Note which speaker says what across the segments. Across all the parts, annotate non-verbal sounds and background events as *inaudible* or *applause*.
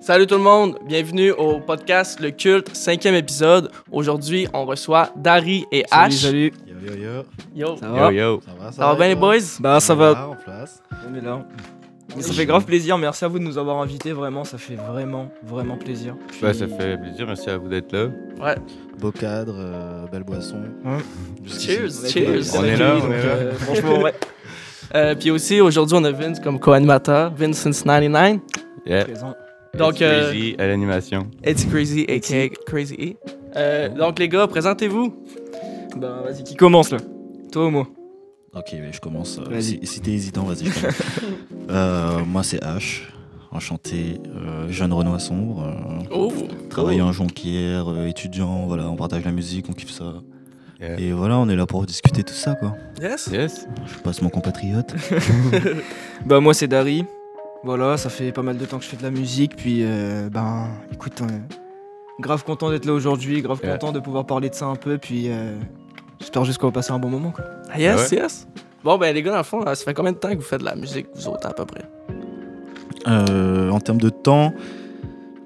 Speaker 1: Salut tout le monde, bienvenue au podcast Le Culte, cinquième épisode. Aujourd'hui, on reçoit Dari et
Speaker 2: Salut,
Speaker 1: Ash.
Speaker 2: salut.
Speaker 3: Yo yo yo,
Speaker 1: Yo,
Speaker 2: Ça
Speaker 4: Yo
Speaker 2: va?
Speaker 4: yo.
Speaker 3: ça va, ça,
Speaker 1: ça va bien les boys?
Speaker 2: Bah, ça va.
Speaker 3: En place.
Speaker 2: Mais là,
Speaker 1: Mais ça fait grave plaisir, merci à vous de nous avoir invités, vraiment, ça fait vraiment, vraiment plaisir.
Speaker 4: Bah, ça fait plaisir, merci à vous d'être là.
Speaker 3: Beau cadre, euh, belle boisson.
Speaker 2: Hein
Speaker 3: Jusqu'ici.
Speaker 1: Cheers,
Speaker 3: Ouais,
Speaker 1: cheers.
Speaker 4: On est là, on
Speaker 1: Donc,
Speaker 4: est là.
Speaker 1: euh, franchement,
Speaker 2: *laughs*
Speaker 1: ouais. Euh, puis aussi, aujourd'hui, on a Vince comme co-animateur, Vincent99,
Speaker 4: Yeah.
Speaker 2: présent.
Speaker 1: Donc,
Speaker 4: It's
Speaker 1: euh,
Speaker 4: crazy à l'animation.
Speaker 1: It's Crazy aka Crazy E. Euh, donc les gars, présentez-vous.
Speaker 2: Bah, vas-y, qui commence là? Toi, Homo.
Speaker 3: Ok, mais je commence. euh,
Speaker 2: Vas-y.
Speaker 3: si si t'es hésitant, vas-y, je commence. Euh, moi, c'est H. Enchanté, euh, jeune Renoir sombre. euh,
Speaker 1: Oh,
Speaker 3: Travaillant en jonquière, euh, étudiant, voilà, on partage la musique, on kiffe ça.
Speaker 4: Yeah.
Speaker 3: Et voilà, on est là pour discuter tout ça, quoi.
Speaker 1: yes.
Speaker 4: Yes.
Speaker 3: Je passe mon compatriote.
Speaker 2: Bah, moi, c'est Dari. Voilà, ça fait pas mal de temps que je fais de la musique, puis, euh, ben, écoute, euh, grave content d'être là aujourd'hui, grave
Speaker 4: Yeah.
Speaker 2: content de pouvoir parler de ça un peu, puis, euh, j'espère juste qu'on va passer un bon moment, quoi.
Speaker 1: Ah, yes,
Speaker 4: Ah
Speaker 1: yes. Bon, ben les gars, dans le fond, là, ça fait combien de temps que vous faites de la musique, vous autres, à peu près?
Speaker 3: Euh, en termes de temps,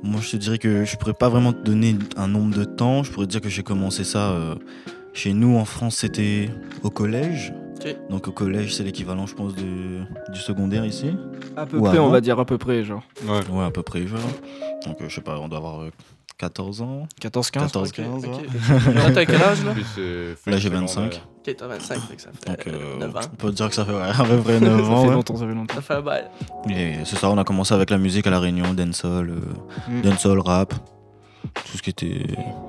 Speaker 3: moi je te dirais que je pourrais pas vraiment te donner un nombre de temps. Je pourrais te dire que j'ai commencé ça euh, chez nous en France, c'était au collège.
Speaker 1: Ok.
Speaker 3: Donc au collège, c'est l'équivalent, je pense, de, du secondaire ici.
Speaker 2: À peu
Speaker 3: Ou
Speaker 2: près, on
Speaker 3: avant.
Speaker 2: va dire à peu près, genre.
Speaker 4: Ouais.
Speaker 3: Ouais, à peu près, voilà. Donc euh, je sais pas, on doit avoir euh, 14 ans.
Speaker 2: 14, 15.
Speaker 3: 14,
Speaker 1: Ok,
Speaker 3: 15
Speaker 1: ok.
Speaker 3: ouais.
Speaker 1: Là, t'as quel
Speaker 4: *laughs*
Speaker 1: âge, là?
Speaker 4: Plus, euh, fin
Speaker 3: Là
Speaker 4: de
Speaker 3: j'ai
Speaker 4: secondaire.
Speaker 3: 25.
Speaker 1: Ok, t'as 25, fait que ça fait
Speaker 3: Donc euh,
Speaker 1: 9 ans.
Speaker 3: on peut dire que ça fait ouais, à peu
Speaker 1: *laughs*
Speaker 3: près 9
Speaker 2: Ça
Speaker 3: ans.
Speaker 2: fait
Speaker 3: ouais.
Speaker 2: longtemps, ça fait longtemps.
Speaker 1: Ça fait un bail.
Speaker 3: Et c'est ça, on a commencé avec la musique à La Réunion, dancehall, euh,
Speaker 2: Mm.
Speaker 3: dancehall, rap, tout ce qui était,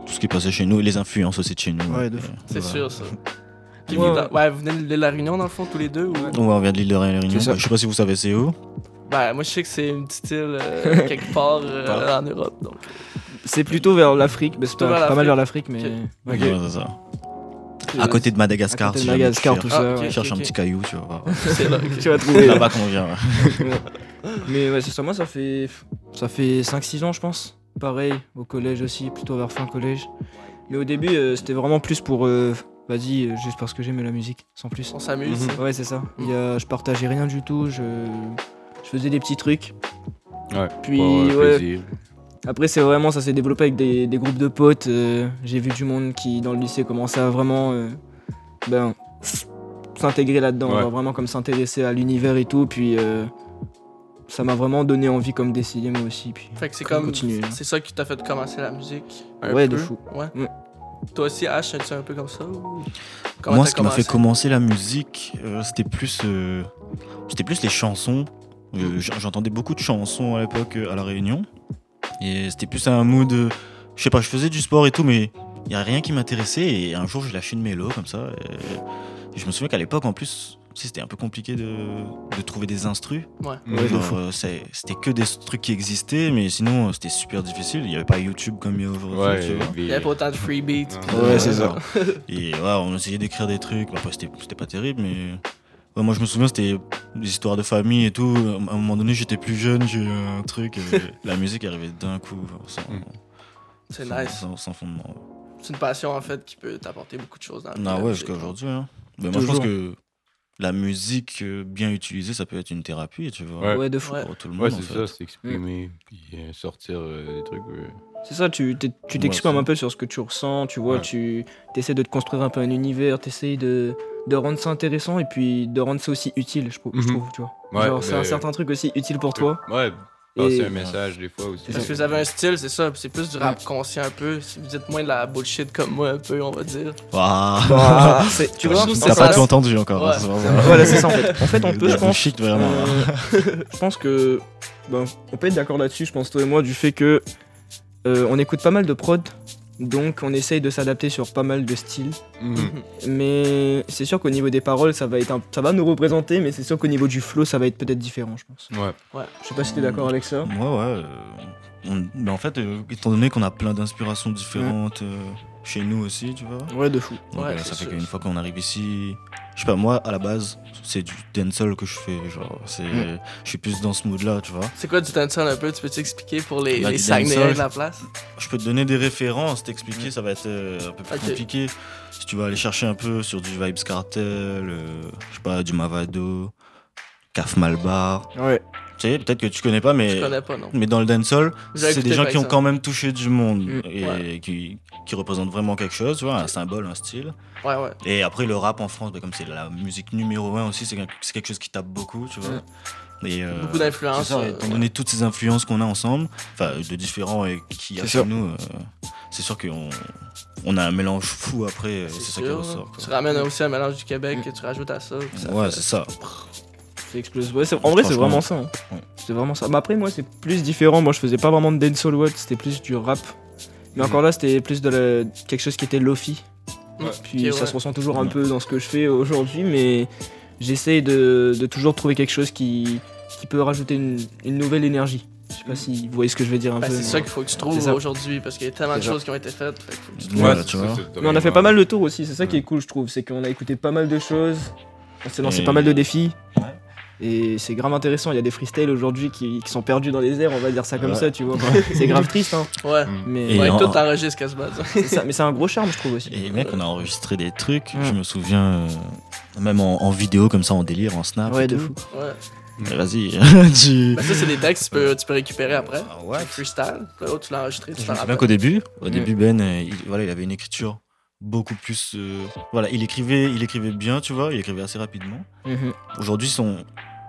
Speaker 3: tout ce qui passait chez nous, et les influences aussi de chez nous.
Speaker 2: Ouais, de
Speaker 3: Euh,
Speaker 2: fou.
Speaker 1: C'est
Speaker 3: voilà.
Speaker 1: sûr, ça. Puis
Speaker 2: Ouais,
Speaker 1: vous,
Speaker 2: ouais.
Speaker 1: ouais, vous venez de la Réunion, dans le fond, tous les deux? Ou...
Speaker 3: Ouais, on vient de l'île de la Réunion. bah,
Speaker 2: C'est ça.
Speaker 3: Je sais pas si vous savez c'est où.
Speaker 1: Ben, moi, je sais que c'est une petite île euh,
Speaker 3: *laughs*
Speaker 1: quelque part euh,
Speaker 3: Bah.
Speaker 1: en Europe, donc.
Speaker 2: C'est plutôt vers l'Afrique, bah, c'est
Speaker 1: Plutôt
Speaker 2: pas,
Speaker 1: vers
Speaker 2: pas mal
Speaker 1: l'Afrique.
Speaker 2: vers l'afrique, mais.
Speaker 1: Ok.
Speaker 3: Ouais, c'est ça.
Speaker 1: euh,
Speaker 3: À côté de Madagascar.
Speaker 2: À côté de
Speaker 3: si jamais
Speaker 2: Madagascar,
Speaker 3: tu
Speaker 2: tout
Speaker 3: cherches,
Speaker 2: ça,
Speaker 1: Ah,
Speaker 2: ouais.
Speaker 1: ok.
Speaker 3: cherches un petit caillou, tu vas voir.
Speaker 1: C'est là, ok.
Speaker 2: *laughs* Tu vas trouver.
Speaker 3: Là-bas qu'on vient. ouais.
Speaker 2: Mais ouais, c'est ça, moi ça fait, ça fait 5-6 ans, je pense. Pareil, au collège aussi, plutôt vers fin collège. Mais au début, euh, c'était vraiment plus pour. euh, Vas-y, euh, juste parce que j'aimais la musique, sans plus.
Speaker 1: On s'amuse.
Speaker 4: Mhm.
Speaker 2: Ouais, c'est ça. Il y a- je partageais rien du tout, je, je faisais des petits trucs.
Speaker 4: Ouais.
Speaker 2: Puis,
Speaker 4: Pour, euh,
Speaker 2: ouais.
Speaker 4: plaisir.
Speaker 2: Après, c'est vraiment, ça s'est développé avec des, des groupes de potes. euh, J'ai vu du monde qui, dans le lycée, commençait à vraiment. euh, ben, s'intégrer là-dedans,
Speaker 4: Ouais.
Speaker 2: genre vraiment comme s'intéresser à l'univers et tout. Puis, euh, ça m'a vraiment donné envie comme d'essayer moi aussi. Puis.
Speaker 1: Fait que c'est
Speaker 2: Comme
Speaker 1: comme.
Speaker 2: continuer, là.
Speaker 1: C'est ça qui t'a fait commencer la musique. un
Speaker 2: Ouais,
Speaker 1: peu.
Speaker 2: de fou.
Speaker 1: Ouais.
Speaker 2: Mm.
Speaker 1: Toi aussi, H, es-tu un peu comme ça? Ou...
Speaker 3: Moi,
Speaker 1: t'as
Speaker 3: ce qui m'a
Speaker 1: commencé?
Speaker 3: fait commencer la musique, euh, c'était plus, euh, c'était plus les chansons. Euh, j- J'entendais beaucoup de chansons à l'époque euh, à la Réunion, et c'était plus un mood. euh, je sais pas, je faisais du sport et tout, mais il y a rien qui m'intéressait. Et un jour, j'ai lâché une mélo comme ça. Et je me souviens qu'à l'époque, en plus, tu sais, c'était un peu compliqué de, de trouver des instrus.
Speaker 4: Mm.
Speaker 2: Ouais, de
Speaker 3: Genre,
Speaker 2: fou.
Speaker 3: euh, c'est- c'était que des trucs qui existaient, mais sinon euh, c'était super difficile. Il n'y avait pas YouTube comme il y a aujourd'hui. tu vois.
Speaker 4: Ouais, euh,
Speaker 1: Il y avait pas autant de free beats.
Speaker 4: Non.
Speaker 1: puis tout.
Speaker 3: Ouais, c'est ça. Et ouais, on essayait d'écrire des trucs. Bah, Après, c'était c'était pas terrible, mais. ouais, moi, je me souviens, c'était des histoires de famille et tout. À un moment donné, j'étais plus jeune, j'ai eu un
Speaker 2: *laughs*
Speaker 3: truc. et la musique arrivait d'un coup, sans,
Speaker 4: Mm.
Speaker 1: C'est
Speaker 3: sans-
Speaker 1: nice.
Speaker 3: sans, sans fondement.
Speaker 1: C'est une passion, en fait, qui peut t'apporter beaucoup de choses dans la vie, la
Speaker 3: Non, ouais,
Speaker 1: musique.
Speaker 3: jusqu'à aujourd'hui. hein. Mais moi, je pense
Speaker 2: Toujours.
Speaker 3: que la musique euh, bien utilisée, ça peut être une thérapie, tu vois.
Speaker 4: Ouais.
Speaker 2: Ouais, de fou.
Speaker 1: Ouais.
Speaker 3: Pour tout le
Speaker 4: Ouais,
Speaker 3: monde, en
Speaker 4: c'est
Speaker 3: fait.
Speaker 4: ça, s'exprimer, puis euh, sortir euh, des trucs. euh.
Speaker 2: C'est ça, tu t'es- tu
Speaker 3: Ouais,
Speaker 2: t'exprimes
Speaker 3: c'est-
Speaker 2: un peu sur ce que tu ressens, tu vois,
Speaker 4: Ouais.
Speaker 2: tu essaies de te construire un peu un univers, tu de, de rendre ça intéressant et puis de rendre ça aussi utile, je, pou- je
Speaker 4: Mhm.
Speaker 2: trouve, tu vois.
Speaker 4: Ouais,
Speaker 2: Genre, c'est
Speaker 4: mais-
Speaker 2: un certain truc aussi utile pour toi.
Speaker 4: Ouais, passer
Speaker 2: *laughs* Et-
Speaker 4: un message des fois aussi.
Speaker 1: Parce que vous avez un style, c'est ça, puis c'est
Speaker 3: Mm.
Speaker 1: plus du rap
Speaker 2: Ouais.
Speaker 1: conscient un peu. Si vous êtes moins de la bullshit comme moi un peu, on va dire.
Speaker 3: Waouh.
Speaker 2: Ah, c'est- *laughs* tu vois,
Speaker 3: T'as
Speaker 2: ça-
Speaker 3: pas tout entendu encore.
Speaker 1: Ouais.
Speaker 3: hein, c'est vraiment-
Speaker 2: Voilà, c'est ça en fait. En fait, on peut, je
Speaker 3: Le
Speaker 2: pense,
Speaker 3: Chic, vraiment.
Speaker 2: Euh, *laughs* je pense que. ben, on peut être d'accord là-dessus, je pense, toi et moi, du fait que. euh, on écoute pas mal de prod, donc on essaye de s'adapter sur pas mal de styles.
Speaker 4: Mhm.
Speaker 3: Mm.
Speaker 2: Mais c'est sûr qu'au niveau des paroles, ça va, être un- ça va nous représenter, mais c'est sûr qu'au niveau du flow, ça va être peut-être différent, je pense.
Speaker 4: Ouais.
Speaker 2: Je sais pas si t'es d'accord avec ça.
Speaker 3: Ouais, ouais. euh, on- Mais en fait, euh, étant donné qu'on a plein d'inspirations différentes euh, chez nous aussi, tu vois.
Speaker 2: Ouais, de fou.
Speaker 3: Donc,
Speaker 1: Ouais,
Speaker 3: euh,
Speaker 1: c'est
Speaker 3: ça fait
Speaker 1: sûr.
Speaker 3: qu'une fois qu'on arrive ici, je sais pas, moi à la base, c'est du dancehall que je fais. Genre, c'est,
Speaker 2: Mm.
Speaker 3: je suis plus dans ce mood-là, tu vois.
Speaker 1: C'est quoi du dancehall un peu? Tu peux t'expliquer pour les,
Speaker 3: Bah,
Speaker 1: les
Speaker 3: du
Speaker 1: Saguenayens
Speaker 3: dancehall.
Speaker 1: de la place?
Speaker 3: Je peux te donner des références,
Speaker 1: Mm.
Speaker 3: t'expliquer, ça va être euh, un peu plus
Speaker 1: Ok.
Speaker 3: compliqué. Si tu vas aller chercher un peu sur du Vibes Cartel, euh, je sais pas, du Mavado, Kaf Malbar.
Speaker 2: Ouais.
Speaker 3: Tu sais, peut-être que tu connais pas, mais.
Speaker 1: Je connais
Speaker 3: *laughs*
Speaker 1: pas, non.
Speaker 3: Mais dans le dancehall,
Speaker 1: J'ai
Speaker 3: c'est
Speaker 1: écouté,
Speaker 3: des gens
Speaker 1: par
Speaker 3: qui ont
Speaker 1: exemple.
Speaker 3: quand même touché du monde
Speaker 2: Mm,
Speaker 3: et
Speaker 1: ouais.
Speaker 3: qui, qui représentent vraiment quelque chose, tu vois, un symbole, un style.
Speaker 1: Ouais, ouais.
Speaker 3: Et après, le rap en France, bah, comme c'est la musique numéro un aussi, c'est quelque- c'est quelque chose qui tape beaucoup, tu vois. Et, euh,
Speaker 1: Mm. Beaucoup d'influences.
Speaker 3: c'est ça,
Speaker 1: euh,
Speaker 3: étant donné toutes ces influences qu'on a ensemble, enfin, de différents et qui y a
Speaker 2: C'est
Speaker 3: chez
Speaker 2: sûr.
Speaker 3: nous, euh, c'est sûr qu'on on a un mélange fou après, euh, c'est ça qui
Speaker 1: sûr.
Speaker 3: ressort. quoi.
Speaker 1: Tu ramènes aussi un mélange du Québec que tu rajoutes à ça. puis ça
Speaker 3: Ouais,
Speaker 1: fait-
Speaker 3: c'est ça.
Speaker 2: C'est explosif. Ouais, c'est- en vrai, c'est
Speaker 3: Franchement.
Speaker 2: vraiment ça. hein.
Speaker 3: Ouais.
Speaker 2: C'est vraiment ça. Mais après, moi, c'est plus différent. Moi, je faisais pas vraiment de dancehall what, c'était plus du rap. Mais encore là, c'était plus de la- quelque chose qui était lofi.
Speaker 1: Mm.
Speaker 2: Puis
Speaker 1: Ok,
Speaker 2: ça
Speaker 1: ouais.
Speaker 2: se ressent toujours un
Speaker 3: Ouais.
Speaker 2: peu dans ce que je fais aujourd'hui, mais j'essaye de, de toujours trouver quelque chose qui, qui peut rajouter une, une nouvelle énergie. Je sais pas si vous voyez ce que je veux dire un
Speaker 1: Bah,
Speaker 2: peu.
Speaker 1: c'est
Speaker 2: mais-
Speaker 1: ça qu'il faut que tu
Speaker 2: C'est
Speaker 1: trouves
Speaker 2: ça.
Speaker 1: aujourd'hui parce qu'il y a tellement de
Speaker 2: C'est ça.
Speaker 1: choses qui ont été faites. fait que faut que tu-
Speaker 3: Voilà, tu
Speaker 4: ça,
Speaker 3: vois.
Speaker 4: c'est le
Speaker 2: Mais on a fait
Speaker 4: domaine,
Speaker 2: pas mal
Speaker 4: ouais.
Speaker 2: de tours aussi, c'est ça qui
Speaker 4: Ouais.
Speaker 2: est cool, je trouve. C'est qu'on a écouté pas mal de choses, on s'est lancé
Speaker 3: Et-
Speaker 2: pas mal de défis.
Speaker 3: Ouais.
Speaker 2: Et c'est grave intéressant, il y a des freestyles aujourd'hui qui, qui sont perdus dans les airs, on va dire ça comme
Speaker 3: Ouais.
Speaker 2: ça, tu vois. c'est grave triste, hein.
Speaker 1: Ouais.
Speaker 2: Mais,
Speaker 3: Et
Speaker 1: Ouais,
Speaker 3: en-
Speaker 1: tout enregistre qu'à se base.
Speaker 2: c'est ça, mais c'est un gros charme, je trouve aussi.
Speaker 3: Et mec, on a enregistré des trucs,
Speaker 2: Mm.
Speaker 3: je me souviens, euh, même en, en vidéo comme ça, en délire, en snap.
Speaker 2: Ouais,
Speaker 3: et
Speaker 2: de
Speaker 3: tout.
Speaker 2: fou.
Speaker 1: Ouais.
Speaker 3: Mais
Speaker 2: *laughs*
Speaker 3: Vas-y, *laughs* tu.
Speaker 1: Bah, ça, c'est des textes que tu peux, tu peux récupérer après.
Speaker 3: Ah
Speaker 1: Le
Speaker 3: ouais.
Speaker 1: freestyle. Là, tu l'as enregistré, tu
Speaker 3: Je
Speaker 1: t'en
Speaker 3: me souviens
Speaker 1: rappelles.
Speaker 3: qu'au début, au
Speaker 2: Mm.
Speaker 3: début Ben, euh, il, voilà, il avait une écriture beaucoup plus. euh, voilà, il écrivait, il écrivait bien, tu vois, il écrivait assez rapidement.
Speaker 2: Mhm.
Speaker 3: Aujourd'hui, son,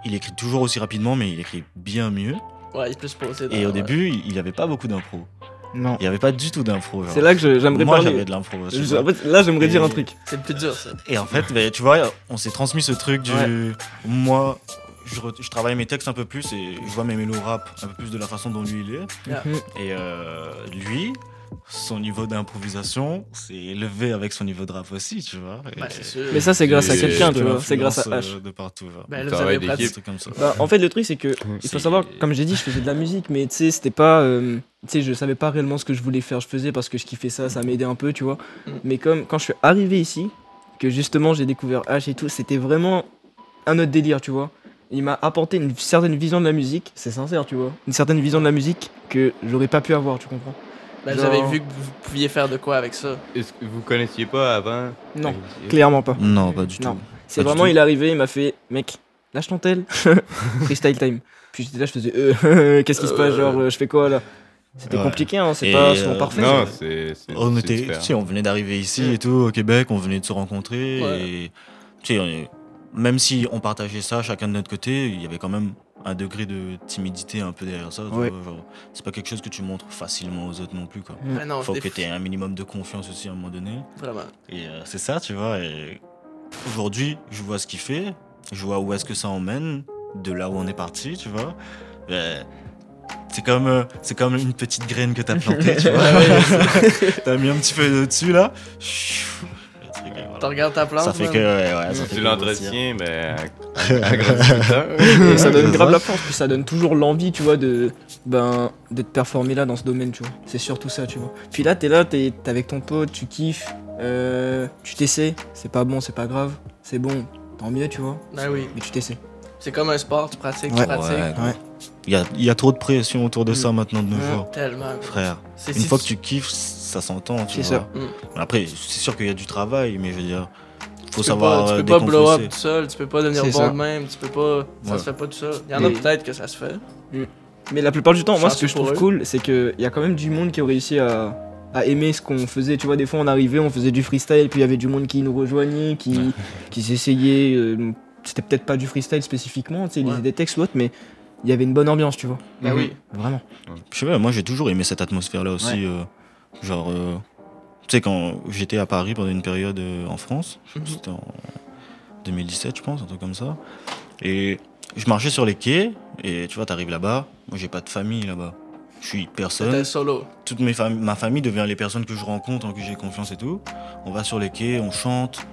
Speaker 3: il écrit toujours aussi rapidement, mais il écrit bien mieux.
Speaker 1: Ouais, il est plus posé. dans-
Speaker 3: Et au
Speaker 1: ouais.
Speaker 2: Ah
Speaker 3: début, il il avait pas beaucoup d'impro.
Speaker 2: Non.
Speaker 3: Il n'y avait pas du tout d'impro. genre.
Speaker 2: C'est là que je- j'aimerais
Speaker 3: Moi,
Speaker 2: parler.
Speaker 3: j'avais de l'impro. tu
Speaker 2: Je-
Speaker 3: vois.
Speaker 2: en fait, là, j'aimerais
Speaker 3: Et-
Speaker 2: dire un truc.
Speaker 1: C'est le plus dur, ça.
Speaker 3: Et en fait, bah, tu vois, on s'est transmis ce truc du. Moi, je, re- je travaille mes textes un peu plus et je vois mes mélos rap un peu plus de la façon dont lui il est.
Speaker 1: Yeah.
Speaker 2: Mhm.
Speaker 3: Et euh, lui, son niveau d'improvisation s'est élevé avec son niveau de rap aussi, tu vois. Et-
Speaker 1: Bah, c'est sûr.
Speaker 2: Mais ça, c'est grâce à
Speaker 4: Et-
Speaker 2: quelqu'un,
Speaker 3: de
Speaker 2: tu vois. C'est grâce à
Speaker 3: l'influence,
Speaker 2: H.
Speaker 3: euh, De partout, genre.
Speaker 1: Ben, là,
Speaker 4: Le
Speaker 1: vous
Speaker 4: travail
Speaker 1: avez
Speaker 3: Des
Speaker 1: pratiqué.
Speaker 3: trucs
Speaker 4: d'équipe.
Speaker 3: comme ça.
Speaker 2: Bah, en fait, le truc, c'est que il faut
Speaker 4: euh, C'est-
Speaker 2: savoir, comme j'ai dit, je faisais de la musique, mais tu sais, c'était pas. euh, tu sais, je savais pas réellement ce que je voulais faire. Je faisais parce que je kiffais ça, ça m'aidait un peu, tu vois.
Speaker 1: Mm.
Speaker 2: Mais comme quand je suis arrivé ici, que justement j'ai découvert H et tout, c'était vraiment un autre délire, tu vois. Il m'a apporté une certaine vision de la musique, c'est sincère, tu vois. Une certaine vision de la musique que j'aurais pas pu avoir, tu comprends
Speaker 1: Ben, vous
Speaker 2: Genre-
Speaker 1: avez vu que vous pouviez faire de quoi avec ça.
Speaker 4: Est-ce que vous connaissiez pas avant
Speaker 2: Non,
Speaker 4: Euh,
Speaker 2: clairement pas.
Speaker 3: Non, pas du
Speaker 2: Non.
Speaker 3: tout.
Speaker 2: C'est
Speaker 3: Pas du
Speaker 2: vraiment,
Speaker 3: tout.
Speaker 2: il est arrivé, il m'a fait, mec, lâche ton
Speaker 3: *laughs*
Speaker 2: tel. Freestyle time. Puis j'étais là, je faisais, euh, *laughs* qu'est-ce qui se passe, genre, euh, je fais quoi là C'était
Speaker 3: Ouais.
Speaker 2: compliqué, hein, c'est
Speaker 3: Et,
Speaker 2: pas souvent
Speaker 3: euh,
Speaker 2: parfait.
Speaker 4: Non,
Speaker 2: ça.
Speaker 4: c'est. c'est-
Speaker 3: On
Speaker 4: c'est
Speaker 3: était,
Speaker 4: différent.
Speaker 3: tu sais, on venait d'arriver ici
Speaker 2: Mm.
Speaker 3: et tout au Québec, on venait de se rencontrer
Speaker 1: Ouais.
Speaker 3: et tu sais, on est- même si on partageait ça chacun de notre côté, il y avait quand même un degré de timidité un peu derrière ça. tu
Speaker 2: Ouais.
Speaker 3: vois, genre, c'est pas quelque chose que tu montres facilement aux autres non plus. Quoi.
Speaker 2: Mm.
Speaker 1: Ben non,
Speaker 3: Faut
Speaker 1: des-
Speaker 3: que tu aies un minimum de confiance aussi à un moment donné.
Speaker 1: Vraiment.
Speaker 3: Et euh, c'est ça, tu vois. Et aujourd'hui, je vois ce qu'il fait, je vois où est-ce que ça emmène, de là où on est parti, tu vois. Euh, c'est comme, euh, c'est comme une petite graine que t'as plantée, tu vois. *laughs* t'as mis un petit peu dessus là. Chou, le truc, et voilà.
Speaker 1: Tu regardes ta plante.
Speaker 3: Ça fait
Speaker 1: man.
Speaker 3: que, ouais, ouais, ça fait
Speaker 4: Tu
Speaker 3: que grossir.
Speaker 4: l'entretiens, mais à- à grandissant.
Speaker 2: Et ça donne
Speaker 3: C'est
Speaker 2: grave
Speaker 3: ça.
Speaker 2: la force, puis ça donne toujours l'envie, tu vois, de ben d'être performé là dans ce domaine, tu vois. C'est surtout ça, tu vois. Puis là, t'es là, t'es t'es avec ton pote, tu kiffes, euh, tu t'essaies. C'est pas bon, c'est pas grave, c'est bon, tant mieux, tu vois.
Speaker 1: Ben oui.
Speaker 2: Mais tu t'essaies.
Speaker 1: C'est comme un sport, tu pratiques, tu
Speaker 3: Ouais,
Speaker 1: pratiques.
Speaker 3: ouais. Il y a- il y, a trop de pression autour de ça maintenant de nos
Speaker 2: Ouais.
Speaker 3: jours,
Speaker 1: Tellement. gros.
Speaker 3: frère.
Speaker 1: C'est
Speaker 3: Une
Speaker 1: Mm. si
Speaker 3: fois que tu kiffes, ça s'entend, tu
Speaker 2: C'est
Speaker 3: vois.
Speaker 2: ça.
Speaker 1: Mm.
Speaker 3: Après, c'est sûr qu'il y a du travail, mais je veux dire, faut
Speaker 1: tu peux
Speaker 3: savoir.
Speaker 1: pas,
Speaker 3: euh,
Speaker 1: tu peux pas blow up
Speaker 3: décompresser.
Speaker 1: tout seul, tu peux pas devenir
Speaker 2: C'est
Speaker 1: bon
Speaker 2: ça.
Speaker 1: de même, tu peux pas. Ça
Speaker 3: Ouais.
Speaker 1: se fait pas tout seul. Il y en a
Speaker 2: Et-
Speaker 1: peut-être que ça se fait.
Speaker 2: Mais la plupart du temps, moi, ce
Speaker 1: Chanceux
Speaker 2: que je
Speaker 1: pour
Speaker 2: trouve
Speaker 1: eux.
Speaker 2: cool, c'est qu'il y a quand même du monde qui a réussi à, à aimer ce qu'on faisait. Tu vois, des fois, on arrivait, on faisait du freestyle, puis il y avait du monde qui nous rejoignait, qui,
Speaker 3: Ouais.
Speaker 2: qui s'essayait. euh, C'était peut-être pas du freestyle spécifiquement, tu sais, ils
Speaker 1: Ouais.
Speaker 2: lisaient des textes ou autre, mais il y avait une bonne ambiance, tu vois.
Speaker 1: Ben oui.
Speaker 2: Vraiment.
Speaker 3: Je sais pas, moi j'ai toujours aimé cette atmosphère-là aussi. euh, genre, euh, tu sais, quand j'étais à Paris pendant une période euh, en France, je sais pas si
Speaker 1: Mhm.
Speaker 3: c'était en 2017, je pense, un truc comme ça. Et je marchais sur les quais, et tu vois, t'arrives là-bas. Moi j'ai pas de famille là-bas. Je suis
Speaker 1: C'était
Speaker 3: personne.
Speaker 1: solo.
Speaker 3: Toute mes fam- ma famille devient les personnes que je rencontre, en qui j'ai confiance et tout. On va sur les quais, on chante.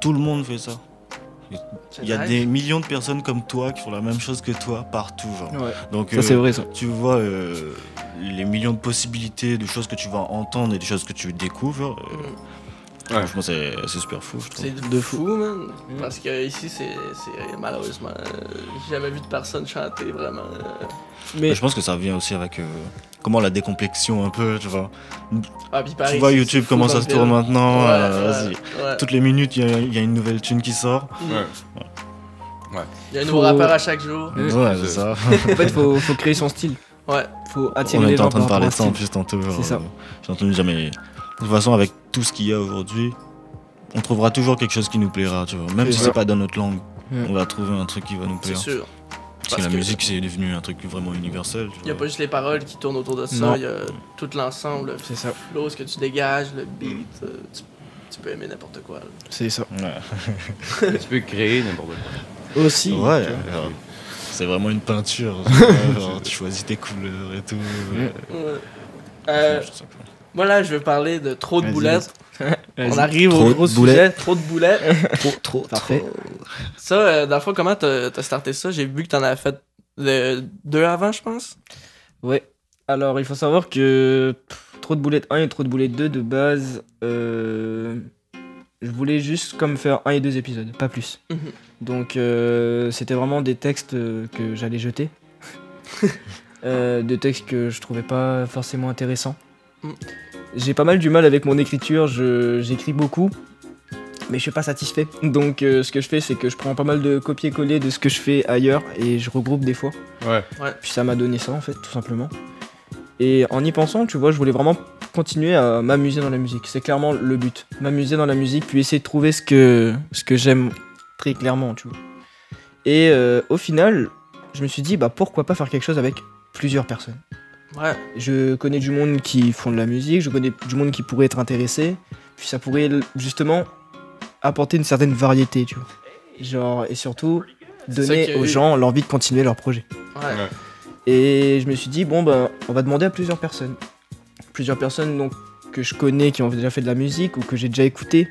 Speaker 3: Tout le monde fait ça.
Speaker 1: C'est
Speaker 3: Il y a
Speaker 1: nice.
Speaker 3: des millions de personnes comme toi qui font la même chose que toi partout. genre.
Speaker 2: Ouais.
Speaker 3: Donc,
Speaker 2: Ça,
Speaker 3: euh,
Speaker 2: c'est vrai, ça.
Speaker 3: tu vois euh, les millions de possibilités, de choses que tu vas entendre et des choses que tu découvres. euh,
Speaker 1: Mm.
Speaker 4: Ouais.
Speaker 3: Franchement, c'est euh, c'est super fou, Mm. je trouve.
Speaker 1: C'est de fou, man. Parce que ici, c'est c'est- malheureusement. euh, J'ai jamais vu de personne chanter vraiment. euh.
Speaker 2: Mais *laughs*
Speaker 3: Je pense que ça vient aussi avec euh, comment la décomplexion un peu, tu vois.
Speaker 1: Ah, puis Paris,
Speaker 3: tu vois
Speaker 1: c'est- c'est
Speaker 3: YouTube
Speaker 1: fou
Speaker 3: comment ça
Speaker 1: comme
Speaker 3: se
Speaker 1: ville.
Speaker 3: tourne maintenant.
Speaker 1: Ouais,
Speaker 3: euh,
Speaker 1: ouais,
Speaker 3: vas-y.
Speaker 1: ouais.
Speaker 3: Toutes les minutes, il y a- il y, a une nouvelle tune qui sort.
Speaker 4: Ouais.
Speaker 1: Il y a un
Speaker 2: Faut-
Speaker 1: nouveau rappeur à chaque jour.
Speaker 2: Ouais.
Speaker 3: Ouais, c'est ça.
Speaker 2: En fait, faut, faut créer son style.
Speaker 1: Ouais.
Speaker 2: Faut
Speaker 3: On
Speaker 2: attirer les
Speaker 3: était
Speaker 2: gens
Speaker 3: en train de
Speaker 2: par
Speaker 3: parler de
Speaker 2: rapport
Speaker 3: ça
Speaker 2: à
Speaker 3: en
Speaker 2: un
Speaker 3: plus tantôt. genre,
Speaker 2: C'est ça.
Speaker 3: euh, J'ai entendu dire, mais de toute façon, avec tout ce qu'il y a aujourd'hui, on trouvera toujours quelque chose qui nous plaira, tu vois. Même
Speaker 2: C'est
Speaker 3: si
Speaker 2: ça.
Speaker 3: c'est pas dans notre langue,
Speaker 2: Ouais.
Speaker 3: on va trouver un truc qui va nous
Speaker 1: C'est
Speaker 3: plaire.
Speaker 1: sûr.
Speaker 3: Parce que
Speaker 1: Parce
Speaker 3: la
Speaker 1: que-
Speaker 3: musique, c'est devenu un truc vraiment universel. tu
Speaker 1: Il n'y a
Speaker 3: vois.
Speaker 1: pas juste les paroles qui tournent autour de
Speaker 2: Non.
Speaker 1: ça, il y a tout l'ensemble, le
Speaker 2: style. C'est ça.
Speaker 1: flow, ce que tu dégages, le beat. euh, Tu, tu peux aimer n'importe quoi. là.
Speaker 2: C'est ça.
Speaker 3: Ouais,
Speaker 4: Tu peux créer n'importe quoi.
Speaker 2: Aussi.
Speaker 3: Ouais, alors, c'est vraiment une peinture.
Speaker 2: *laughs*
Speaker 3: tu vois, genre, tu choisis tes couleurs et tout. ouais.
Speaker 1: Ouais. Euh,
Speaker 3: Je sais pas.
Speaker 1: moi là, je veux parler de trop de
Speaker 3: Vas-y,
Speaker 1: boulettes.
Speaker 2: Vas-y.
Speaker 1: On arrive
Speaker 3: Trop
Speaker 1: au
Speaker 3: de
Speaker 1: gros sujet,
Speaker 3: boulettes.
Speaker 1: trop de boulettes.
Speaker 3: Trop, trop,
Speaker 2: Parfait.
Speaker 1: Ça, euh, dans le fond, comment t'as t'as starté ça? J'ai vu que t'en as fait le- deux avant, je pense.
Speaker 2: Ouais. Alors, il faut savoir que pff, trop de boulettes 1 et trop de boulettes 2, de base, euh, je voulais juste comme faire un et deux épisodes, pas plus.
Speaker 1: Mhm.
Speaker 2: Donc, euh, c'était vraiment des textes euh, que j'allais jeter. Euh, des textes que je trouvais pas forcément intéressants.
Speaker 1: Mm.
Speaker 2: J'ai pas mal du mal avec mon écriture, je- j'écris beaucoup, mais je suis pas satisfait. Donc, euh, ce que je fais, c'est que je prends pas mal de copier-coller de ce que je fais ailleurs et je regroupe des fois.
Speaker 4: Ouais.
Speaker 2: Puis ça m'a donné ça en fait, tout simplement. Et en y pensant, tu vois, je voulais vraiment continuer à m'amuser dans la musique. C'est clairement le but. M'amuser dans la musique, puis essayer de trouver ce que, ce que j'aime très clairement, tu vois. Et euh, au final, je me suis dit, bah pourquoi pas faire quelque chose avec plusieurs personnes.
Speaker 1: Ouais.
Speaker 2: Je connais du monde qui font de la musique, je connais du monde qui pourrait être intéressé, puis ça pourrait l- justement apporter une certaine variété, tu vois. Genre, et surtout,
Speaker 1: ça
Speaker 2: donner
Speaker 1: qui est-
Speaker 2: aux gens l'envie de continuer leur projet.
Speaker 1: Ouais.
Speaker 4: Ouais.
Speaker 2: Et je me suis dit, bon, ben, on va demander à plusieurs personnes. Plusieurs personnes donc, que je connais, qui ont déjà fait de la musique ou que j'ai déjà écouté.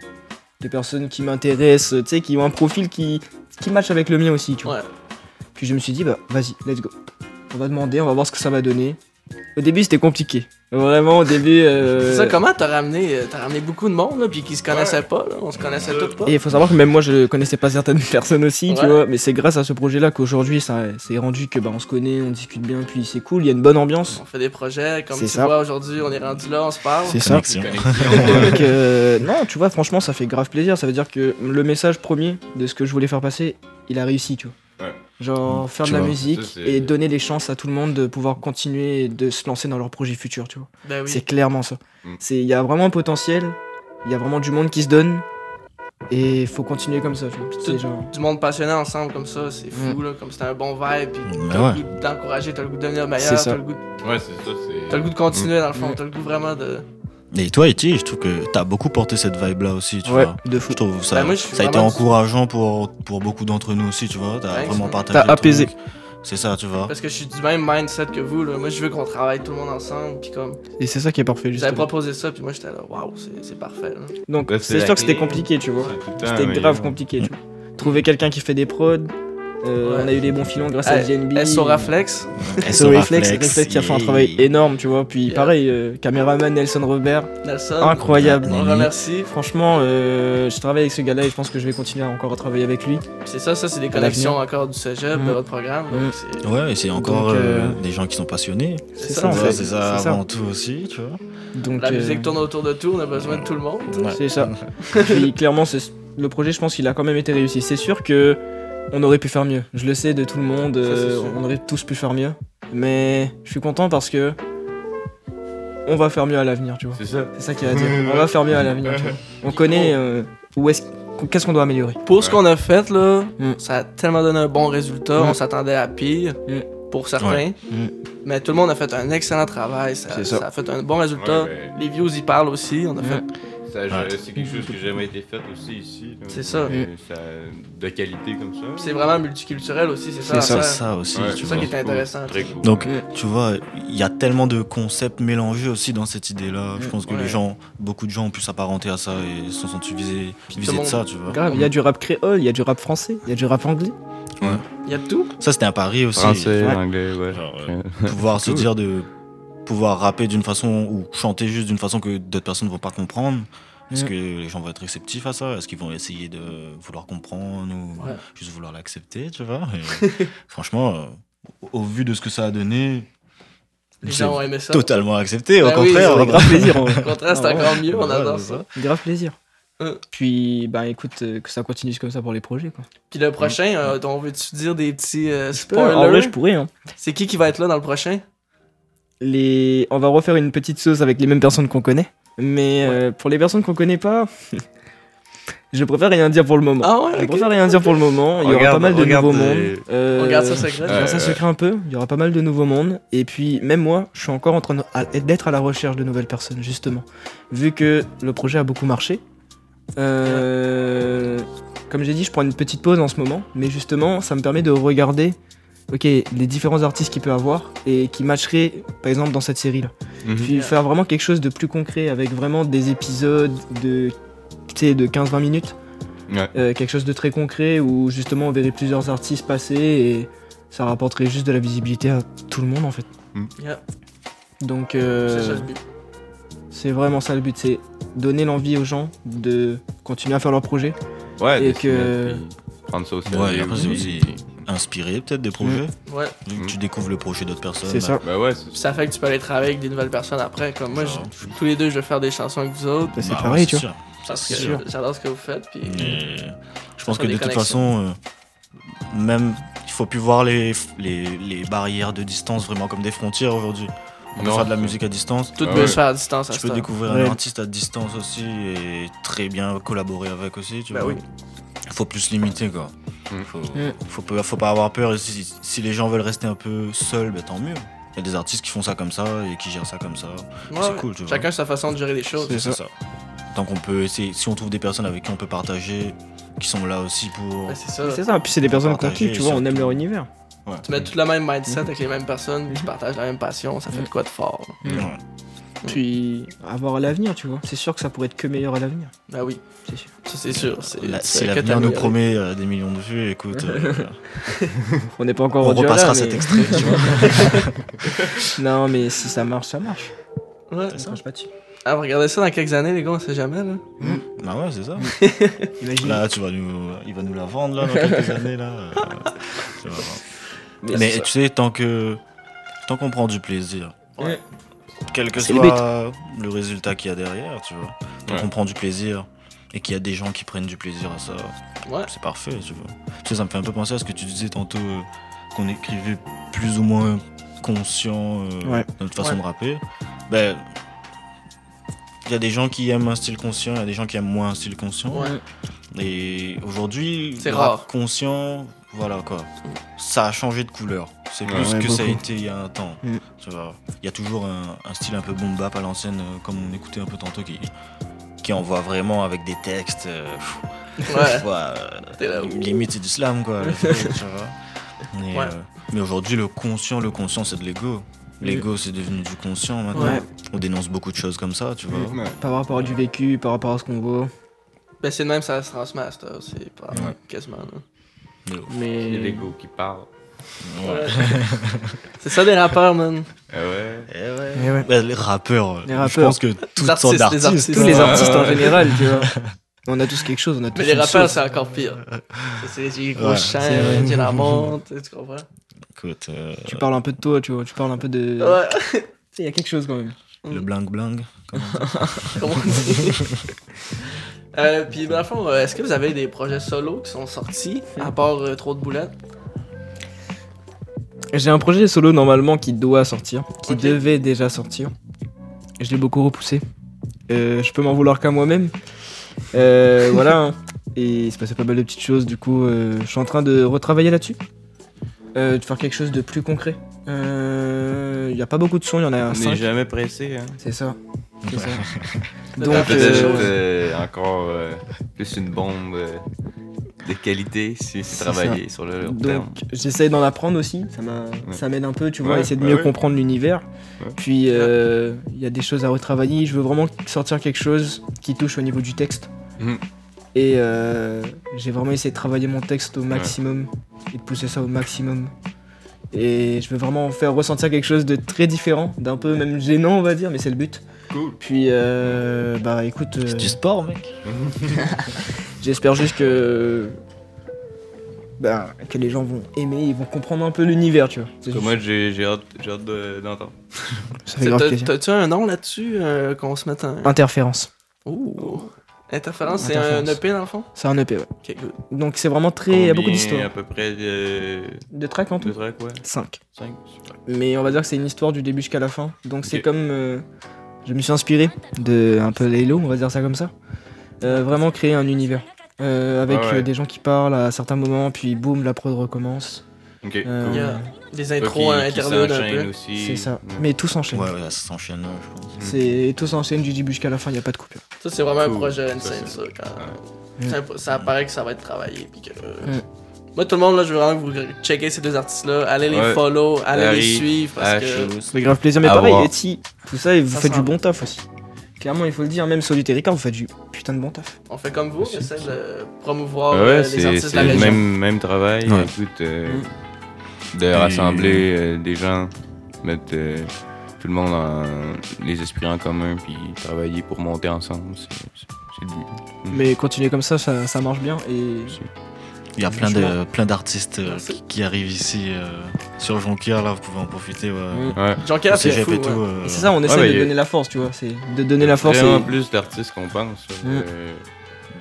Speaker 2: Des personnes qui m'intéressent, tu sais, qui ont un profil qui, qui match avec le mien aussi. Tu vois.
Speaker 1: Ouais.
Speaker 2: Puis je me suis dit, bah, vas-y, let's go. On va demander, on va voir ce que ça va donner. Au début, c'était compliqué. Vraiment, au début. euh,
Speaker 1: C'est Ça, comment t'as ramené, euh, t'as ramené beaucoup de monde, là, puis qui se connaissaient pas, là. On se connaissait tous pas.
Speaker 2: Et il faut savoir que même moi, je connaissais pas certaines *laughs* personnes aussi, tu
Speaker 1: Ouais.
Speaker 2: vois. Mais c'est grâce à ce projet-là qu'aujourd'hui, ça s'est rendu que bah, on se connaît, on discute bien, puis c'est cool, il y a une bonne ambiance.
Speaker 1: On fait des projets, comme
Speaker 2: C'est
Speaker 1: tu
Speaker 2: ça.
Speaker 1: vois, aujourd'hui, on est rendu là, on se parle.
Speaker 2: C'est ça.
Speaker 3: Connexion.
Speaker 2: *laughs* Donc, euh, non, tu vois, franchement, ça fait grave plaisir. Ça veut dire que le message premier de ce que je voulais faire passer, il a réussi, tu vois.
Speaker 4: Ouais.
Speaker 2: Genre, faire
Speaker 3: Tu
Speaker 2: de la
Speaker 3: vois,
Speaker 2: musique
Speaker 4: ça, c'est-
Speaker 2: et donner les chances à tout le monde de pouvoir continuer et de se lancer dans leur projet futur, tu vois.
Speaker 1: Ben oui.
Speaker 2: C'est clairement ça.
Speaker 4: Mm.
Speaker 2: C'est- Il y a vraiment un potentiel, il y a vraiment du monde qui se donne et faut continuer comme ça, tu vois. C'est
Speaker 1: tout-
Speaker 2: genre.
Speaker 1: Du monde passionné ensemble, comme ça, c'est
Speaker 2: Mm.
Speaker 1: fou, là. Comme c'était un bon vibe, puis
Speaker 3: Ben
Speaker 1: t'as
Speaker 3: ouais.
Speaker 1: le goût d'encourager, t'as le goût de devenir
Speaker 2: C'est
Speaker 1: meilleur,
Speaker 2: ça.
Speaker 1: t'as le goût, de-
Speaker 4: Ouais, c'est ça. c'est-
Speaker 1: t'as le goût de continuer, dans le fond.
Speaker 2: Mm.
Speaker 1: T'as le goût vraiment de.
Speaker 3: Et toi, Eti, je trouve que t'as beaucoup porté cette vibe-là aussi, tu
Speaker 2: Ouais,
Speaker 3: vois.
Speaker 2: de
Speaker 3: Je
Speaker 2: fou.
Speaker 3: trouve ça,
Speaker 1: Bah, moi, je suis
Speaker 3: ça a été
Speaker 1: vraiment-
Speaker 3: encourageant pour, pour beaucoup d'entre nous aussi, tu vois. T'as
Speaker 1: Ouais,
Speaker 3: vraiment
Speaker 1: c'est-
Speaker 3: partagé.
Speaker 2: T'as
Speaker 3: le
Speaker 2: apaisé.
Speaker 3: truc. C'est ça, tu vois.
Speaker 1: Parce que je suis du même mindset que vous, là. Moi, je veux qu'on travaille tout le monde ensemble, puis comme.
Speaker 2: Et c'est ça qui est parfait,
Speaker 1: J'avais
Speaker 2: justement.
Speaker 1: proposé ça, puis moi, j'étais là, waouh, c'est c'est parfait, là.
Speaker 2: Donc,
Speaker 4: Ouais, c'est
Speaker 2: c'est
Speaker 4: la
Speaker 2: sûr que c'était
Speaker 1: clé.
Speaker 2: compliqué, tu vois.
Speaker 4: Putain,
Speaker 2: C'était
Speaker 4: mais- euh,
Speaker 2: grave compliqué, tu vois. Trouver quelqu'un qui fait des prods, euh,
Speaker 1: Ouais.
Speaker 2: on a eu les bons filons grâce à
Speaker 1: Eh,
Speaker 2: DNB.
Speaker 1: SO Reflex.
Speaker 2: *laughs*
Speaker 3: Et
Speaker 2: SO Reflex, Reflex qui a fait un
Speaker 3: yeah.
Speaker 2: travail énorme, tu vois. Puis
Speaker 1: Yeah.
Speaker 2: pareil, euh, caméraman Nelson Robert,
Speaker 1: Nelson.
Speaker 2: incroyable.
Speaker 1: On
Speaker 3: Nelly.
Speaker 1: le remercie.
Speaker 2: Franchement, euh, je travaille avec ce gars-là et je pense que je vais continuer à encore à travailler avec lui.
Speaker 1: C'est ça, ça c'est des
Speaker 2: À l'avenir.
Speaker 1: connexions encore du cégep,
Speaker 2: Mm.
Speaker 1: de votre programme. donc
Speaker 2: Mm.
Speaker 1: c'est-
Speaker 3: Ouais, et c'est encore
Speaker 2: Donc, euh,
Speaker 3: euh, des gens qui sont passionnés.
Speaker 2: C'est
Speaker 1: ça,
Speaker 2: ça, en
Speaker 3: Ouais,
Speaker 2: fait.
Speaker 3: c'est ça avant tout aussi, tu vois.
Speaker 2: Donc,
Speaker 1: La
Speaker 2: euh,
Speaker 1: musique tourne autour de tout, on a besoin de tout le monde.
Speaker 3: Ouais.
Speaker 2: C'est ça. Puis clairement, c'est- le projet, je pense qu'il a quand même été réussi. C'est sûr que on aurait pu faire mieux. Je le sais de tout le monde,
Speaker 1: Ça, c'est
Speaker 2: euh,
Speaker 1: sûr.
Speaker 2: on aurait tous pu faire mieux. Mais je suis content parce que on va faire mieux à l'avenir, tu vois.
Speaker 4: C'est ça.
Speaker 2: C'est ça qu'il y a à dire. On va faire mieux à l'avenir. tu vois. On connaît euh, où est-ce qu'est-ce qu'on doit améliorer.
Speaker 1: Pour ce qu'on a fait, là,
Speaker 2: Mm.
Speaker 1: ça a tellement donné un bon résultat,
Speaker 2: Mm.
Speaker 1: on s'attendait à pire pour certains.
Speaker 2: Mm.
Speaker 1: Mais tout le monde a fait un excellent travail, ça,
Speaker 2: C'est ça. Mm.
Speaker 1: ça a fait un bon résultat.
Speaker 4: Ouais,
Speaker 1: Les views y parlent aussi, on a fait.
Speaker 4: mais ça, je-
Speaker 3: Ouais.
Speaker 4: C'est quelque chose qui n'a jamais été fait aussi ici. là.
Speaker 1: C'est ça.
Speaker 4: Et ça- De qualité comme ça.
Speaker 1: C'est vraiment multiculturel aussi, c'est ça.
Speaker 2: C'est
Speaker 1: l'affaire.
Speaker 3: C'est ça aussi,
Speaker 4: Ouais,
Speaker 3: tu
Speaker 1: C'est
Speaker 3: vois.
Speaker 1: ça qui est intéressant.
Speaker 4: Très cool.
Speaker 3: Donc,
Speaker 2: Ouais.
Speaker 3: tu vois, il y a tellement de concepts mélangés aussi dans cette idée-là. Je
Speaker 2: Ouais.
Speaker 3: pense que
Speaker 1: Mm. Ouais.
Speaker 3: les gens, beaucoup de gens ont pu s'apparenter à ça et se sont visés, visés
Speaker 1: monde-
Speaker 3: de ça, tu vois.
Speaker 2: Grave, il y a du rap créole, il y a du rap français, il y a du rap *laughs* anglais.
Speaker 1: Il y a de tout.
Speaker 3: Ça, c'était un pari aussi.
Speaker 4: Français,
Speaker 2: Ouais.
Speaker 4: anglais, ouais.
Speaker 3: Genre, euh, pouvoir se dire de pouvoir rapper d'une façon ou chanter juste d'une façon que d'autres personnes ne vont pas comprendre. Est-ce
Speaker 2: Mm.
Speaker 3: que les gens vont être réceptifs à ça Est-ce qu'ils vont essayer de vouloir comprendre ou
Speaker 1: Ouais.
Speaker 3: juste vouloir l'accepter, tu vois Et *laughs* Franchement, euh, au, au vu de ce que ça a donné,
Speaker 1: Les
Speaker 3: j'ai
Speaker 1: gens ont aimé ça.
Speaker 3: totalement accepté. Au
Speaker 1: Ben oui, c'est
Speaker 3: contraire, on
Speaker 1: vrai.
Speaker 3: a grave-
Speaker 2: Plaisir,
Speaker 1: Au contraire, c'est
Speaker 2: Ah ouais.
Speaker 1: encore mieux, on
Speaker 3: Ouais,
Speaker 1: adore
Speaker 3: c'est
Speaker 1: ça.
Speaker 2: *laughs* grave plaisir.
Speaker 1: Euh.
Speaker 2: Puis, ben écoute, euh, que ça continue comme ça pour les projets, quoi.
Speaker 1: Puis le prochain,
Speaker 2: Mm.
Speaker 1: euh, on veut-tu dire des petits euh,
Speaker 2: En vrai, je
Speaker 1: spoilers?
Speaker 2: pourrais, hein.
Speaker 1: C'est qui qui va être là dans le prochain?
Speaker 2: Les... On va refaire une petite sauce avec les mêmes personnes qu'on connaît. Mais euh, pour les personnes qu'on connaît pas, *laughs* je préfère rien dire pour le moment.
Speaker 1: Ah ouais,
Speaker 2: Je
Speaker 1: ok.
Speaker 2: préfère rien dire pour le moment. Il y aura
Speaker 4: Regarde-
Speaker 2: pas mal de
Speaker 4: regarde
Speaker 2: nouveaux
Speaker 4: les-
Speaker 2: mondes. Euh,
Speaker 1: On garde ça secret.
Speaker 2: je garde ça
Speaker 4: Euh,
Speaker 2: secret un peu. Il y aura pas mal de nouveaux mondes. Et puis, même moi, je suis encore en train de- à- d'être à la recherche de nouvelles personnes, justement. Vu que le projet a beaucoup marché. euh, Comme j'ai dit, je prends une petite pause en ce moment. Mais justement, ça me permet de regarder. Ok, les différents artistes qu'il peut avoir et qui matcheraient, par exemple, dans cette série-là.
Speaker 4: Mhm.
Speaker 2: Puis faire vraiment quelque chose de plus concret avec vraiment des épisodes de, tu sais, de 15-20 minutes.
Speaker 1: Mhm.
Speaker 4: Ouais.
Speaker 2: Euh, quelque chose de très concret où justement on verrait plusieurs artistes passer et ça rapporterait juste de la visibilité à tout le monde en fait.
Speaker 1: Yeah,
Speaker 2: Donc
Speaker 1: c'est ça
Speaker 2: euh,
Speaker 1: le but.
Speaker 2: c'est vraiment ça le but, c'est donner l'envie aux gens de continuer à faire leur projet.
Speaker 4: Ouais,
Speaker 2: et
Speaker 4: des
Speaker 2: que-
Speaker 4: cinéastes, puis Prendre ça au
Speaker 3: Ouais, et
Speaker 4: sérieux.
Speaker 3: après, c'est aussi-
Speaker 4: puis-
Speaker 3: Inspiré peut-être des projets.
Speaker 1: Ouais.
Speaker 3: Vu que Tu découvres le projet d'autres personnes.
Speaker 2: Mm. c'est ça.
Speaker 4: Bah ouais, c'est
Speaker 1: Ça fait que tu peux aller travailler avec des nouvelles personnes après. Comme moi,
Speaker 3: Genre.
Speaker 1: je- tous les deux, je vais faire des chansons avec vous autres.
Speaker 2: Bah, c'est
Speaker 3: Bah,
Speaker 2: pareil,
Speaker 3: ouais,
Speaker 2: tu vois. Mm.
Speaker 3: sûr.
Speaker 1: Parce que
Speaker 3: C'est sûr.
Speaker 1: j'adore ce que vous faites. Puis...
Speaker 3: Mais je pense
Speaker 1: Ça
Speaker 3: que
Speaker 1: des
Speaker 3: de toute
Speaker 1: connexions.
Speaker 3: façon, euh, même il faut plus voir les, les, les barrières de distance vraiment comme des frontières aujourd'hui. On peut
Speaker 4: Non.
Speaker 3: faire de la musique à distance.
Speaker 1: Tout
Speaker 4: Ah
Speaker 1: peut
Speaker 4: ouais.
Speaker 1: se faire à distance à
Speaker 3: Tu
Speaker 1: ce
Speaker 3: peux
Speaker 1: temps.
Speaker 3: découvrir
Speaker 2: Ouais.
Speaker 3: un artiste à distance aussi et très bien collaborer avec aussi. Tu
Speaker 1: Bah
Speaker 3: vois.
Speaker 1: oui.
Speaker 3: Faut plus se limiter quoi.
Speaker 4: Mm.
Speaker 3: Faut,
Speaker 2: Mm.
Speaker 3: faut, pas- faut pas avoir peur. Et Si, si les gens veulent rester un peu seuls, bah, tant mieux. Il y a des artistes qui font ça comme ça et qui gèrent ça comme ça.
Speaker 1: Ouais,
Speaker 3: c'est
Speaker 1: ouais.
Speaker 3: cool, tu vois.
Speaker 1: Chacun sa façon de gérer les choses.
Speaker 3: C'est ça. Tant qu'on peut essayer, si on trouve des personnes avec qui on peut partager, qui sont là aussi pour.
Speaker 1: Ouais, Ben, c'est ça.
Speaker 2: Ouais, Ah, C'est ça, puis c'est des personnes qu'on
Speaker 3: Partager,
Speaker 2: kiffe, tu vois, on aime
Speaker 3: surtout.
Speaker 2: leur univers.
Speaker 3: Ouais.
Speaker 1: Tu mets tout le même mindset
Speaker 2: Mhm.
Speaker 1: avec les mêmes personnes, tu partages la même passion, ça fait
Speaker 2: Mhm.
Speaker 1: de quoi de fort. là.
Speaker 2: Mm.
Speaker 3: Ouais.
Speaker 2: Puis avoir à l'avenir, tu vois. C'est sûr que ça pourrait être que meilleur à l'avenir,
Speaker 1: Bah oui,
Speaker 2: c'est sûr.
Speaker 1: ça c'est sûr. C'est
Speaker 3: La-
Speaker 1: c'est
Speaker 3: Si
Speaker 1: que
Speaker 3: l'avenir
Speaker 1: t'améliorer.
Speaker 3: nous promet euh, des millions de vues,
Speaker 2: *laughs*
Speaker 3: écoute, euh,
Speaker 2: On n'est pas encore
Speaker 3: on
Speaker 2: rendu à là,
Speaker 3: repassera
Speaker 2: mais-
Speaker 3: cet extrait. tu vois.
Speaker 2: *laughs* Non, mais si ça marche, ça marche.
Speaker 1: Ouais.
Speaker 2: Ça Mm. marche pas dessus.
Speaker 1: Ah, vous regardez ça dans quelques années, les gars, on sait jamais. Là.
Speaker 3: Bah ouais, c'est ça.
Speaker 2: Imagine.
Speaker 3: Là, tu vas nous, il va nous la vendre là
Speaker 2: *laughs*
Speaker 3: dans quelques années là. euh, tu vas voir.
Speaker 2: Mais
Speaker 3: Mais
Speaker 2: c'est ça.
Speaker 3: tu sais, tant que tant qu'on prend du plaisir,
Speaker 1: Ouais.
Speaker 3: quel que
Speaker 2: C'est
Speaker 3: soit
Speaker 2: le
Speaker 3: le, résultat qu'il y a derrière, tu vois, tant
Speaker 4: Ouais.
Speaker 3: qu'on prend du plaisir et qu'il y a des gens qui prennent du plaisir à ça,
Speaker 1: Ouais.
Speaker 3: c'est parfait, tu vois. Tu sais, ça me fait un peu penser à ce que tu disais tantôt euh, qu'on écrivait plus ou moins conscient euh,
Speaker 2: Ouais.
Speaker 3: notre façon
Speaker 1: Ouais.
Speaker 3: de rapper. Ben, il y a des gens qui aiment un style conscient, il y a des gens qui aiment moins un style conscient.
Speaker 1: Ouais.
Speaker 3: Et aujourd'hui,
Speaker 1: C'est
Speaker 3: le rap
Speaker 1: rare.
Speaker 3: conscient, voilà quoi. Ça a changé de couleur. C'est
Speaker 4: Ouais.
Speaker 3: plus
Speaker 2: Ouais,
Speaker 3: que ça a
Speaker 2: beaucoup.
Speaker 3: été il y a un temps.
Speaker 2: Mm.
Speaker 3: Tu vois. Il y a toujours un, un style un peu boom bap à l'ancienne, euh, comme on écoutait un peu tantôt, qui, qui envoie vraiment avec des textes. euh, pff,
Speaker 1: Ouais.
Speaker 3: *laughs* voilà, euh,
Speaker 1: T'es là où-
Speaker 3: limite c'est du slam quoi. le truc, *laughs* tu vois. Mais,
Speaker 1: Ouais.
Speaker 3: euh, mais aujourd'hui, le conscient, le conscient, c'est de l'ego. L'ego, c'est devenu du conscient maintenant.
Speaker 1: Ouais.
Speaker 3: On dénonce beaucoup de choses comme ça, tu vois.
Speaker 4: Ouais.
Speaker 2: Par rapport à du vécu, par rapport à ce qu'on voit.
Speaker 1: Ben, c'est de même, ça se transmet à cette heure, c'est pas
Speaker 3: Ouais.
Speaker 1: quasiment. là.
Speaker 4: C'est
Speaker 2: Mais.
Speaker 4: l'ego qui parle.
Speaker 3: Ouais.
Speaker 1: Ouais. *laughs* c'est ça des rappeurs, man.
Speaker 4: Ah ouais.
Speaker 3: Eh ouais.
Speaker 2: Eh ouais.
Speaker 3: Bah, les rappeurs.
Speaker 2: Les
Speaker 3: Je
Speaker 2: rappeurs.
Speaker 3: pense que toutes
Speaker 1: Les
Speaker 3: sortes
Speaker 1: artistes, les
Speaker 3: d'artistes.
Speaker 1: artistes.
Speaker 2: Tous les
Speaker 1: Ouais,
Speaker 2: artistes en
Speaker 4: ouais.
Speaker 2: général, tu vois. On a tous quelque chose, on a tous.
Speaker 1: Mais les
Speaker 2: une
Speaker 1: rappeurs,
Speaker 2: source.
Speaker 1: c'est encore pire. C'est des gros
Speaker 3: Ouais,
Speaker 2: c'est
Speaker 1: chiens,
Speaker 2: vrai.
Speaker 1: qui la montent, tu comprends?
Speaker 3: Écoute, euh,
Speaker 2: Tu parles un peu de toi, tu vois. Tu parles un peu de.
Speaker 1: Ouais,
Speaker 2: Tu sais, Il y a quelque chose quand même.
Speaker 3: le bling bling.
Speaker 1: *laughs* comment on dit? Euh, puis dans le fond, euh, est-ce que vous avez des projets solo qui sont sortis, à part euh, Trop de boulettes?
Speaker 2: J'ai un projet solo normalement qui doit sortir, qui
Speaker 1: Ok.
Speaker 2: devait déjà sortir. Je l'ai beaucoup repoussé. Euh, je peux m'en vouloir qu'à moi-même. *laughs* Euh, voilà. hein. Et il se passait pas mal de petites choses, du coup, euh, je suis en train de retravailler là-dessus. Euh, de faire quelque chose de plus concret. Il n'y a pas beaucoup de sons, il y en a 5.
Speaker 4: jamais pressé. Hein.
Speaker 2: C'est ça. C'est *laughs* ça.
Speaker 3: Euh,
Speaker 1: Donc,
Speaker 2: Donc,
Speaker 4: Peut-être
Speaker 2: euh,
Speaker 4: euh, encore euh, plus une bombe euh, de qualité
Speaker 2: C'est
Speaker 4: si c'est travaillé sur le long
Speaker 2: Donc
Speaker 4: terme.
Speaker 2: j'essaye d'en apprendre aussi, ça m'a- ça m'aide un peu, tu vois,
Speaker 4: Ouais,
Speaker 2: essayer de
Speaker 4: bah
Speaker 2: mieux
Speaker 4: ouais.
Speaker 2: comprendre l'univers.
Speaker 4: Ouais.
Speaker 2: Puis euh, il y a des choses à retravailler, je veux vraiment sortir quelque chose qui touche au niveau du texte.
Speaker 4: Mhm.
Speaker 2: Et euh, j'ai vraiment essayé de travailler mon texte au maximum et de pousser ça au maximum. Et je veux vraiment faire ressentir quelque chose de très différent, d'un peu même gênant on va dire, mais c'est le but.
Speaker 4: Cool.
Speaker 2: Puis euh, bah écoute, euh,
Speaker 3: C'est du sport, mec.
Speaker 2: J'espère juste que. Ben, que les gens vont aimer, ils vont comprendre un peu l'univers, tu vois. C'est
Speaker 4: Parce que
Speaker 2: juste-
Speaker 4: Moi, j'ai j'ai hâte, j'ai hâte de- d'entendre.
Speaker 2: ça fait grave
Speaker 1: t'as-
Speaker 2: plaisir.
Speaker 1: t'as-tu un nom là-dessus euh, qu'on se mette un.
Speaker 2: Interférence.
Speaker 1: Ouh. Interférence, c'est un
Speaker 2: Ah. Interférence.
Speaker 1: EP dans le fond
Speaker 2: C'est un EP, ouais.
Speaker 1: Ok, good.
Speaker 2: Donc c'est vraiment très. Il y a beaucoup
Speaker 4: Combien,
Speaker 2: d'histoires.
Speaker 4: à peu près de,
Speaker 2: De tracks en
Speaker 4: de
Speaker 2: tout
Speaker 4: tracks, ouais.
Speaker 2: 5.
Speaker 4: Cinq, super.
Speaker 2: Mais on va dire que c'est une histoire du début jusqu'à la fin. Donc c'est
Speaker 4: Ok.
Speaker 2: comme. euh, je me suis inspiré de un peu Lalo, on va dire ça comme ça. Euh, vraiment créer un univers. Euh, avec
Speaker 4: Ah ouais.
Speaker 2: euh, des gens qui parlent à certains moments, puis boum, la prod recommence.
Speaker 4: Ok.
Speaker 2: Euh,
Speaker 1: Il y a des
Speaker 4: Ok,
Speaker 1: intros,
Speaker 4: qui
Speaker 1: interludes un
Speaker 4: s'enchaînent
Speaker 1: peu.
Speaker 4: aussi. Mm.
Speaker 2: C'est ça.
Speaker 4: Ouais.
Speaker 2: Mais tout s'enchaîne.
Speaker 3: Ouais, ouais, ça s'enchaîne, là, je pense.
Speaker 2: C'est tout s'enchaîne du début jusqu'à la fin, il n'y a pas de coupure.
Speaker 1: Ça, c'est vraiment un
Speaker 4: Cool.
Speaker 1: projet
Speaker 4: Ça,
Speaker 1: insane, ça.
Speaker 4: c'est-
Speaker 1: quand- ça,
Speaker 2: Ouais.
Speaker 1: ça paraît que ça va être travaillé. Puis que...
Speaker 2: Ouais.
Speaker 1: Moi, tout le monde, là, je veux vraiment que vous checkez ces deux artistes-là. Allez les
Speaker 4: Ouais.
Speaker 1: follow, allez les
Speaker 4: Larry,
Speaker 1: suivre. Parce que...
Speaker 4: H,
Speaker 2: C'est grave plaisir, mais
Speaker 3: Ah,
Speaker 4: À
Speaker 2: pareil,
Speaker 4: voir.
Speaker 2: Eti, tout ça, et vous
Speaker 1: Ça
Speaker 2: faites du
Speaker 1: sent-
Speaker 2: bon taf aussi. Clairement, il faut le dire, même Solitaire vous faites du putain de bon taf.
Speaker 1: On fait comme vous, on
Speaker 2: Merci.
Speaker 1: essaie de promouvoir
Speaker 4: Ouais,
Speaker 1: euh,
Speaker 4: ouais,
Speaker 1: les
Speaker 4: c'est
Speaker 1: artistes de la
Speaker 4: c'est le
Speaker 1: région.
Speaker 4: même, même travail.
Speaker 3: Ouais.
Speaker 4: Écoute, euh, de
Speaker 3: Et-
Speaker 4: rassembler euh, des gens, mettre euh, tout le monde en, les esprits en commun, puis travailler pour monter ensemble. c'est- C'est c'est le but. Mm.
Speaker 2: Mais continuez comme ça, ça, ça marche bien.
Speaker 3: Euh,
Speaker 2: Et
Speaker 3: Il y a plein de
Speaker 2: Franchement.
Speaker 3: plein d'artistes euh, qui- qui arrivent ici euh, sur Jonquière, là, vous pouvez en profiter. Ouais.
Speaker 2: Mm.
Speaker 4: Ouais.
Speaker 1: Jean-Pierre,
Speaker 3: Au
Speaker 1: c'est
Speaker 3: cégep
Speaker 1: fou.
Speaker 3: et tout.
Speaker 1: ouais.
Speaker 3: euh,
Speaker 2: et c'est ça, on essaie
Speaker 4: mais
Speaker 2: de
Speaker 4: il y a-
Speaker 2: donner la force, tu vois. C'est de donner la force.
Speaker 4: Vraiment
Speaker 2: et-
Speaker 4: plus d'artistes qu'on pense.
Speaker 2: Mm.
Speaker 4: euh,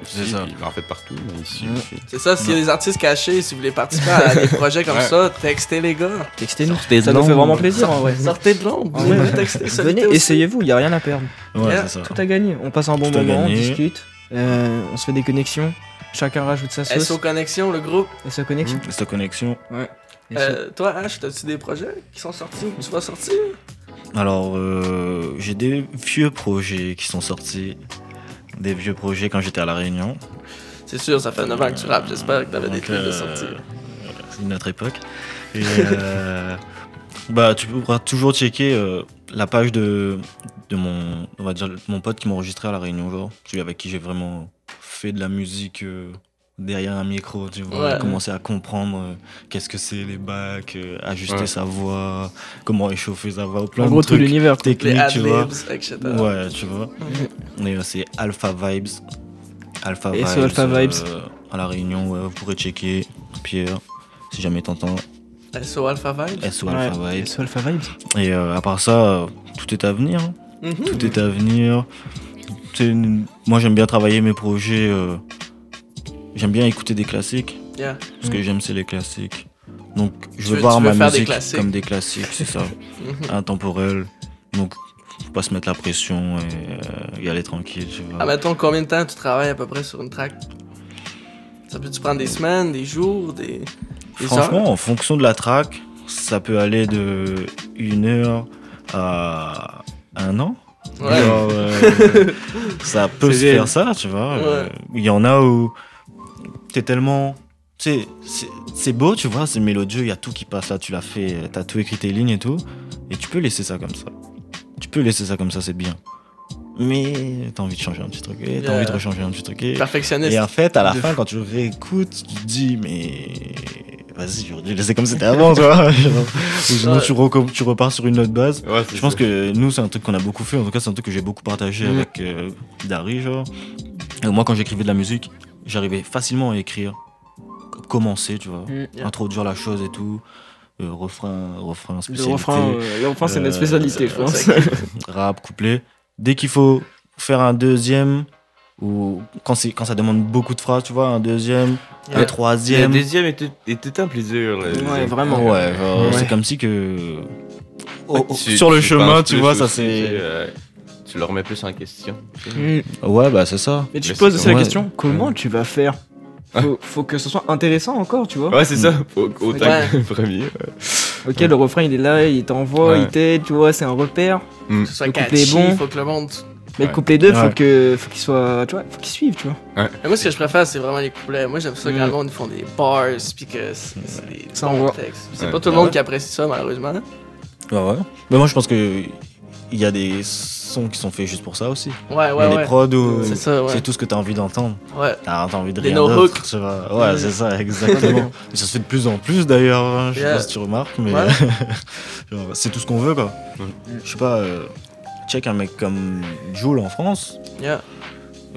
Speaker 4: ici,
Speaker 3: C'est ça.
Speaker 4: puis en fait partout, mais ici.
Speaker 3: Mm.
Speaker 4: puis-
Speaker 1: C'est ça, s'il y a des artistes cachés, si vous voulez participer à
Speaker 3: *laughs*
Speaker 1: des projets comme
Speaker 4: Ouais.
Speaker 1: ça, textez les gars.
Speaker 2: Textez-nous. Ça nous fait vraiment plaisir en vrai.
Speaker 1: Sortez de l'ombre,
Speaker 2: Ah ouais.
Speaker 1: venez texter
Speaker 2: Venez,
Speaker 1: Solitaire aussi.
Speaker 2: essayez-vous, il n'y a rien à perdre.
Speaker 3: Ouais,
Speaker 1: Yeah,
Speaker 3: c'est ça.
Speaker 2: Tout à gagner. On passe un bon
Speaker 3: Tout à
Speaker 2: moment, on
Speaker 3: gagner.
Speaker 2: discute, euh, on se fait des connexions. Chacun rajoute
Speaker 1: Eh,
Speaker 2: sa sauce
Speaker 1: SO Connexion, le groupe.
Speaker 2: et sa connexion.
Speaker 3: C'est ta connexion.
Speaker 1: Euh, toi, H, t'as-tu des projets qui sont sortis ou tu vas sortir
Speaker 3: Alors, euh, j'ai des vieux projets qui sont sortis. Des vieux projets quand j'étais à La Réunion.
Speaker 1: C'est sûr, ça fait 9 ans que tu rappes, j'espère que t'avais des
Speaker 3: Donc,
Speaker 1: trucs de
Speaker 3: euh,
Speaker 1: sortir.
Speaker 3: euh, C'est de notre époque. Et, euh, *laughs* bah, tu pourras toujours checker euh, la page de, de mon, on va dire, mon pote qui m'a enregistré à La Réunion, genre, celui avec qui j'ai vraiment fait de la musique euh, derrière un micro, tu vois,
Speaker 1: Ouais.
Speaker 3: commencer à comprendre euh, qu'est-ce que c'est les bacs, euh, ajuster
Speaker 4: Ouais.
Speaker 3: sa voix, comment échauffer sa voix, plein
Speaker 2: En
Speaker 3: de
Speaker 2: gros, tout
Speaker 3: trucs
Speaker 2: l'univers. quoi.
Speaker 1: Les
Speaker 3: techniques, tu vois.
Speaker 1: ad-libs, etc.
Speaker 3: Ouais,
Speaker 2: *laughs*
Speaker 3: tu vois. Et euh, c'est Alpha Vibes. Alpha
Speaker 2: Et
Speaker 3: Vibes.
Speaker 2: ce Alpha Vibes.
Speaker 3: euh, à La Réunion, ouais, vous pourrez checker. Pierre, si jamais t'entends.
Speaker 1: SO Eh, Alpha Vibe.
Speaker 3: SO
Speaker 2: Ouais.
Speaker 3: Alpha Vibes.
Speaker 2: SO Alpha Vibes.
Speaker 3: Et euh, à part ça, euh, tout est à venir. hein.
Speaker 2: Mm-hmm.
Speaker 1: Mhm.
Speaker 3: Tout est à venir. C'est une- Moi, j'aime bien travailler mes projets. euh, J'aime bien écouter des classiques.
Speaker 1: Yeah.
Speaker 3: Ce que j'aime, c'est les classiques. Donc,
Speaker 1: Mm. Tu
Speaker 3: je veux
Speaker 1: veux-
Speaker 3: voir
Speaker 1: tu veux
Speaker 3: ma
Speaker 1: faire des
Speaker 3: musique
Speaker 1: classiques.
Speaker 3: comme des classiques,
Speaker 1: *laughs*
Speaker 3: c'est ça.
Speaker 1: Mhm.
Speaker 3: Intemporel. Donc, faut pas se mettre la pression et euh, y aller tranquille, tu vois.
Speaker 1: Ah, mettons, combien de temps tu travailles à peu près sur une track Ça peut-tu prendre des semaines, des jours, des. des heures?
Speaker 3: Franchement, en fonction de la track, ça peut aller de 1 heure à un an.
Speaker 1: Ouais.
Speaker 3: Genre, euh, ça peut se
Speaker 2: C'est
Speaker 3: faire ça, tu vois. Euh, Il y en a où t'es tellement. tu sais, C'est c'est beau, tu vois, c'est mélodieux, il y a tout qui passe là, tu l'as fait, euh, t'as tout écrit tes lignes et tout. Et tu peux laisser ça comme ça. Tu peux laisser ça comme ça, c'est bien. Mais t'as envie de changer un petit truc, et t'as
Speaker 1: Yeah.
Speaker 3: envie de rechanger un petit truc. et-
Speaker 1: Perfectionniste.
Speaker 3: et en fait, à la
Speaker 2: De
Speaker 3: fin, quand tu réécoutes, tu te dis, mais vas-y, j'aurais dû laisser comme c'était avant, tu vois. Genre. Ou sinon,
Speaker 1: Ouais.
Speaker 3: tu, recomm- tu repars sur une autre base.
Speaker 4: Ouais, c'est
Speaker 3: Je pense
Speaker 4: ça.
Speaker 3: que nous, c'est un truc qu'on a beaucoup fait. En tout cas, c'est un truc que j'ai beaucoup partagé
Speaker 2: Mhm.
Speaker 3: avec euh, Dari, genre. Et moi, quand j'écrivais de la musique, j'arrivais facilement à écrire, c- commencer, tu vois,
Speaker 2: Mhm.
Speaker 1: Mm, Yeah.
Speaker 3: introduire la chose et tout, euh, refrain, refrain,
Speaker 2: Le
Speaker 3: spécialité
Speaker 2: refrain, euh, le refrain, c'est notre
Speaker 3: Euh,
Speaker 2: spécialité, je
Speaker 1: euh,
Speaker 2: pense.
Speaker 1: c'est-
Speaker 3: rap, couplet. Dès qu'il faut faire un deuxième, ou quand, c'est- quand ça demande beaucoup de phrases, tu vois, un deuxième,
Speaker 1: Yeah.
Speaker 3: un
Speaker 4: Le
Speaker 3: troisième.
Speaker 4: deuxième était, était un plaisir. le
Speaker 2: Ouais,
Speaker 4: deuxième.
Speaker 2: vraiment.
Speaker 3: Ouais, genre,
Speaker 2: Ouais.
Speaker 3: c'est comme si que. Oh, oh,
Speaker 4: Tu-
Speaker 3: sur le
Speaker 4: tu
Speaker 3: chemin,
Speaker 4: penses
Speaker 3: tu
Speaker 4: plus
Speaker 3: vois, ça
Speaker 4: aussi, tu sais,
Speaker 3: c'est.
Speaker 4: euh, Tu le remets plus en question.
Speaker 2: Mm.
Speaker 3: Ouais, bah c'est ça.
Speaker 2: Mais tu
Speaker 4: Mais
Speaker 2: te poses
Speaker 4: c'est-
Speaker 2: aussi la
Speaker 3: ouais.
Speaker 2: question, comment tu vas faire faut, faut que ce soit intéressant encore, tu vois.
Speaker 4: Ouais, c'est
Speaker 3: Mm.
Speaker 4: ça. Au, autant
Speaker 1: Ouais.
Speaker 4: que le *laughs* premier. ouais.
Speaker 2: Ok, le refrain il est là, il t'envoie,
Speaker 4: Ouais.
Speaker 2: il t'aide, tu vois, c'est un repère.
Speaker 1: Que ce soit
Speaker 2: Le couplet
Speaker 1: catchy,
Speaker 2: est bon.
Speaker 1: faut que le monde.
Speaker 2: Mais le
Speaker 4: Ouais.
Speaker 2: couplet 2, faut
Speaker 3: Ouais.
Speaker 2: que faut qu'il soit, tu vois, faut qu'il suive, tu vois.
Speaker 1: Mais moi, ce que je préfère, c'est vraiment les couplets. Moi, j'aime ça quand
Speaker 2: Mm.
Speaker 1: le monde ils font des bars, puis que c'est c'est des
Speaker 2: Ça
Speaker 1: bons
Speaker 2: envoie.
Speaker 1: textes. C'est
Speaker 4: Ouais.
Speaker 1: pas tout le
Speaker 3: Ah
Speaker 1: monde
Speaker 3: ouais.
Speaker 1: qui apprécie ça, malheureusement.
Speaker 3: Ouais, Bah, ouais. Mais moi, je pense que. Il y a des sons qui sont faits juste pour ça aussi.
Speaker 1: Ouais,
Speaker 3: Il y a
Speaker 1: ouais,
Speaker 3: des
Speaker 1: ouais.
Speaker 3: prods où
Speaker 1: C'est ça, ouais.
Speaker 3: c'est tout ce que t'as envie d'entendre.
Speaker 1: Ouais.
Speaker 3: T'as t'as envie de
Speaker 1: Des
Speaker 3: rien
Speaker 1: no
Speaker 3: d'autre,
Speaker 1: hook.
Speaker 3: tu vois. Ouais,
Speaker 1: Mm.
Speaker 3: c'est ça,
Speaker 1: *laughs*
Speaker 3: exactement. Et ça se fait de plus en plus d'ailleurs, hein, *laughs* je sais
Speaker 1: Yeah.
Speaker 3: pas si tu remarques, mais
Speaker 1: Ouais.
Speaker 3: genre, c'est tout ce qu'on veut quoi. Je sais pas, euh, check un mec comme Joule en France,
Speaker 1: Yeah.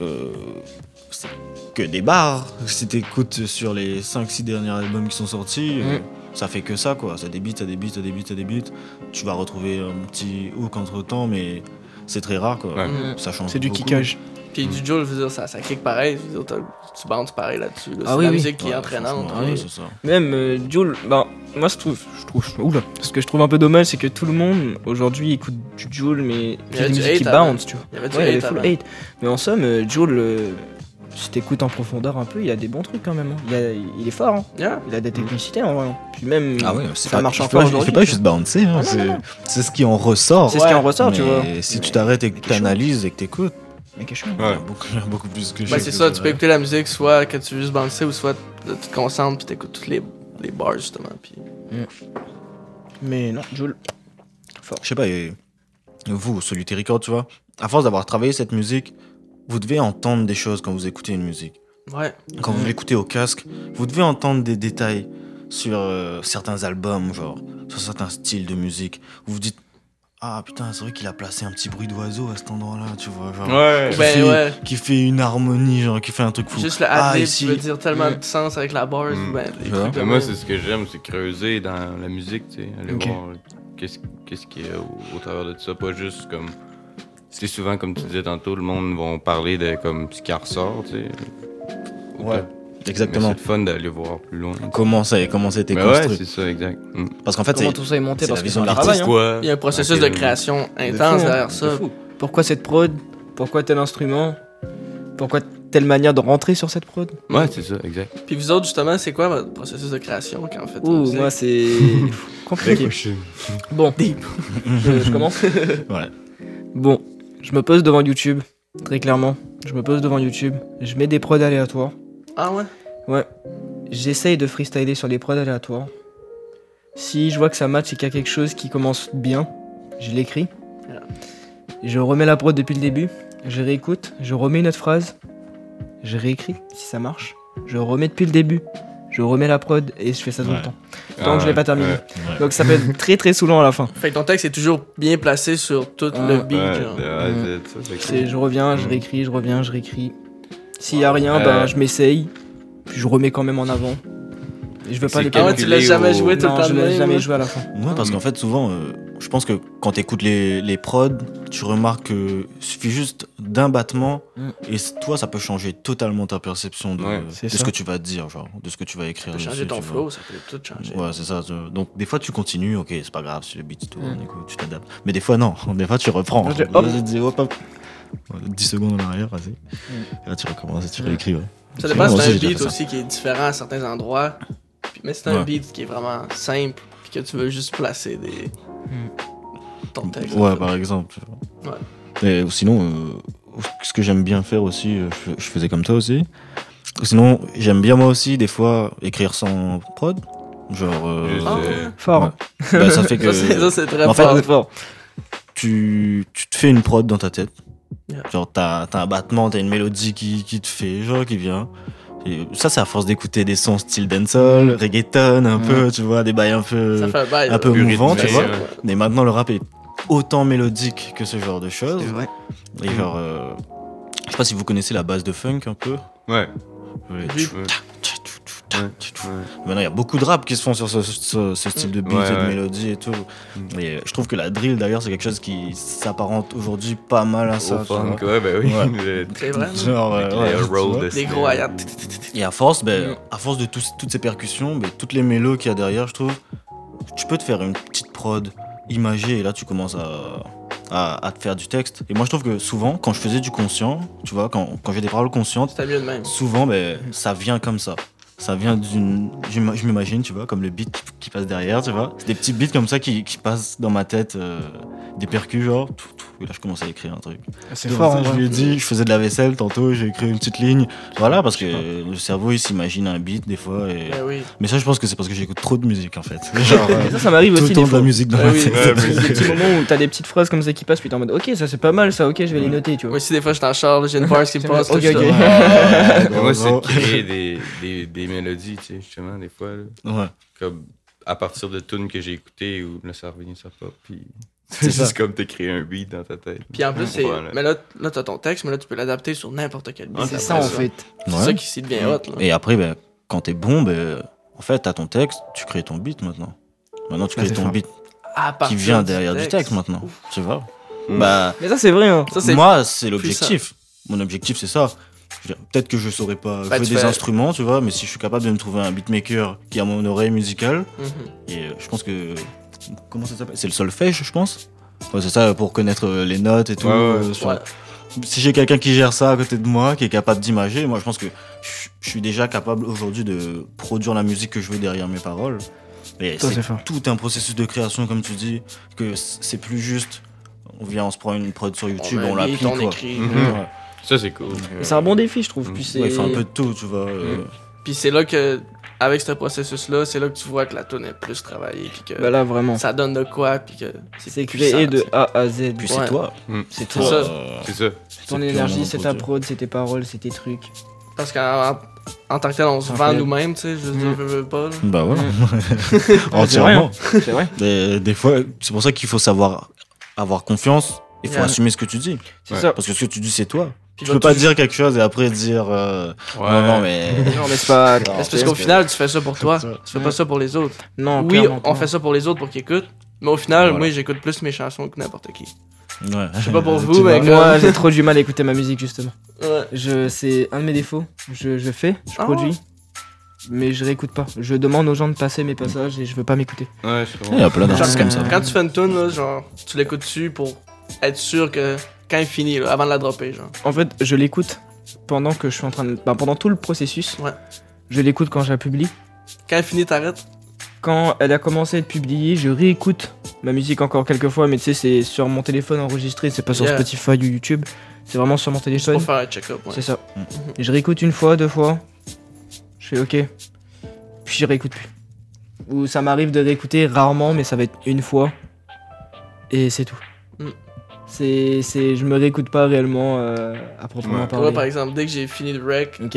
Speaker 3: euh, c'est que des bars. Si t'écoutes sur les 5-6 derniers albums qui sont sortis, euh,
Speaker 2: Mm.
Speaker 3: ça fait que ça quoi. Ça débite, ça débite, ça débite, ça débite. Tu vas retrouver un petit hook entre temps, mais c'est très rare quoi.
Speaker 4: Ouais.
Speaker 2: Mm.
Speaker 3: Ça change
Speaker 2: C'est du
Speaker 3: beaucoup.
Speaker 2: kickage.
Speaker 1: Puis du Joule, je veux dire, ça, ça kick pareil. Je veux dire, t'as- tu bounces pareil là-dessus. là.
Speaker 2: Ah
Speaker 1: c'est
Speaker 2: oui,
Speaker 1: la
Speaker 2: oui.
Speaker 1: musique qui
Speaker 3: Ouais,
Speaker 1: est entraînante.
Speaker 3: franchement,
Speaker 1: là.
Speaker 3: ouais, c'est ça.
Speaker 2: Même euh, Jul, bah, moi je trouve, je trouve, je- oula, ce que je trouve un peu dommage, c'est que tout le monde aujourd'hui écoute du Jul, mais
Speaker 1: Il y
Speaker 2: c'est
Speaker 1: a
Speaker 2: des
Speaker 1: du
Speaker 2: musiques qui
Speaker 1: hate avant.
Speaker 2: bounce, tu vois.
Speaker 1: Il y avait du
Speaker 2: Ouais, il y
Speaker 1: hate hein.
Speaker 2: avait full
Speaker 1: avant.
Speaker 2: hate. Mais en somme, euh, Jul, euh, si t'écoutes en profondeur un peu, il a des bons trucs quand même. hein. Il, a- il est fort, hein.
Speaker 1: Yeah.
Speaker 2: il a des technicités en vrai. hein. Puis même,
Speaker 3: Ah ouais, c'est
Speaker 2: ça
Speaker 3: pas-
Speaker 2: marche
Speaker 3: il faut
Speaker 2: encore
Speaker 3: pas- Il
Speaker 2: aujourd'hui. Ah,
Speaker 3: faut pas juste bouncer, hein,
Speaker 2: non,
Speaker 3: c'est-
Speaker 2: non, non.
Speaker 3: c'est ce qui en ressort.
Speaker 2: c'est ce qui en
Speaker 1: Ouais.
Speaker 2: ressort, tu vois.
Speaker 3: Mais Si tu
Speaker 2: Mais-
Speaker 3: t'arrêtes et que
Speaker 2: quelque
Speaker 3: t'analyses et que t'écoutes,
Speaker 2: mais quelque chose.
Speaker 3: il y a
Speaker 4: Ouais.
Speaker 3: beaucoup- *laughs* il y a beaucoup plus que
Speaker 2: Bah,
Speaker 1: Ben,
Speaker 3: j'ai
Speaker 1: c'est
Speaker 3: que
Speaker 1: ça,
Speaker 3: de-
Speaker 1: tu peux écouter la musique soit que tu veux juste bouncer ou soit tu te concentres puis t'écoutes toutes les, les bars justement. Puis...
Speaker 2: Mais non, Jul, fort.
Speaker 3: Je sais pas, et vous, Solitaire Record, tu vois, à force d'avoir travaillé cette musique, vous devez entendre des choses quand vous écoutez une musique.
Speaker 1: Ouais.
Speaker 3: Quand vous l'écoutez au casque, vous devez entendre des détails sur euh, certains albums, genre, sur certains styles de musique. Vous vous dites, ah putain, c'est vrai qu'il a placé un petit bruit d'oiseau à cet endroit-là, tu vois, genre.
Speaker 4: Ouais.
Speaker 3: Qui,
Speaker 1: Ben
Speaker 3: fait,
Speaker 1: ouais.
Speaker 3: qui fait une harmonie, genre, qui fait un truc fou.
Speaker 1: Juste le
Speaker 3: ah,
Speaker 1: ad-lib
Speaker 3: ici.
Speaker 1: peut dire tellement
Speaker 2: Mm.
Speaker 1: de sens avec la bars.
Speaker 4: Mm.
Speaker 1: Ben, les
Speaker 3: Tu vois?
Speaker 1: trucs de
Speaker 4: Mais moi,
Speaker 1: même.
Speaker 4: c'est ce que j'aime, c'est creuser dans la musique, tu sais, aller
Speaker 2: Ok.
Speaker 4: voir euh, qu'est-ce qu'est-ce qu'il y a au, au travers de tout ça, pas juste comme. C'est souvent, comme tu disais tantôt, le monde vont parler de comme ce qui en ressort, tu sais. Au
Speaker 3: Ouais,
Speaker 4: top.
Speaker 3: exactement.
Speaker 4: Mais C'est le fun d'aller voir plus loin.
Speaker 3: Comment ça, comment ça a été
Speaker 4: Mais Ben ouais,
Speaker 3: construit.
Speaker 4: c'est ça, exact. Mm.
Speaker 3: Parce qu'en fait,
Speaker 2: Comment
Speaker 3: c'est
Speaker 2: tout ça est monté
Speaker 3: Ah, c'est
Speaker 2: parce
Speaker 3: la
Speaker 2: que
Speaker 3: vision
Speaker 2: c'est un
Speaker 3: de
Speaker 2: travail, hein.
Speaker 4: Pourquoi
Speaker 1: Il y a un processus
Speaker 4: Ok,
Speaker 1: de
Speaker 4: oui.
Speaker 1: création
Speaker 2: De
Speaker 1: intense
Speaker 2: fou, hein,
Speaker 1: derrière
Speaker 2: de
Speaker 1: ça.
Speaker 2: fou. Pourquoi cette prod Pourquoi tel instrument Pourquoi telle manière de rentrer sur cette prod
Speaker 4: Ouais, c'est ça, exact.
Speaker 1: Puis vous autres, justement, c'est quoi votre processus de création quand vous faites la
Speaker 2: Ouh,
Speaker 1: musique?
Speaker 2: moi *laughs* c'est compliqué. Bon, je, je *laughs* commence.
Speaker 3: Ouais.
Speaker 2: Bon, je me pose devant YouTube, très clairement. Je me pose devant YouTube, je mets des prods aléatoires.
Speaker 1: Ah ouais?
Speaker 2: Ouais. J'essaye de freestyler sur les prods aléatoires. Si je vois que ça match et qu'il y a quelque chose qui commence bien, je l'écris.
Speaker 1: Voilà.
Speaker 2: Je remets la prod depuis le début, je réécoute, je remets une autre phrase, je réécris si ça marche, je remets depuis le début, je remets la prod et je fais ça tout
Speaker 3: Ouais.
Speaker 2: le temps. Tant que je l'ai pas terminé.
Speaker 3: ouais.
Speaker 2: Donc ça peut être très très saoulant à la fin.
Speaker 1: Fait que ton texte est toujours bien placé sur tout le
Speaker 2: Ouais.
Speaker 1: beat. genre. Ah
Speaker 3: Mm.
Speaker 2: C'est je reviens, je
Speaker 4: Mm.
Speaker 2: réécris, je reviens, je réécris. S'il y a rien,
Speaker 4: Euh.
Speaker 2: ben je m'essaye, puis je remets quand même en avant. Et je veux pas
Speaker 4: C'est
Speaker 2: les
Speaker 1: Ah ouais,
Speaker 2: perdre.
Speaker 1: tu l'as
Speaker 4: Calculé
Speaker 1: jamais
Speaker 4: au-
Speaker 1: joué tout le
Speaker 2: Non,
Speaker 1: temps
Speaker 2: je
Speaker 1: de
Speaker 2: l'ai
Speaker 1: même,
Speaker 2: jamais
Speaker 1: hein?
Speaker 2: joué à la fin.
Speaker 3: Ouais, parce
Speaker 4: Mm.
Speaker 3: qu'en fait, souvent, euh, je pense que quand t'écoutes les, les prods, tu remarques que suffit juste d'un battement
Speaker 2: Mm.
Speaker 3: et c- toi, ça peut changer totalement ta perception de,
Speaker 4: Ouais,
Speaker 3: de
Speaker 2: c'est
Speaker 3: ce
Speaker 2: ça.
Speaker 3: que tu vas dire, genre, de ce que tu vas écrire.
Speaker 1: Tu peux changer
Speaker 3: dessus,
Speaker 1: ton
Speaker 3: tu vois.
Speaker 1: flow, ça peut tout changer.
Speaker 3: Ouais, c'est ça. tu- Donc, des fois, tu continues, ok, c'est pas grave, si le beat tourne,
Speaker 2: Mm.
Speaker 3: écoute, tu t'adaptes. Mais des fois, non, *laughs* des fois, tu reprends.
Speaker 2: Moi, je-
Speaker 3: Là,
Speaker 2: hop.
Speaker 3: tu dis, hop, hop. Ouais, 10 secondes en arrière, vas-y. Et là, tu recommences et tu
Speaker 2: Mm.
Speaker 3: réécris, ouais.
Speaker 1: Ça dépend
Speaker 3: Moi
Speaker 1: si t'as
Speaker 3: aussi,
Speaker 1: un
Speaker 3: j'ai déjà
Speaker 1: beat
Speaker 3: fait ça.
Speaker 1: aussi qui est différent à certains endroits. Puis- mais si t'as un
Speaker 3: Ouais.
Speaker 1: beat qui est vraiment simple, puis que tu veux juste placer des.
Speaker 2: Hmm.
Speaker 1: ton texte. en
Speaker 3: Ouais, bah,
Speaker 1: fait. *laughs*
Speaker 3: par exemple.
Speaker 1: Ouais.
Speaker 3: Et sinon, euh, ce que j'aime bien faire aussi, euh, je, je faisais comme toi aussi. Sinon, j'aime bien moi aussi, des fois, écrire sans prod. Genre. euh,
Speaker 4: Juste,
Speaker 1: Ah,
Speaker 4: euh,
Speaker 2: Fort.
Speaker 3: Ouais. bah,
Speaker 1: *laughs*
Speaker 3: ça fait que
Speaker 1: Ça, c'est- ça, c'est très
Speaker 3: En fait, euh,
Speaker 1: fort.
Speaker 3: c'est tu, tu te fais une prod dans ta tête.
Speaker 1: Yeah.
Speaker 3: Genre, t'as t'as un battement, t'as une mélodie qui, qui te fait, genre, qui vient. Et ça, c'est à force d'écouter des sons style dancehall, reggaeton, un
Speaker 2: Mm.
Speaker 3: peu, tu vois, des bails un peu.
Speaker 1: ça fait un bail.
Speaker 3: un peu
Speaker 4: plus
Speaker 3: mouvant, tu
Speaker 4: rythmé,
Speaker 3: vois.
Speaker 4: ouais.
Speaker 3: Mais maintenant, le rap est autant mélodique que ce genre de choses.
Speaker 2: C'est vrai.
Speaker 3: Et genre, euh, je sais pas si vous connaissez la base de funk un peu. Euh,
Speaker 4: Ouais.
Speaker 3: Ouais.
Speaker 1: Oui.
Speaker 4: Ouais. Ouais.
Speaker 3: Maintenant, il y a beaucoup de rap qui se font sur ce, ce- ce style de beat
Speaker 4: Ouais,
Speaker 3: et de
Speaker 4: ouais.
Speaker 3: mélodie et tout.
Speaker 4: Mm.
Speaker 3: Et euh, je trouve que la drill, d'ailleurs, c'est quelque chose qui s'apparente aujourd'hui pas mal à ça.
Speaker 4: Au
Speaker 3: tu
Speaker 4: funk,
Speaker 3: vois.
Speaker 4: ouais, bah oui.
Speaker 3: Ouais.
Speaker 4: *laughs* Le-
Speaker 1: C'est vrai. non?
Speaker 3: *laughs* Genre, euh,
Speaker 4: avec les
Speaker 3: ouais, tu
Speaker 4: rolls
Speaker 3: vois.
Speaker 4: de
Speaker 1: Des
Speaker 4: snare.
Speaker 1: gros hi-hats.
Speaker 3: Et à force, ben,
Speaker 2: Mm.
Speaker 3: à force de tous- toutes ces percussions, ben, toutes les mélos qu'il y a derrière, je trouve, tu peux te faire une petite prod imagée et là tu commences à, à, à te faire du texte. Et moi je trouve que souvent, quand je faisais du conscient, tu vois, quand, quand j'ai des paroles conscientes,
Speaker 1: C'était mieux de même.
Speaker 3: souvent ben, ça vient comme ça. Ça vient d'une. j'im- Je m'imagine, tu vois, comme le beat qui, qui passe derrière, tu vois. C'est des petits beats comme ça qui, qui passent dans ma tête, euh, des percus, genre. tout, tout. Et là, je commence à écrire un truc.
Speaker 2: C'est
Speaker 3: Donc,
Speaker 2: fort. en
Speaker 3: Je
Speaker 2: vrai.
Speaker 3: lui ai dit, je faisais de la vaisselle tantôt, j'ai écrit une petite ligne. Voilà, parce que le cerveau, il s'imagine un beat des fois. et-
Speaker 1: Ben oui.
Speaker 3: Mais ça, je pense que c'est parce que j'écoute trop de musique en fait. *laughs* Genre, euh,
Speaker 2: Mais ça, ça m'arrive
Speaker 3: tout le
Speaker 2: aussi
Speaker 3: temps
Speaker 2: des
Speaker 3: de la
Speaker 2: fois.
Speaker 3: musique dans
Speaker 1: Ah
Speaker 3: la
Speaker 1: oui,
Speaker 3: tête. *laughs*
Speaker 4: ouais, mais-
Speaker 2: Il y a des petits moments où t'as des petites phrases comme ça qui passent, puis t'es en mode ok, ça c'est pas mal ça, ok, je vais les noter, tu vois.
Speaker 1: Moi aussi, des fois, je t'en charge, j'ai une bars qui me
Speaker 2: C'est
Speaker 1: passe.
Speaker 2: vrai.
Speaker 1: tout ça.
Speaker 2: *laughs* Ok, ok.
Speaker 3: Ouais,
Speaker 4: Mais Moi, c'est de
Speaker 3: gros.
Speaker 4: créer des, des, des mélodies, tu sais, justement, des fois. là.
Speaker 3: Ouais.
Speaker 4: Comme à partir de tunes que j'ai écoutées ou là, ça revient, ça pop. Puis *laughs*
Speaker 3: C'est
Speaker 4: c'est juste
Speaker 3: ça.
Speaker 4: comme t'es créé un beat dans ta tête.
Speaker 1: Puis en plus, c'est.
Speaker 4: Ouais, là.
Speaker 1: Mais là, là t'as ton texte, mais là, tu peux l'adapter sur n'importe quel beat.
Speaker 4: Ah,
Speaker 2: C'est
Speaker 1: après
Speaker 2: ça en fait.
Speaker 1: C'est
Speaker 3: Ouais.
Speaker 1: ça qui s'y devient hot, là.
Speaker 3: Et après, ben, quand t'es bon, ben, en fait, t'as ton texte, tu crées ton beat maintenant. Maintenant, tu
Speaker 2: Ça, Ah,
Speaker 3: crées
Speaker 2: c'est
Speaker 3: ton
Speaker 2: fort.
Speaker 3: beat
Speaker 1: À
Speaker 3: qui
Speaker 1: partir
Speaker 3: vient
Speaker 1: du Hmm.
Speaker 3: derrière du texte maintenant. Tu vois Bah,
Speaker 2: Mais ça c'est vrai, hein.
Speaker 1: Ça, c'est
Speaker 3: moi, c'est l'objectif. Mon objectif, c'est ça. Je veux dire, Peut-être que je saurais pas
Speaker 1: Bah,
Speaker 3: jouer
Speaker 1: tu
Speaker 3: des
Speaker 1: fais-
Speaker 3: instruments, tu vois, mais si je suis capable de me trouver un beatmaker qui a mon oreille musicale,
Speaker 1: Mhm.
Speaker 3: et euh, je pense que. Comment ça s'appelle C'est le solfège, je pense. Ouais, c'est ça, pour connaître euh, les notes et tout.
Speaker 4: Ouais, ouais,
Speaker 3: euh, sur-
Speaker 1: Ouais.
Speaker 3: Si j'ai quelqu'un qui gère ça à côté de moi, qui est capable d'imager, moi je pense que je je suis déjà capable aujourd'hui de produire la musique que je veux derrière mes paroles. Et
Speaker 2: Ça,
Speaker 3: c'est
Speaker 2: c'est fort.
Speaker 3: tout un processus de création, comme tu dis, que c- c'est plus juste. On vient, on se prend une prod sur YouTube,
Speaker 1: met
Speaker 3: on,
Speaker 1: un
Speaker 3: la
Speaker 1: beat,
Speaker 3: pique,
Speaker 1: on
Speaker 3: quoi.
Speaker 1: ben, écrit.
Speaker 4: Mhm.
Speaker 2: Mmh.
Speaker 3: Ouais. euh,
Speaker 4: Ça, c'est cool.
Speaker 2: Mais C'est un bon défi, je trouve.
Speaker 4: Mm.
Speaker 2: Puis
Speaker 3: Ouais,
Speaker 2: c'est. Mmh.
Speaker 3: il faut un peu de tout, tu vois. euh,
Speaker 1: Puis c'est là que, avec ce processus-là, c'est là que tu vois que la tune est plus travaillée. Puis que
Speaker 2: Bah là, vraiment.
Speaker 1: ça donne de quoi. Puis que
Speaker 2: C'est
Speaker 1: puissant,
Speaker 2: créé de
Speaker 1: t'sais.
Speaker 2: A à Z.
Speaker 3: Puis
Speaker 1: Ouais.
Speaker 3: c'est toi.
Speaker 2: Mmh. C'est
Speaker 1: C'est ça.
Speaker 2: toi.
Speaker 3: Euh,
Speaker 4: C'est ça.
Speaker 2: C'est
Speaker 3: c'est
Speaker 2: ton
Speaker 3: purement
Speaker 2: énergie, c'est ta
Speaker 3: produit.
Speaker 2: prod, c'est tes paroles, c'est tes trucs.
Speaker 1: Parce qu'en en- en tant que tel, on se
Speaker 2: Ça
Speaker 1: vend
Speaker 2: fait-
Speaker 1: nous-mêmes, tu sais. Je veux dire,
Speaker 2: Mhm.
Speaker 1: veux, veux pas. là.
Speaker 3: Bah voilà. *laughs*
Speaker 2: rien.
Speaker 3: Entièrement.
Speaker 2: *laughs* C'est vrai.
Speaker 3: Des, des fois, c'est pour ça qu'il faut savoir avoir confiance. Il faut
Speaker 1: Yeah.
Speaker 3: assumer ce que tu dis.
Speaker 2: C'est
Speaker 4: Ouais.
Speaker 2: ça.
Speaker 3: Parce que ce que tu dis, c'est toi.
Speaker 1: Puis là,
Speaker 3: tu peux pas dire quelque chose et après dire euh, non,
Speaker 1: *laughs*
Speaker 3: non, mais.
Speaker 2: Non, mais c'est pas.
Speaker 3: Non,
Speaker 1: Mais c'est parce qu'au final, tu fais ça pour toi.
Speaker 3: ça.
Speaker 1: Tu fais
Speaker 2: Mhm.
Speaker 1: pas ça pour les autres.
Speaker 2: Non,
Speaker 1: oui,
Speaker 2: clairement
Speaker 1: on
Speaker 2: pas.
Speaker 1: fait ça pour les autres pour qu'ils écoutent. Mais au final,
Speaker 3: Voilà.
Speaker 1: moi, j'écoute plus mes chansons que n'importe qui.
Speaker 3: Ouais.
Speaker 1: Je sais pas pour
Speaker 3: Tu
Speaker 1: vous,
Speaker 3: vois.
Speaker 1: mais-
Speaker 2: Moi, j'ai trop du mal à écouter ma musique, justement.
Speaker 1: Ouais.
Speaker 2: Je, c'est un de mes défauts. Je, je fais, je
Speaker 1: Ah.
Speaker 2: produis, mais je réécoute pas. Je demande aux gens de passer mes passages et je veux pas m'écouter.
Speaker 4: Ouais, c'est
Speaker 3: Il y
Speaker 4: bon.
Speaker 3: a plein d'artistes comme ça.
Speaker 1: Quand tu fais une tune, là, genre, tu l'écoutes dessus pour être sûr que quand il finit, là, avant de la dropper, genre.
Speaker 2: En fait, je l'écoute pendant que je suis en train de. bah, pendant tout le processus.
Speaker 1: Ouais.
Speaker 2: Je l'écoute quand je la publie.
Speaker 1: Quand il finit, t'arrêtes.
Speaker 2: Quand elle a commencé à être publiée, je réécoute ma musique encore quelques fois, mais tu sais, c'est sur mon téléphone enregistré, c'est pas sur
Speaker 1: Yeah.
Speaker 2: Spotify ou YouTube, c'est vraiment sur mon téléphone.
Speaker 1: Pour faire un check-up, ouais.
Speaker 2: C'est ça.
Speaker 3: Mm.
Speaker 2: Et je réécoute une fois, deux fois. Je fais ok. Puis je réécoute plus. Ou ça m'arrive de réécouter rarement, mais ça va être une fois. Et c'est tout.
Speaker 1: Mm.
Speaker 2: C'est, c'est, je me réécoute pas réellement euh, à proprement
Speaker 4: Ouais.
Speaker 1: Pour moi, par
Speaker 2: parler.
Speaker 1: exemple, dès que j'ai fini le rec,
Speaker 2: Ok.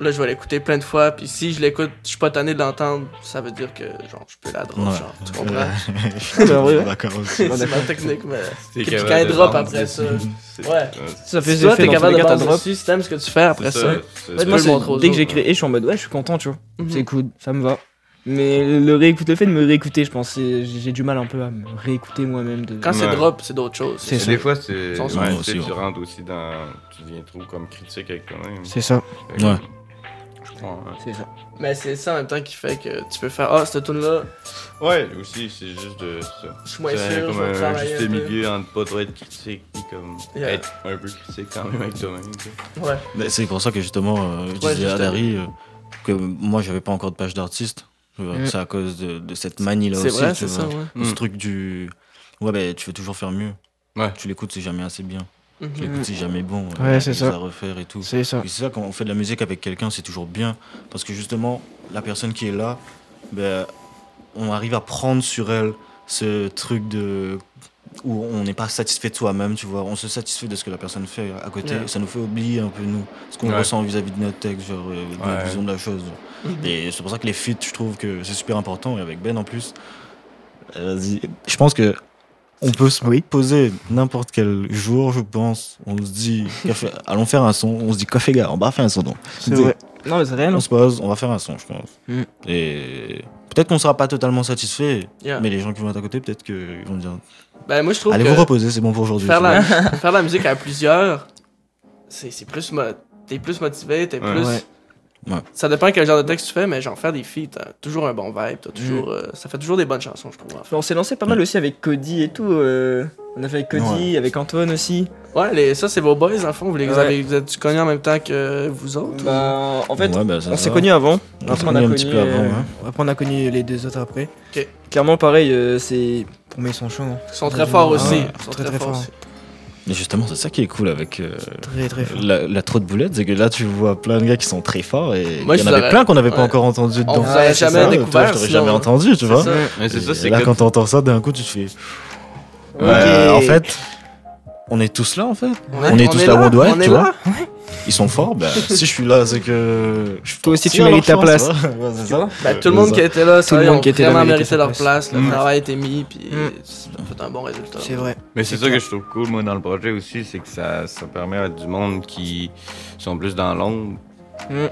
Speaker 1: là, je vais l'écouter plein de fois. Puis si je l'écoute, je suis pas tanné de l'entendre, ça veut dire que, genre, je peux la drop, *laughs*
Speaker 3: Ouais.
Speaker 1: genre. Tu comprends?
Speaker 3: *laughs* Je suis
Speaker 2: ouais.
Speaker 3: d'accord aussi.
Speaker 1: c'est ma technique, mais.
Speaker 4: T'es
Speaker 1: Puis
Speaker 4: capable
Speaker 1: quand elle
Speaker 4: de
Speaker 1: drop
Speaker 4: vendre
Speaker 1: après ça.
Speaker 4: C'est-
Speaker 1: Ouais.
Speaker 2: Ça fait
Speaker 1: Si
Speaker 2: des
Speaker 1: toi,
Speaker 2: effets
Speaker 1: t'es
Speaker 2: dans tous
Speaker 1: capable
Speaker 2: les
Speaker 1: de
Speaker 2: cas, t'as
Speaker 1: vendre
Speaker 2: drop.
Speaker 1: dessus, si t'aimes ce que tu fais après
Speaker 4: C'est
Speaker 1: ça.
Speaker 4: c'est-
Speaker 2: Ouais,
Speaker 4: c'est-
Speaker 1: peux
Speaker 2: moi,
Speaker 1: le
Speaker 2: c'est-
Speaker 1: montrer aux
Speaker 2: dès que j'ai
Speaker 1: autres,
Speaker 2: créé, je suis en mode ouais, je suis content, tu vois.
Speaker 1: Mhm.
Speaker 2: C'est cool, ça me va. Mais le réécouter, le fait de me réécouter, je pense, c'est- j'ai j'ai du mal un peu à me réécouter moi-même. De...
Speaker 1: Quand c'est
Speaker 4: Ouais.
Speaker 1: drop, c'est d'autres choses.
Speaker 2: C'est
Speaker 4: Et
Speaker 2: ça.
Speaker 4: Des fois, c'est.
Speaker 1: Sans-
Speaker 4: ouais,
Speaker 3: Ouais,
Speaker 4: tu sais,
Speaker 3: aussi,
Speaker 4: tu
Speaker 3: ouais.
Speaker 4: rentres aussi dans. Tu deviens trop comme critique avec toi-même.
Speaker 2: C'est ça,
Speaker 4: Fait que,
Speaker 3: Ouais.
Speaker 4: Je crois. ouais.
Speaker 2: c'est ça.
Speaker 1: Mais c'est ça en même temps qui fait que tu peux faire Ah, cette tune là
Speaker 4: Ouais, aussi, c'est juste de ça.
Speaker 1: je suis moins
Speaker 4: C'est
Speaker 1: sûr, je
Speaker 4: comme
Speaker 1: vais
Speaker 4: un
Speaker 1: travailler.
Speaker 4: juste
Speaker 1: un peu.
Speaker 4: milieu entre pas trop être critique et comme
Speaker 1: Yeah.
Speaker 4: être un peu critique quand même avec toi-même. tu sais.
Speaker 1: Ouais.
Speaker 3: Mais c'est pour ça que justement, euh, je
Speaker 1: Ouais,
Speaker 3: disais à
Speaker 1: justement.
Speaker 3: Dari euh, que moi, j'avais pas encore de page d'artiste. Euh,
Speaker 2: Mm.
Speaker 3: C'est à cause de, de cette manie-là aussi.
Speaker 1: C'est vrai,
Speaker 3: tu
Speaker 1: c'est
Speaker 3: vois.
Speaker 1: ça, Mm. ouais.
Speaker 4: Hmm.
Speaker 3: Ce truc du. Ouais, ben tu veux toujours faire mieux.
Speaker 4: Ouais.
Speaker 3: Tu l'écoutes, c'est jamais assez bien. Tu
Speaker 1: Mhm.
Speaker 3: l'écoutes, c'est jamais bon.
Speaker 2: Ouais,
Speaker 3: Euh,
Speaker 2: c'est
Speaker 3: il y a
Speaker 2: ça.
Speaker 3: À refaire et tout.
Speaker 2: C'est ça.
Speaker 3: Et C'est ça, quand on fait de la musique avec quelqu'un, c'est toujours bien. Parce que justement, la personne qui est là, ben, on arrive à prendre sur elle ce truc de où on n'est pas satisfait de soi-même, tu vois. On se satisfait de ce que la personne fait à côté.
Speaker 1: Ouais.
Speaker 3: Ça nous fait oublier un peu nous, ce qu'on
Speaker 4: Ouais.
Speaker 3: ressent vis-à-vis de notre texte, genre, euh, de
Speaker 4: Ouais.
Speaker 3: notre vision de la chose. Et c'est pour ça que les feats, je trouve que c'est super important. Et avec Ben en plus, euh, vas-y. je pense que on peut se poser n'importe quel jour, je pense. On se dit, Café- allons faire un son. On se dit, café gars, on va faire un son. donc.
Speaker 2: C'est vrai. Non, mais c'est réel.
Speaker 3: On se pose, on va faire un son, je pense.
Speaker 2: Mm.
Speaker 3: Et peut-être qu'on sera pas totalement satisfait,
Speaker 1: Yeah.
Speaker 3: mais les gens qui vont être à côté, peut-être qu'ils vont dire,
Speaker 1: Ben, moi, je trouve
Speaker 3: allez
Speaker 1: Ah. que
Speaker 3: vous reposer, c'est bon pour aujourd'hui.
Speaker 1: faire, *laughs*
Speaker 3: tu vois.
Speaker 1: la, faire la musique à plusieurs, c'est c'est plus. mo- T'es plus motivé, t'es
Speaker 4: Ouais.
Speaker 1: plus.
Speaker 3: Ouais. Ouais.
Speaker 1: Ça dépend quel genre de texte tu fais, mais genre faire des feats, t'as toujours un bon vibe, t'as toujours, euh, ça fait toujours des bonnes chansons, je trouve. en fait.
Speaker 2: On s'est lancé pas mal aussi avec Cody et tout. euh, On a fait avec Cody, avec Antoine aussi.
Speaker 1: Ouais, les, ça c'est vos boys, en fond, vous, les, vous
Speaker 2: Ouais.
Speaker 1: avez, vous êtes connus en même temps que vous autres.
Speaker 2: Bah, en fait,
Speaker 3: Ouais, bah, ça
Speaker 2: on s'est
Speaker 3: va.
Speaker 2: connus avant.
Speaker 3: On s'est
Speaker 2: Après, on a
Speaker 3: connus
Speaker 2: connu,
Speaker 3: un petit peu avant.
Speaker 2: euh,
Speaker 3: hein.
Speaker 2: après, on a connu les deux autres après.
Speaker 1: Ok.
Speaker 2: Clairement, pareil, euh, c'est. Pour moi, ils sont chauds. hein.
Speaker 1: Ils sont très forts
Speaker 2: Ouais.
Speaker 1: aussi.
Speaker 2: Ouais.
Speaker 1: Ils sont
Speaker 2: Très,
Speaker 1: très,
Speaker 2: très
Speaker 1: forts
Speaker 2: forts.
Speaker 1: aussi.
Speaker 3: Mais justement, c'est ça qui est cool avec euh,
Speaker 2: Très, très forts.
Speaker 3: la, la trop de boulettes, c'est que là, tu vois plein de gars qui sont très forts et
Speaker 1: Moi,
Speaker 3: il y en
Speaker 1: je
Speaker 3: avait
Speaker 1: dirais-
Speaker 3: plein qu'on n'avait
Speaker 1: ouais.
Speaker 3: pas encore entendu dedans.
Speaker 1: On vous aurait
Speaker 2: c'est
Speaker 1: jamais
Speaker 2: ça,
Speaker 3: Toi,
Speaker 1: découvert.
Speaker 3: je t'aurais
Speaker 1: sinon.
Speaker 3: jamais entendu, tu
Speaker 1: C'est
Speaker 3: vois.
Speaker 1: ça.
Speaker 4: Mais c'est
Speaker 3: Et
Speaker 4: ça, c'est
Speaker 3: là,
Speaker 4: que-
Speaker 3: quand t'entends ça d'un coup, tu te fais.
Speaker 2: Ok.
Speaker 3: Euh, en fait, on est tous là, en fait. On est tous là où on doit être,
Speaker 1: on est
Speaker 3: tu
Speaker 1: là.
Speaker 3: vois. Ils sont forts, bah, si je suis là, c'est que. je suis
Speaker 2: Toi aussi, tu
Speaker 3: parti à leur
Speaker 2: mérites ta
Speaker 3: chance,
Speaker 2: place.
Speaker 3: tu vois. Ouais, c'est ça.
Speaker 1: Bah, tout le monde
Speaker 3: ça.
Speaker 1: qui était là, tout le monde qui
Speaker 2: était là
Speaker 1: vraiment
Speaker 2: méritait
Speaker 1: mérité
Speaker 2: sa
Speaker 1: leur
Speaker 2: place.
Speaker 1: place. Le
Speaker 4: Mm.
Speaker 1: travail était mis, puis
Speaker 2: Mm.
Speaker 1: ça fait un bon résultat.
Speaker 2: C'est vrai.
Speaker 4: Mais c'est ça que je trouve cool, moi, dans le projet aussi, c'est que ça, ça permet à du monde qui sont plus dans l'ombre
Speaker 2: Mm.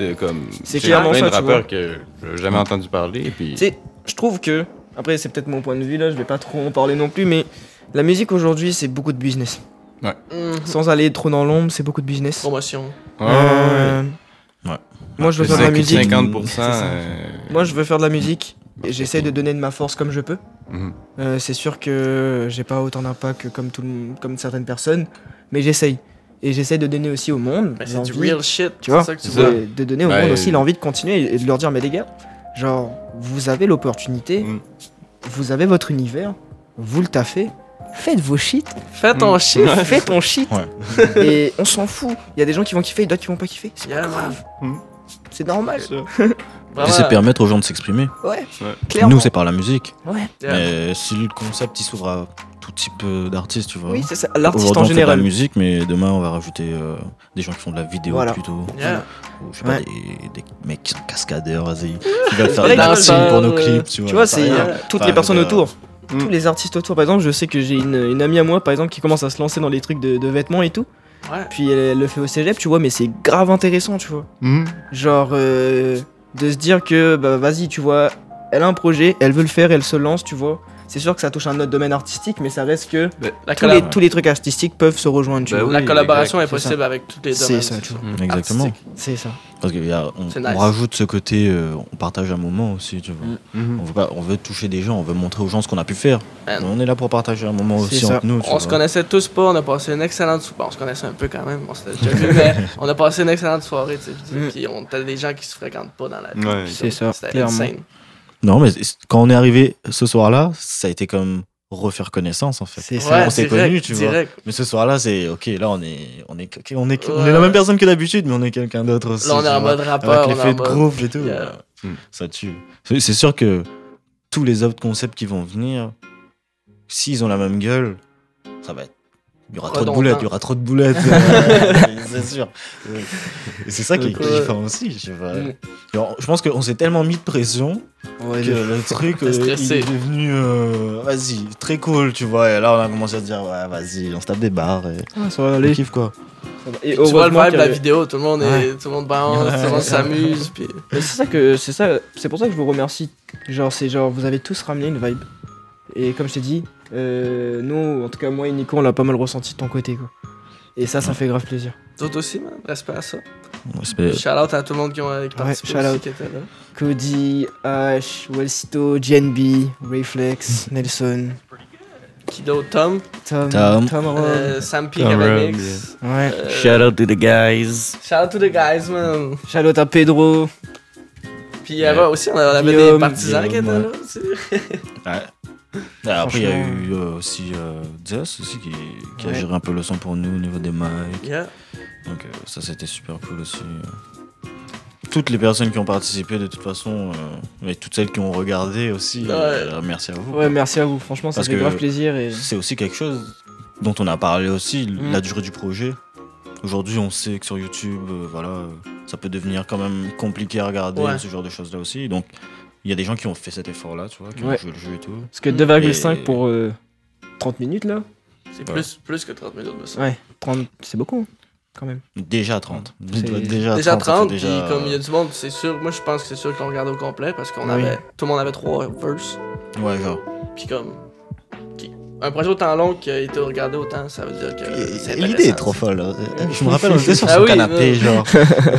Speaker 4: de comme.
Speaker 2: C'est
Speaker 4: j'ai
Speaker 2: clairement
Speaker 4: plein
Speaker 2: ça,
Speaker 4: de
Speaker 2: tu vois.
Speaker 4: rappeurs que j'ai jamais entendu parler. Puis...
Speaker 2: Tu sais, je trouve que. Après, c'est peut-être mon point de vue là, je vais pas trop en parler non plus, mais la musique aujourd'hui, c'est beaucoup de business.
Speaker 1: Mhm.
Speaker 2: Sans aller trop dans l'ombre, c'est beaucoup de business.
Speaker 1: Promotion.
Speaker 4: Ouais, ouais,
Speaker 2: Euh,
Speaker 3: Ouais.
Speaker 2: Moi, je veux
Speaker 4: ouais.
Speaker 2: faire de la
Speaker 3: Cinquante-
Speaker 2: musique.
Speaker 3: cinquante-
Speaker 4: 50%.
Speaker 3: C'est ça.
Speaker 4: euh,
Speaker 2: Moi, je veux faire de la musique. Et j'essaie de donner de ma force comme je peux.
Speaker 4: mhm.
Speaker 2: Euh, c'est sûr que j'ai pas autant d'impact que comme, tout le monde- comme certaines personnes, mais j'essaye. Et j'essaie de donner aussi au monde.
Speaker 1: Ben, c'est du
Speaker 2: l'envie-
Speaker 1: real shit.
Speaker 2: tu vois,
Speaker 1: C'est ça que tu
Speaker 4: c'est
Speaker 1: vois.
Speaker 2: de, de
Speaker 3: Bah,
Speaker 2: donner au
Speaker 4: Ouais.
Speaker 3: euh,
Speaker 2: monde aussi l'envie de continuer et de leur dire, mais les gars, genre, vous avez l'opportunité,
Speaker 4: Mm.
Speaker 2: vous avez votre univers, vous le taffez, faites
Speaker 1: *laughs*
Speaker 2: vos shit,
Speaker 1: Fais ton
Speaker 4: Mhm.
Speaker 1: shit.
Speaker 2: *laughs* fais ton shit.
Speaker 3: Ouais.
Speaker 2: *laughs* Et on s'en fout. Il y a des gens qui vont kiffer, d'autres qui vont pas kiffer. C'est
Speaker 1: Yeah,
Speaker 2: pas grave.
Speaker 4: man. Mm.
Speaker 2: C'est normal.
Speaker 1: Vraiment.
Speaker 3: Et c'est permettre aux gens de s'exprimer.
Speaker 2: Ouais.
Speaker 4: Ouais.
Speaker 2: Clairement.
Speaker 3: Nous, c'est par la musique.
Speaker 2: Ouais.
Speaker 1: Yeah.
Speaker 3: Mais si le concept, il s'ouvre à tout type euh, d'artistes, tu vois.
Speaker 2: Oui, c'est ça. L'artiste
Speaker 3: Aujourd'hui,
Speaker 2: en
Speaker 3: on fait de la
Speaker 2: général.
Speaker 3: musique, mais demain, on va rajouter euh, des gens qui font de la vidéo
Speaker 2: Voilà.
Speaker 3: plutôt.
Speaker 1: Yeah.
Speaker 3: Ou, je sais
Speaker 2: Ouais.
Speaker 3: pas, des, des mecs qui sont cascadeurs, vas-y. Ils veulent faire
Speaker 2: Des
Speaker 3: des dancing
Speaker 1: danseurs,
Speaker 3: pour nos
Speaker 1: euh,
Speaker 3: clips, tu vois.
Speaker 2: Tu vois,
Speaker 3: ça
Speaker 2: c'est
Speaker 3: bah, rien.
Speaker 2: euh, toutes
Speaker 3: Enfin,
Speaker 2: les personnes
Speaker 3: euh,
Speaker 2: autour.
Speaker 4: Mm.
Speaker 2: Tous les artistes autour. Par exemple, je sais que j'ai une, une amie à moi, par exemple, qui commence à se lancer dans les trucs de, de vêtements et tout.
Speaker 1: Ouais.
Speaker 2: Puis elle, elle le fait au cégep, tu vois, mais c'est grave intéressant, tu vois.
Speaker 4: Mhm.
Speaker 2: Genre, euh, de se dire que, bah vas-y, tu vois, elle a un projet, elle veut le faire, elle se lance, tu vois. C'est sûr que ça touche un autre domaine artistique, mais ça reste que
Speaker 1: La,
Speaker 2: tous
Speaker 1: colla-
Speaker 2: les, Bah tous les trucs artistiques peuvent se rejoindre, tu
Speaker 4: Bah
Speaker 2: vois.
Speaker 1: la
Speaker 4: oui,
Speaker 1: collaboration
Speaker 2: exact,
Speaker 1: est
Speaker 2: c'est
Speaker 1: possible avec toutes les
Speaker 2: C'est
Speaker 1: domaines.
Speaker 2: ça, tu vois.
Speaker 4: Mhm.
Speaker 3: Exactement.
Speaker 1: Artistique.
Speaker 2: C'est ça.
Speaker 3: Parce qu'on
Speaker 1: C'est
Speaker 3: on
Speaker 1: nice.
Speaker 3: rajoute ce côté, euh, on partage un moment aussi, tu vois.
Speaker 1: Mm.
Speaker 4: Mhm.
Speaker 3: On veut, pas, on veut toucher des gens, on veut montrer aux gens ce qu'on a pu faire.
Speaker 1: Man.
Speaker 3: On est là pour partager un moment
Speaker 2: C'est
Speaker 3: aussi
Speaker 2: ça.
Speaker 3: entre nous. tu
Speaker 1: Ben On se
Speaker 3: vois.
Speaker 1: connaissait tous pas, on a passé une excellente soirée. On se connaissait un peu quand même, on s'était déjà vu,
Speaker 2: *laughs*
Speaker 1: mais on a passé une excellente soirée, tu sais. je veux dire,
Speaker 2: Mm.
Speaker 1: Puis on était des gens qui se fréquentent pas dans la vie.
Speaker 4: Ouais.
Speaker 2: C'est ça,
Speaker 1: C'était
Speaker 2: clairement.
Speaker 1: insane.
Speaker 3: Non, mais c'est- quand on est arrivé ce soir-là, ça a été comme refaire connaissance en fait.
Speaker 2: C'est
Speaker 1: Ouais,
Speaker 2: ça.
Speaker 3: on s'est
Speaker 1: direct,
Speaker 3: connus, tu vois.
Speaker 1: direct.
Speaker 3: Mais ce soir-là, c'est ok. Là, on est, on est, ok, on est, on
Speaker 1: Ouais.
Speaker 3: est la même personne que d'habitude, mais on est quelqu'un d'autre aussi.
Speaker 1: Là, on est
Speaker 3: tu
Speaker 1: en
Speaker 3: vois.
Speaker 1: mode rappeur,
Speaker 3: avec
Speaker 1: on
Speaker 3: les
Speaker 1: est en
Speaker 3: faits de
Speaker 1: mode.
Speaker 3: groupe et tout.
Speaker 1: Yeah.
Speaker 3: ouais.
Speaker 4: Hmm.
Speaker 3: Ça tue. C'est c'est sûr que tous les autres concepts qui vont venir, s'ils ont la même gueule, ça va être. Il y aura trop de
Speaker 1: Redondant.
Speaker 3: boulettes, il y aura trop de
Speaker 1: *laughs*
Speaker 3: boulettes. *laughs* euh, c'est sûr. Et c'est ça qui est
Speaker 1: Donc, ouais.
Speaker 3: kiffant aussi. Je, sais pas.
Speaker 1: Mm.
Speaker 3: Genre, je pense qu'on s'est tellement mis de pression
Speaker 2: Ouais,
Speaker 3: que le truc
Speaker 1: T'es *laughs*
Speaker 3: euh, il
Speaker 1: stressé.
Speaker 3: est devenu euh, vas-y très cool tu vois et là on a commencé à se dire ouais vas-y on se tape des barres et
Speaker 2: ouais, ça va
Speaker 3: on
Speaker 2: aller.
Speaker 3: kiffe quoi
Speaker 2: Et
Speaker 1: Tu vois le
Speaker 2: heureusement
Speaker 1: vibe de la
Speaker 2: que-
Speaker 1: vidéo, tout le monde, est, tout le monde balance, tout le monde
Speaker 3: Ouais.
Speaker 1: s'amuse. Puis...
Speaker 2: Mais c'est ça que c'est ça c'est pour ça que je vous remercie. Genre c'est genre vous avez tous ramené une vibe. Et comme je t'ai dit, euh, nous en tout cas moi et Nico on l'a pas mal ressenti de ton côté quoi. Et ça ça fait grave plaisir.
Speaker 1: D'autres aussi, man, respect à ça.
Speaker 3: Ouais, c'est-
Speaker 1: Shout out à tout le monde qui ont euh, qui participé
Speaker 2: shout
Speaker 1: aussi,
Speaker 2: out.
Speaker 1: qui était là.
Speaker 2: Cody, Ash, Wellsito, JNB, Rayflex, Nelson,
Speaker 1: Qui d'autre Tom,
Speaker 2: Tom,
Speaker 3: Tom.
Speaker 2: Rowe.
Speaker 1: euh, Sam P.
Speaker 4: Tom
Speaker 1: Remix.
Speaker 4: Rhodes,
Speaker 2: Ouais.
Speaker 1: Euh,
Speaker 3: out to the guys
Speaker 1: shout out to the guys, man.
Speaker 2: Charlotte à Pedro.
Speaker 1: Puis il y avait aussi, on avait des
Speaker 2: Guillaume,
Speaker 1: partisans qui étaient là.
Speaker 3: Guillaume,
Speaker 1: tu sais.
Speaker 3: après il y a
Speaker 2: Franchement.
Speaker 3: eu euh, aussi euh, Zeus aussi qui, qui a
Speaker 2: Ouais.
Speaker 3: géré un peu le son pour nous au niveau des mics
Speaker 1: Yeah.
Speaker 3: donc euh, ça c'était super cool aussi euh. toutes les personnes qui ont participé de toute façon euh, et toutes celles qui ont regardé aussi euh, merci à vous
Speaker 2: Ouais merci à vous franchement ça
Speaker 3: Parce
Speaker 2: fait
Speaker 3: que-
Speaker 2: grave plaisir et
Speaker 3: C'est aussi quelque chose dont on a parlé aussi, l-
Speaker 2: Mm.
Speaker 3: la durée du projet. Aujourd'hui, on sait que sur YouTube, euh, voilà, euh, ça peut devenir quand même compliqué à regarder,
Speaker 1: Ouais.
Speaker 3: ce genre de choses-là aussi. Donc, il y a des gens qui ont fait cet effort-là, tu vois, qui
Speaker 2: Ouais.
Speaker 3: ont joué le jeu et tout.
Speaker 2: parce que
Speaker 1: Mm.
Speaker 2: 2,5
Speaker 3: Et-
Speaker 2: pour euh, 30 minutes là.
Speaker 1: C'est
Speaker 3: Voilà.
Speaker 1: plus, plus que 30 minutes de ça.
Speaker 2: Ouais, 30 c'est beaucoup hein, quand même.
Speaker 3: Déjà 30.
Speaker 2: C'est-
Speaker 3: Déjà,
Speaker 1: Déjà
Speaker 3: 30, ça fait
Speaker 1: 30,
Speaker 3: déjà,
Speaker 1: puis comme il y a du monde, c'est sûr, moi je pense que c'est sûr qu'on regarde au complet parce
Speaker 3: Ah
Speaker 1: qu'on
Speaker 2: Oui.
Speaker 1: avait, tout le monde avait trois verses.
Speaker 3: Ouais, genre.
Speaker 1: Puis comme, qui- un projet autant long qu'il a été regardé autant, ça veut dire que c'est
Speaker 3: L'idée est
Speaker 1: intéressant,
Speaker 3: trop
Speaker 1: ça.
Speaker 3: folle. hein. Je me
Speaker 1: *laughs*
Speaker 3: rappelle, on était sur
Speaker 1: Ah
Speaker 3: son
Speaker 1: oui,
Speaker 3: canapé,
Speaker 1: non. *laughs*
Speaker 3: genre.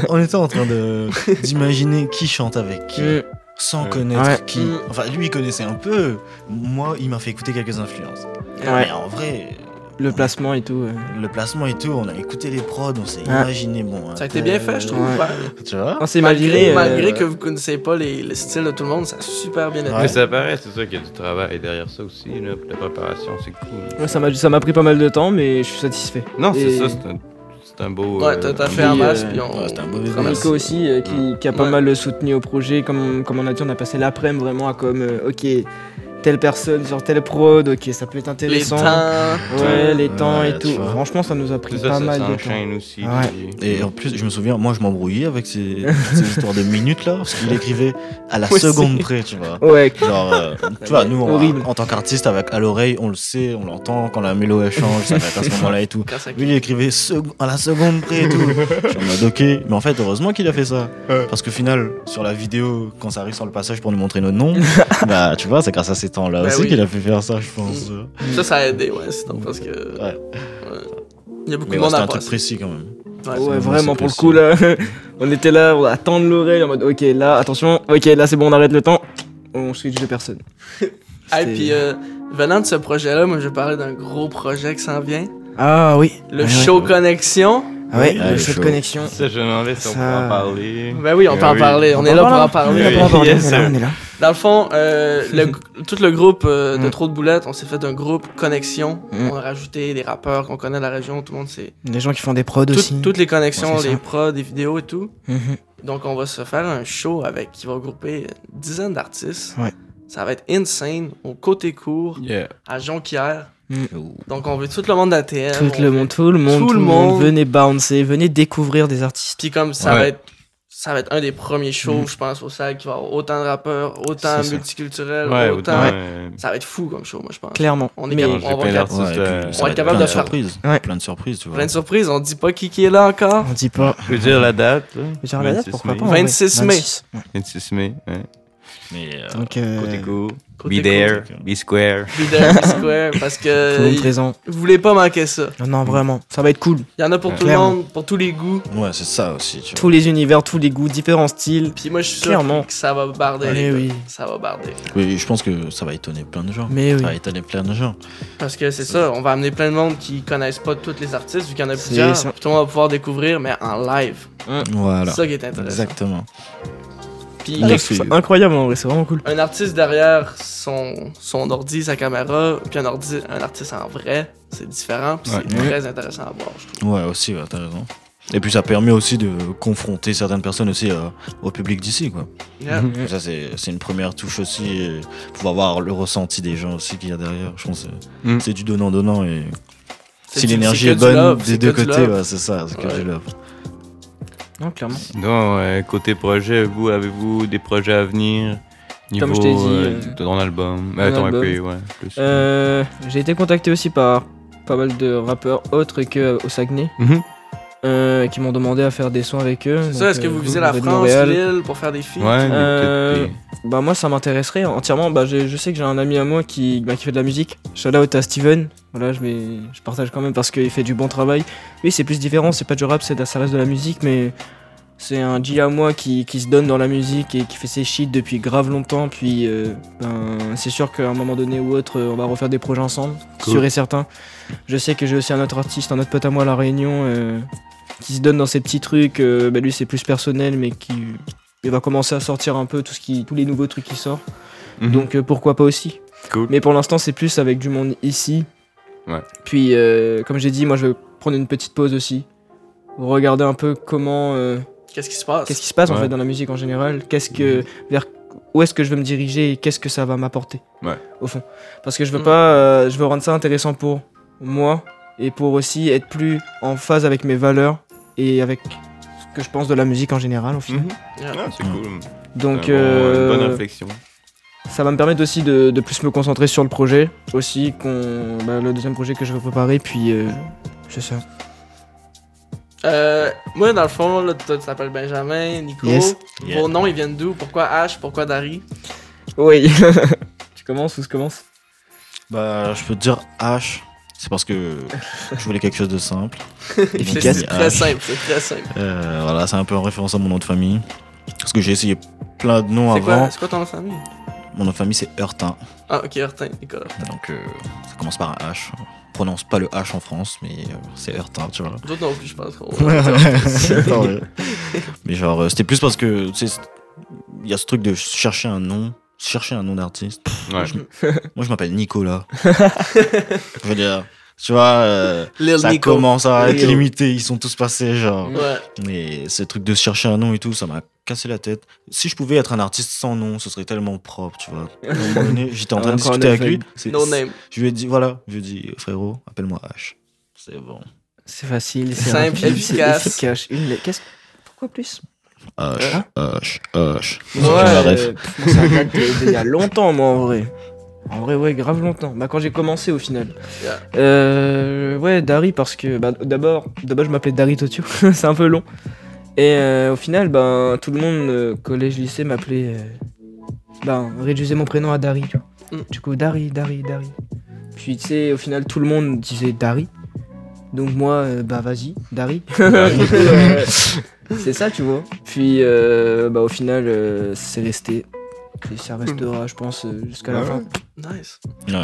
Speaker 3: On était en train de- d'imaginer qui chante avec qui.
Speaker 2: Mm.
Speaker 3: sans
Speaker 4: Ouais.
Speaker 3: connaître
Speaker 2: Ouais.
Speaker 3: qui.
Speaker 1: Mm.
Speaker 3: Enfin, lui, il connaissait un peu. Moi, il m'a fait écouter quelques influences.
Speaker 2: Ouais.
Speaker 3: Mais en vrai,
Speaker 2: Le placement et tout. euh.
Speaker 3: le placement et tout, on a écouté les prods, on s'est
Speaker 2: Ah.
Speaker 3: imaginé. Bon,
Speaker 1: Ça a
Speaker 3: un
Speaker 1: été
Speaker 3: tel-
Speaker 1: bien fait, je trouve.
Speaker 2: Ouais.
Speaker 1: ouais.
Speaker 3: Tu vois
Speaker 2: On s'est
Speaker 1: Malgré,
Speaker 2: imaginé euh,
Speaker 1: malgré que vous connaissez pas les, le style de tout le monde, ça a super bien été.
Speaker 3: Ouais.
Speaker 4: Mais ça paraît, c'est ça qu'il y a du travail derrière ça aussi, là, puis la préparation, c'est cool.
Speaker 2: Ouais, ça m'a ça m'a pris pas mal de temps, mais je suis satisfait.
Speaker 4: Non, c'est
Speaker 2: Et-
Speaker 4: ça, c'est un, c'est un beau.
Speaker 1: Ouais, t'as-
Speaker 4: euh,
Speaker 1: t'as
Speaker 4: un
Speaker 1: fait un
Speaker 2: oui,
Speaker 1: match,
Speaker 2: euh,
Speaker 1: puis on.
Speaker 3: ouais, c'était un beau
Speaker 1: on te
Speaker 3: bébé.
Speaker 1: remercie.
Speaker 2: Nico aussi, euh, qui, qui a pas
Speaker 1: Ouais.
Speaker 2: mal soutenu au projet. Comme, comme on a dit, on a passé l'après-midi vraiment à comme, euh, ok, telle personne sur telle prod, ok, ça peut être
Speaker 1: Les
Speaker 2: intéressant.
Speaker 1: temps.
Speaker 2: Ouais, les
Speaker 3: Ouais,
Speaker 2: temps et
Speaker 3: tu
Speaker 2: tout.
Speaker 3: vois.
Speaker 2: Franchement, ça nous a pris
Speaker 4: C'est ça,
Speaker 2: pas
Speaker 4: ça
Speaker 2: mal de temps.
Speaker 4: s'enchaîne aussi.
Speaker 2: Ouais.
Speaker 4: puis-
Speaker 3: Et en plus, je me souviens, moi, je m'embrouillais avec ces,
Speaker 1: *laughs*
Speaker 3: ces histoires de minutes là, parce qu'il écrivait à la
Speaker 2: Ouais,
Speaker 3: seconde
Speaker 2: c'est-
Speaker 3: près, tu vois.
Speaker 2: Ouais,
Speaker 3: Genre, euh, tu vois, nous, on-
Speaker 2: Horrible.
Speaker 3: en tant qu'artiste, avec à l'oreille, on le sait, on l'entend quand la mélo elle change, ça va être à ce moment-là et tout.
Speaker 1: Quand ça
Speaker 3: Lui, il écrivait sec- à la seconde près et tout. Je suis en mode, ok. Mais en fait, heureusement qu'il a fait ça. Parce qu'au final, sur la vidéo, quand ça arrive sur le passage pour nous montrer
Speaker 1: *laughs*
Speaker 3: nos noms, bah, tu vois, c'est grâce à ces temps-là
Speaker 1: Bah
Speaker 3: aussi
Speaker 1: oui.
Speaker 3: qu'il a fait faire ça, je pense.
Speaker 1: Ça, ça a aidé, ouais, sinon, parce que.
Speaker 3: Ouais.
Speaker 1: Il y a beaucoup
Speaker 3: Mais
Speaker 1: de
Speaker 3: ouais,
Speaker 1: monde
Speaker 3: c'était
Speaker 1: à
Speaker 3: un truc
Speaker 1: passer.
Speaker 3: précis quand même.
Speaker 1: Ouais.
Speaker 2: ouais,
Speaker 3: c'est-
Speaker 2: vraiment,
Speaker 3: c'est
Speaker 2: pour le coup, là, *laughs* on était là, on attendre l'oreille en mode, ok, là, attention, ok, là, c'est bon, on arrête le temps, on switch de personne.
Speaker 1: Hey,
Speaker 2: C'était-
Speaker 1: puis euh, venant de ce projet-là, moi je parlais d'un gros projet qui s'en vient.
Speaker 2: Ah oui,
Speaker 1: Le
Speaker 2: Ouais,
Speaker 1: show Connexion.
Speaker 2: ah ouais,
Speaker 3: Oui,
Speaker 2: le
Speaker 3: allez,
Speaker 2: show de
Speaker 3: chaud.
Speaker 2: connexion.
Speaker 4: Ça, je me demandais si on
Speaker 2: Ça-
Speaker 4: peut en parler.
Speaker 1: Ben oui, on
Speaker 4: Eh
Speaker 1: peut en
Speaker 4: oui.
Speaker 1: parler. On est
Speaker 2: en
Speaker 1: là pour
Speaker 2: parle,
Speaker 1: en
Speaker 2: On
Speaker 1: parler.
Speaker 2: est là
Speaker 4: Oui,
Speaker 2: pour en parler,
Speaker 4: yes,
Speaker 2: on est là,
Speaker 4: sir.
Speaker 2: on est là.
Speaker 1: Dans le fond, euh,
Speaker 2: *laughs*
Speaker 1: le g- tout le groupe euh, de
Speaker 2: Mm.
Speaker 1: Trop de Boulettes, on s'est fait un groupe Connexion.
Speaker 2: Mm.
Speaker 1: On a rajouté des rappeurs qu'on connaît de la région. Tout le monde sait.
Speaker 2: Les gens qui font des prods
Speaker 1: Tout-
Speaker 2: aussi.
Speaker 1: toutes les connexions,
Speaker 2: Ouais, c'est
Speaker 1: les
Speaker 2: ça.
Speaker 1: prods, des vidéos et tout.
Speaker 2: Mhm.
Speaker 1: Donc on va se faire un show avec qui va regrouper une dizaine d'artistes.
Speaker 2: Ouais.
Speaker 1: Ça va être insane au côté court
Speaker 4: Yeah.
Speaker 1: à Jonquière.
Speaker 3: Ouh.
Speaker 1: Donc on veut tout le monde d'ATM.
Speaker 2: Mm. Tout le monde, tout le monde, tout, le monde. Venez bouncer, venez découvrir des artistes.
Speaker 1: Puis comme ça
Speaker 4: Ouais.
Speaker 1: va être ça va être un des premiers shows,
Speaker 2: Mm.
Speaker 1: je pense, au sac qui va avoir autant de rappeurs, autant
Speaker 3: C'est ça.
Speaker 1: multiculturel,
Speaker 4: Ouais,
Speaker 1: autant.
Speaker 4: autant.
Speaker 2: Ouais.
Speaker 4: euh,
Speaker 1: Ça va être fou comme show, moi je pense.
Speaker 2: Clairement.
Speaker 1: On est
Speaker 2: Mais-
Speaker 1: capable-
Speaker 4: mélanger
Speaker 1: on va
Speaker 4: plein
Speaker 1: être
Speaker 4: d'artistes,
Speaker 3: Ouais, et puis,
Speaker 4: euh,
Speaker 1: on
Speaker 3: ça
Speaker 1: va être capable
Speaker 3: plein
Speaker 1: de faire-
Speaker 3: surprises.
Speaker 2: Ouais.
Speaker 3: Plein de surprises, tu vois.
Speaker 1: Plein de surprises, on dit pas qui qui est là encore.
Speaker 2: On dit pas.
Speaker 4: Je peux dire la date, là?
Speaker 2: Mais genre la date,
Speaker 4: 26
Speaker 2: pourquoi
Speaker 4: mai.
Speaker 2: pas en vrai.
Speaker 1: 26 mai.
Speaker 2: 26, ouais.
Speaker 4: 26 mai, hein.
Speaker 3: Mais euh,
Speaker 2: Donc, euh,
Speaker 4: Côté cool.
Speaker 1: Côté
Speaker 4: Be there,
Speaker 3: cool.
Speaker 4: be square.
Speaker 1: Be there, be square, parce
Speaker 2: *laughs* tout le
Speaker 1: que
Speaker 2: monde présent.
Speaker 1: vous voulez pas manquer ça.
Speaker 2: Non, non, vraiment. Ça va être cool.
Speaker 1: Il y en a pour
Speaker 4: Ouais.
Speaker 1: tout le
Speaker 2: Clairement.
Speaker 1: monde, pour tous les goûts.
Speaker 3: ouais, c'est ça aussi, tu vois.
Speaker 2: Tous les univers, tous les goûts, différents styles.
Speaker 1: Puis moi je suis sûr
Speaker 2: Clairement.
Speaker 1: que ça va barder.
Speaker 2: Eh
Speaker 1: les gars.
Speaker 2: oui.
Speaker 1: Ça va barder.
Speaker 3: Oui, je pense que ça va étonner plein de gens.
Speaker 2: Mais oui.
Speaker 3: Ça va étonner plein de gens.
Speaker 1: Parce que c'est ça, on va amener plein de monde qui connaissent pas tous les artistes, vu qu'il y en a
Speaker 2: C'est
Speaker 1: plusieurs.
Speaker 2: ça.
Speaker 1: Puis tout le monde va pouvoir découvrir, mais en live. C'est
Speaker 3: Voilà.
Speaker 1: ça qui est intéressant.
Speaker 3: Exactement.
Speaker 1: Puis
Speaker 3: Next
Speaker 2: C'est incroyable en vrai, c'est vraiment cool.
Speaker 1: un artiste derrière son, son ordi, sa caméra, puis un, ordi, un artiste en vrai, c'est différent, puis c'est
Speaker 3: Ouais.
Speaker 1: très intéressant à voir, je trouve.
Speaker 3: Ouais, aussi, ouais, t'as raison. Et puis ça permet aussi de confronter certaines personnes aussi euh, au public d'ici, quoi.
Speaker 1: Yeah.
Speaker 2: Mhm. Mm.
Speaker 3: Et Ça, c'est c'est une première touche aussi, euh, pour avoir le ressenti des gens aussi qu'il y a derrière. Je pense que c'est-
Speaker 4: Mm.
Speaker 3: c'est du donnant-donnant et
Speaker 1: C'est
Speaker 3: si
Speaker 1: du-
Speaker 3: l'énergie
Speaker 1: c'est
Speaker 3: est
Speaker 1: que du
Speaker 3: bonne
Speaker 1: love,
Speaker 3: des
Speaker 1: c'est
Speaker 3: deux
Speaker 1: que du
Speaker 3: côtés,
Speaker 1: love.
Speaker 3: ouais, c'est ça, c'est que
Speaker 1: Ouais.
Speaker 3: du love.
Speaker 2: Non, clairement.
Speaker 4: Non, euh, côté projet, vous, avez-vous des projets à venir niveau,
Speaker 2: Comme je t'ai dit,
Speaker 4: euh,
Speaker 2: euh,
Speaker 4: de ton album. Euh,
Speaker 2: mon
Speaker 4: ton
Speaker 2: album.
Speaker 4: EP, ouais. plus.
Speaker 2: Euh, J'ai été contacté aussi par pas mal de rappeurs autres que au Saguenay
Speaker 4: Mhm.
Speaker 2: euh, qui m'ont demandé à faire des sons avec eux.
Speaker 1: C'est
Speaker 2: Donc,
Speaker 1: ça, est-ce que
Speaker 2: euh,
Speaker 1: vous visez
Speaker 2: vous
Speaker 1: la
Speaker 2: venez de
Speaker 1: France,
Speaker 2: Montréal.
Speaker 1: l'île pour faire des filles?
Speaker 4: Ouais,
Speaker 2: Euh,
Speaker 4: des petites
Speaker 2: Bah moi ça m'intéresserait entièrement. Bah j'ai- je sais que j'ai un ami à moi qui, bah, qui fait de la musique. Shout out à Steven. Voilà je vais je partage quand même parce qu'il fait du bon travail. Lui c'est plus différent, c'est pas du rap, c'est de- ça reste de la musique mais c'est un G à moi qui, qui se donne dans la musique et qui fait ses shit depuis grave longtemps. Puis euh, ben, c'est sûr qu'à un moment donné ou autre euh, on va refaire des projets ensemble,
Speaker 4: Cool.
Speaker 2: sûr et certain. Je sais que j'ai aussi un autre artiste, un autre pote à moi à la Réunion euh, qui se donne dans ses petits trucs. euh, bah, lui c'est plus personnel mais qui il va commencer à sortir un peu tout ce qui, tous les nouveaux trucs qui sortent.
Speaker 4: Mhm.
Speaker 2: Donc euh, pourquoi pas aussi.
Speaker 4: Cool.
Speaker 2: Mais pour l'instant, c'est plus avec du monde ici.
Speaker 4: Ouais.
Speaker 2: Puis, euh, comme j'ai dit, moi je vais prendre une petite pause aussi. Regarder un peu comment. euh,
Speaker 1: Qu'est-ce qui se passe?
Speaker 2: qu'est-ce qui se passe en
Speaker 4: Ouais. Mhm.
Speaker 2: fait dans la musique en général Qu'est-ce que. Vers où est-ce que je veux me diriger et qu'est-ce que ça va m'apporter
Speaker 4: Ouais.
Speaker 2: Au fond. Parce que je veux
Speaker 1: Mhm.
Speaker 2: pas. euh, je veux rendre ça intéressant pour moi et pour aussi être plus en phase avec mes valeurs et avec ce que je pense de la musique en général au final.
Speaker 4: Mhm.
Speaker 1: Yeah.
Speaker 4: Ah, c'est
Speaker 3: Ouais.
Speaker 4: cool.
Speaker 2: Donc.
Speaker 4: Un bon-
Speaker 2: euh,
Speaker 4: Une bonne réflexion.
Speaker 2: ça va me permettre aussi de, de plus me concentrer sur le projet, aussi qu'on bah, le deuxième projet que je vais préparer, puis euh, c'est ça.
Speaker 1: Euh, moi, dans le fond, là, toi, tu t'appelles Benjamin, Nico.
Speaker 2: Yes.
Speaker 1: Vos
Speaker 3: Yeah.
Speaker 1: noms, ils viennent d'où? Pourquoi H? Pourquoi Dari?
Speaker 2: *laughs* Oui. tu commences ou je commence
Speaker 3: Bah, je peux te dire H, c'est parce que je voulais quelque chose
Speaker 1: *laughs*
Speaker 3: de simple.
Speaker 1: C'est
Speaker 3: Efficace.
Speaker 1: c'est très
Speaker 3: H.
Speaker 1: simple, c'est très simple.
Speaker 3: Euh, voilà, c'est un peu en référence à mon nom de famille. Parce que j'ai essayé plein de noms
Speaker 1: C'est quoi,
Speaker 3: avant.
Speaker 1: c'est quoi ton nom de famille?
Speaker 3: Mon nom de famille, c'est Heurtin.
Speaker 1: Ah, ok, Hortin, Nicolas.
Speaker 3: Donc, euh, ça commence par un H. On prononce pas le H en France, mais euh, c'est Heurtin,
Speaker 1: *laughs*
Speaker 3: tu vois.
Speaker 1: D'autres non plus, je pense. qu'on-
Speaker 3: Attends, ouais. mais genre, euh, c'était plus parce que, tu sais, c'est- il y a ce truc de chercher un nom. Chercher un nom d'artiste.
Speaker 4: Ouais.
Speaker 3: Moi, je m'appelle
Speaker 1: *laughs*
Speaker 3: Nicolas. je veux dire, tu vois, euh,
Speaker 1: Lil
Speaker 3: ça
Speaker 1: Nico.
Speaker 3: commence à être
Speaker 1: Lil.
Speaker 3: limité. Ils sont tous passés, genre.
Speaker 1: Ouais.
Speaker 3: Et ce truc de chercher un nom et tout, ça m'a cassé la tête. Si je pouvais être un artiste sans nom, ce serait tellement propre, tu vois. À un moment donné, J'étais en train de
Speaker 2: Encore
Speaker 3: discuter
Speaker 2: un
Speaker 3: avec lui. c'est-
Speaker 1: No name.
Speaker 3: Je lui ai dit, voilà, je lui ai dit, frérot, appelle-moi H. C'est bon.
Speaker 2: C'est facile,
Speaker 1: c'est Simple, rapide, c'est efficace.
Speaker 2: Pourquoi plus
Speaker 3: H, H, H.
Speaker 2: Ouais, euh, pff, ça date de- d'il y a longtemps, moi, en vrai. En vrai, ouais, grave longtemps. Bah, quand j'ai commencé, au final.
Speaker 1: Yeah.
Speaker 2: Euh, ouais, Dari, parce que bah, d'abord, d'abord, je m'appelais Dari Totio. *laughs* C'est un peu long. Et euh, au final, ben, tout le monde, euh, collège, lycée, m'appelait. euh, ben, réduisait mon prénom à Dari, tu vois.
Speaker 1: Mm.
Speaker 2: Du coup, Dari, Dari, Dari. Puis, tu sais, au final, tout le monde disait Dari. Donc moi, euh, bah vas-y, Dari. Euh, *laughs* c'est ça, tu vois. Puis euh, bah, au final, euh, c'est resté. Et ça restera, je pense, euh, jusqu'à la
Speaker 5: Ouais.
Speaker 2: fin.
Speaker 1: Nice.
Speaker 3: Ouais.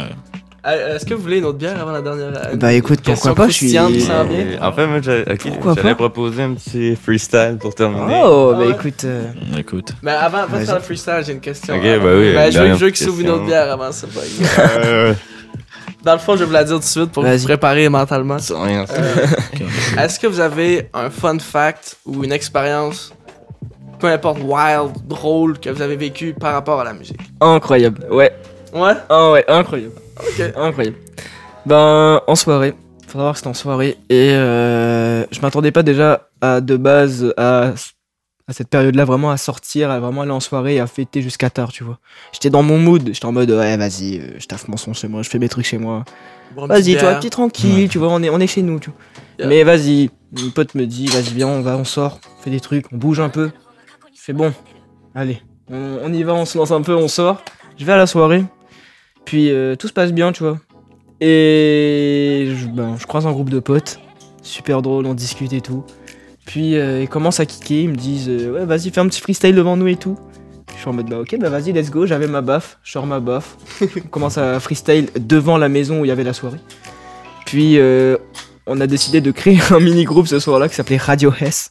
Speaker 1: Euh, Est-ce que vous voulez une autre bière avant la dernière euh,
Speaker 2: Bah, écoute, pourquoi
Speaker 1: Question
Speaker 2: pas, je suis-
Speaker 1: croustillante qui s'en vient.
Speaker 5: Et En fait, moi, j'allais ok,
Speaker 2: Pourquoi
Speaker 5: j'allais
Speaker 2: pas
Speaker 5: proposer un petit freestyle pour terminer.
Speaker 2: Oh,
Speaker 1: Ah
Speaker 2: bah
Speaker 1: ouais.
Speaker 2: écoute. euh,
Speaker 3: Écoute.
Speaker 1: Mais avant, avant de
Speaker 2: Vas-y.
Speaker 1: faire le freestyle, j'ai une question.
Speaker 5: Ok,
Speaker 1: Ah,
Speaker 5: bah oui, une
Speaker 1: Ben, je veux que
Speaker 5: dernière
Speaker 1: je veux qu'il s'ouvre une
Speaker 5: question.
Speaker 1: autre bière avant ça. fait que-
Speaker 5: Euh,
Speaker 1: Dans le fond, je vais vous la dire tout de suite pour
Speaker 2: Vas-y.
Speaker 1: vous préparer mentalement.
Speaker 4: C'est
Speaker 2: Ah,
Speaker 4: rien, ça.
Speaker 1: Euh, Est-ce que vous avez un fun fact ou une expérience, peu importe, wild, drôle, que vous avez vécu par rapport à la musique?
Speaker 2: Incroyable, ouais.
Speaker 1: Ouais?
Speaker 2: Ah ouais, incroyable. Incroyable. Ben, en soirée. Faudra voir que c'était en soirée. Et euh, je m'attendais pas déjà à, de base à, à cette période-là vraiment à sortir, à vraiment aller en soirée et à fêter jusqu'à tard, tu vois. J'étais dans mon mood. J'étais en mode, ouais, vas-y, euh, je taffe mon son chez moi, je fais mes trucs chez moi.
Speaker 1: Bon,
Speaker 2: Vas-y,
Speaker 1: petite
Speaker 2: toi,
Speaker 1: bière.
Speaker 2: petit tranquille, tu vois, on est, on est chez nous, tu vois.
Speaker 1: Yeah.
Speaker 2: Mais vas-y, mon pote me dit, vas-y, viens, on va, on sort, on fait des trucs, on bouge un peu. C'est bon, allez, on, on y va, on se lance un peu, on sort. Je vais à la soirée, puis euh, tout se passe bien, tu vois. Et je, ben, je croise un groupe de potes, super drôle, on discute et tout. Puis euh, ils commencent à kicker, ils me disent, euh, ouais, vas-y, fais un petit freestyle devant nous et tout. Je suis en mode, bah ok, bah vas-y, let's go, j'avais ma baffe, je sors
Speaker 1: *laughs*
Speaker 2: ma baffe. On commence à freestyle devant la maison où il y avait la soirée. Puis euh, on a décidé de créer *laughs* un mini groupe ce soir-là qui s'appelait Radio
Speaker 1: *laughs*
Speaker 2: Hess.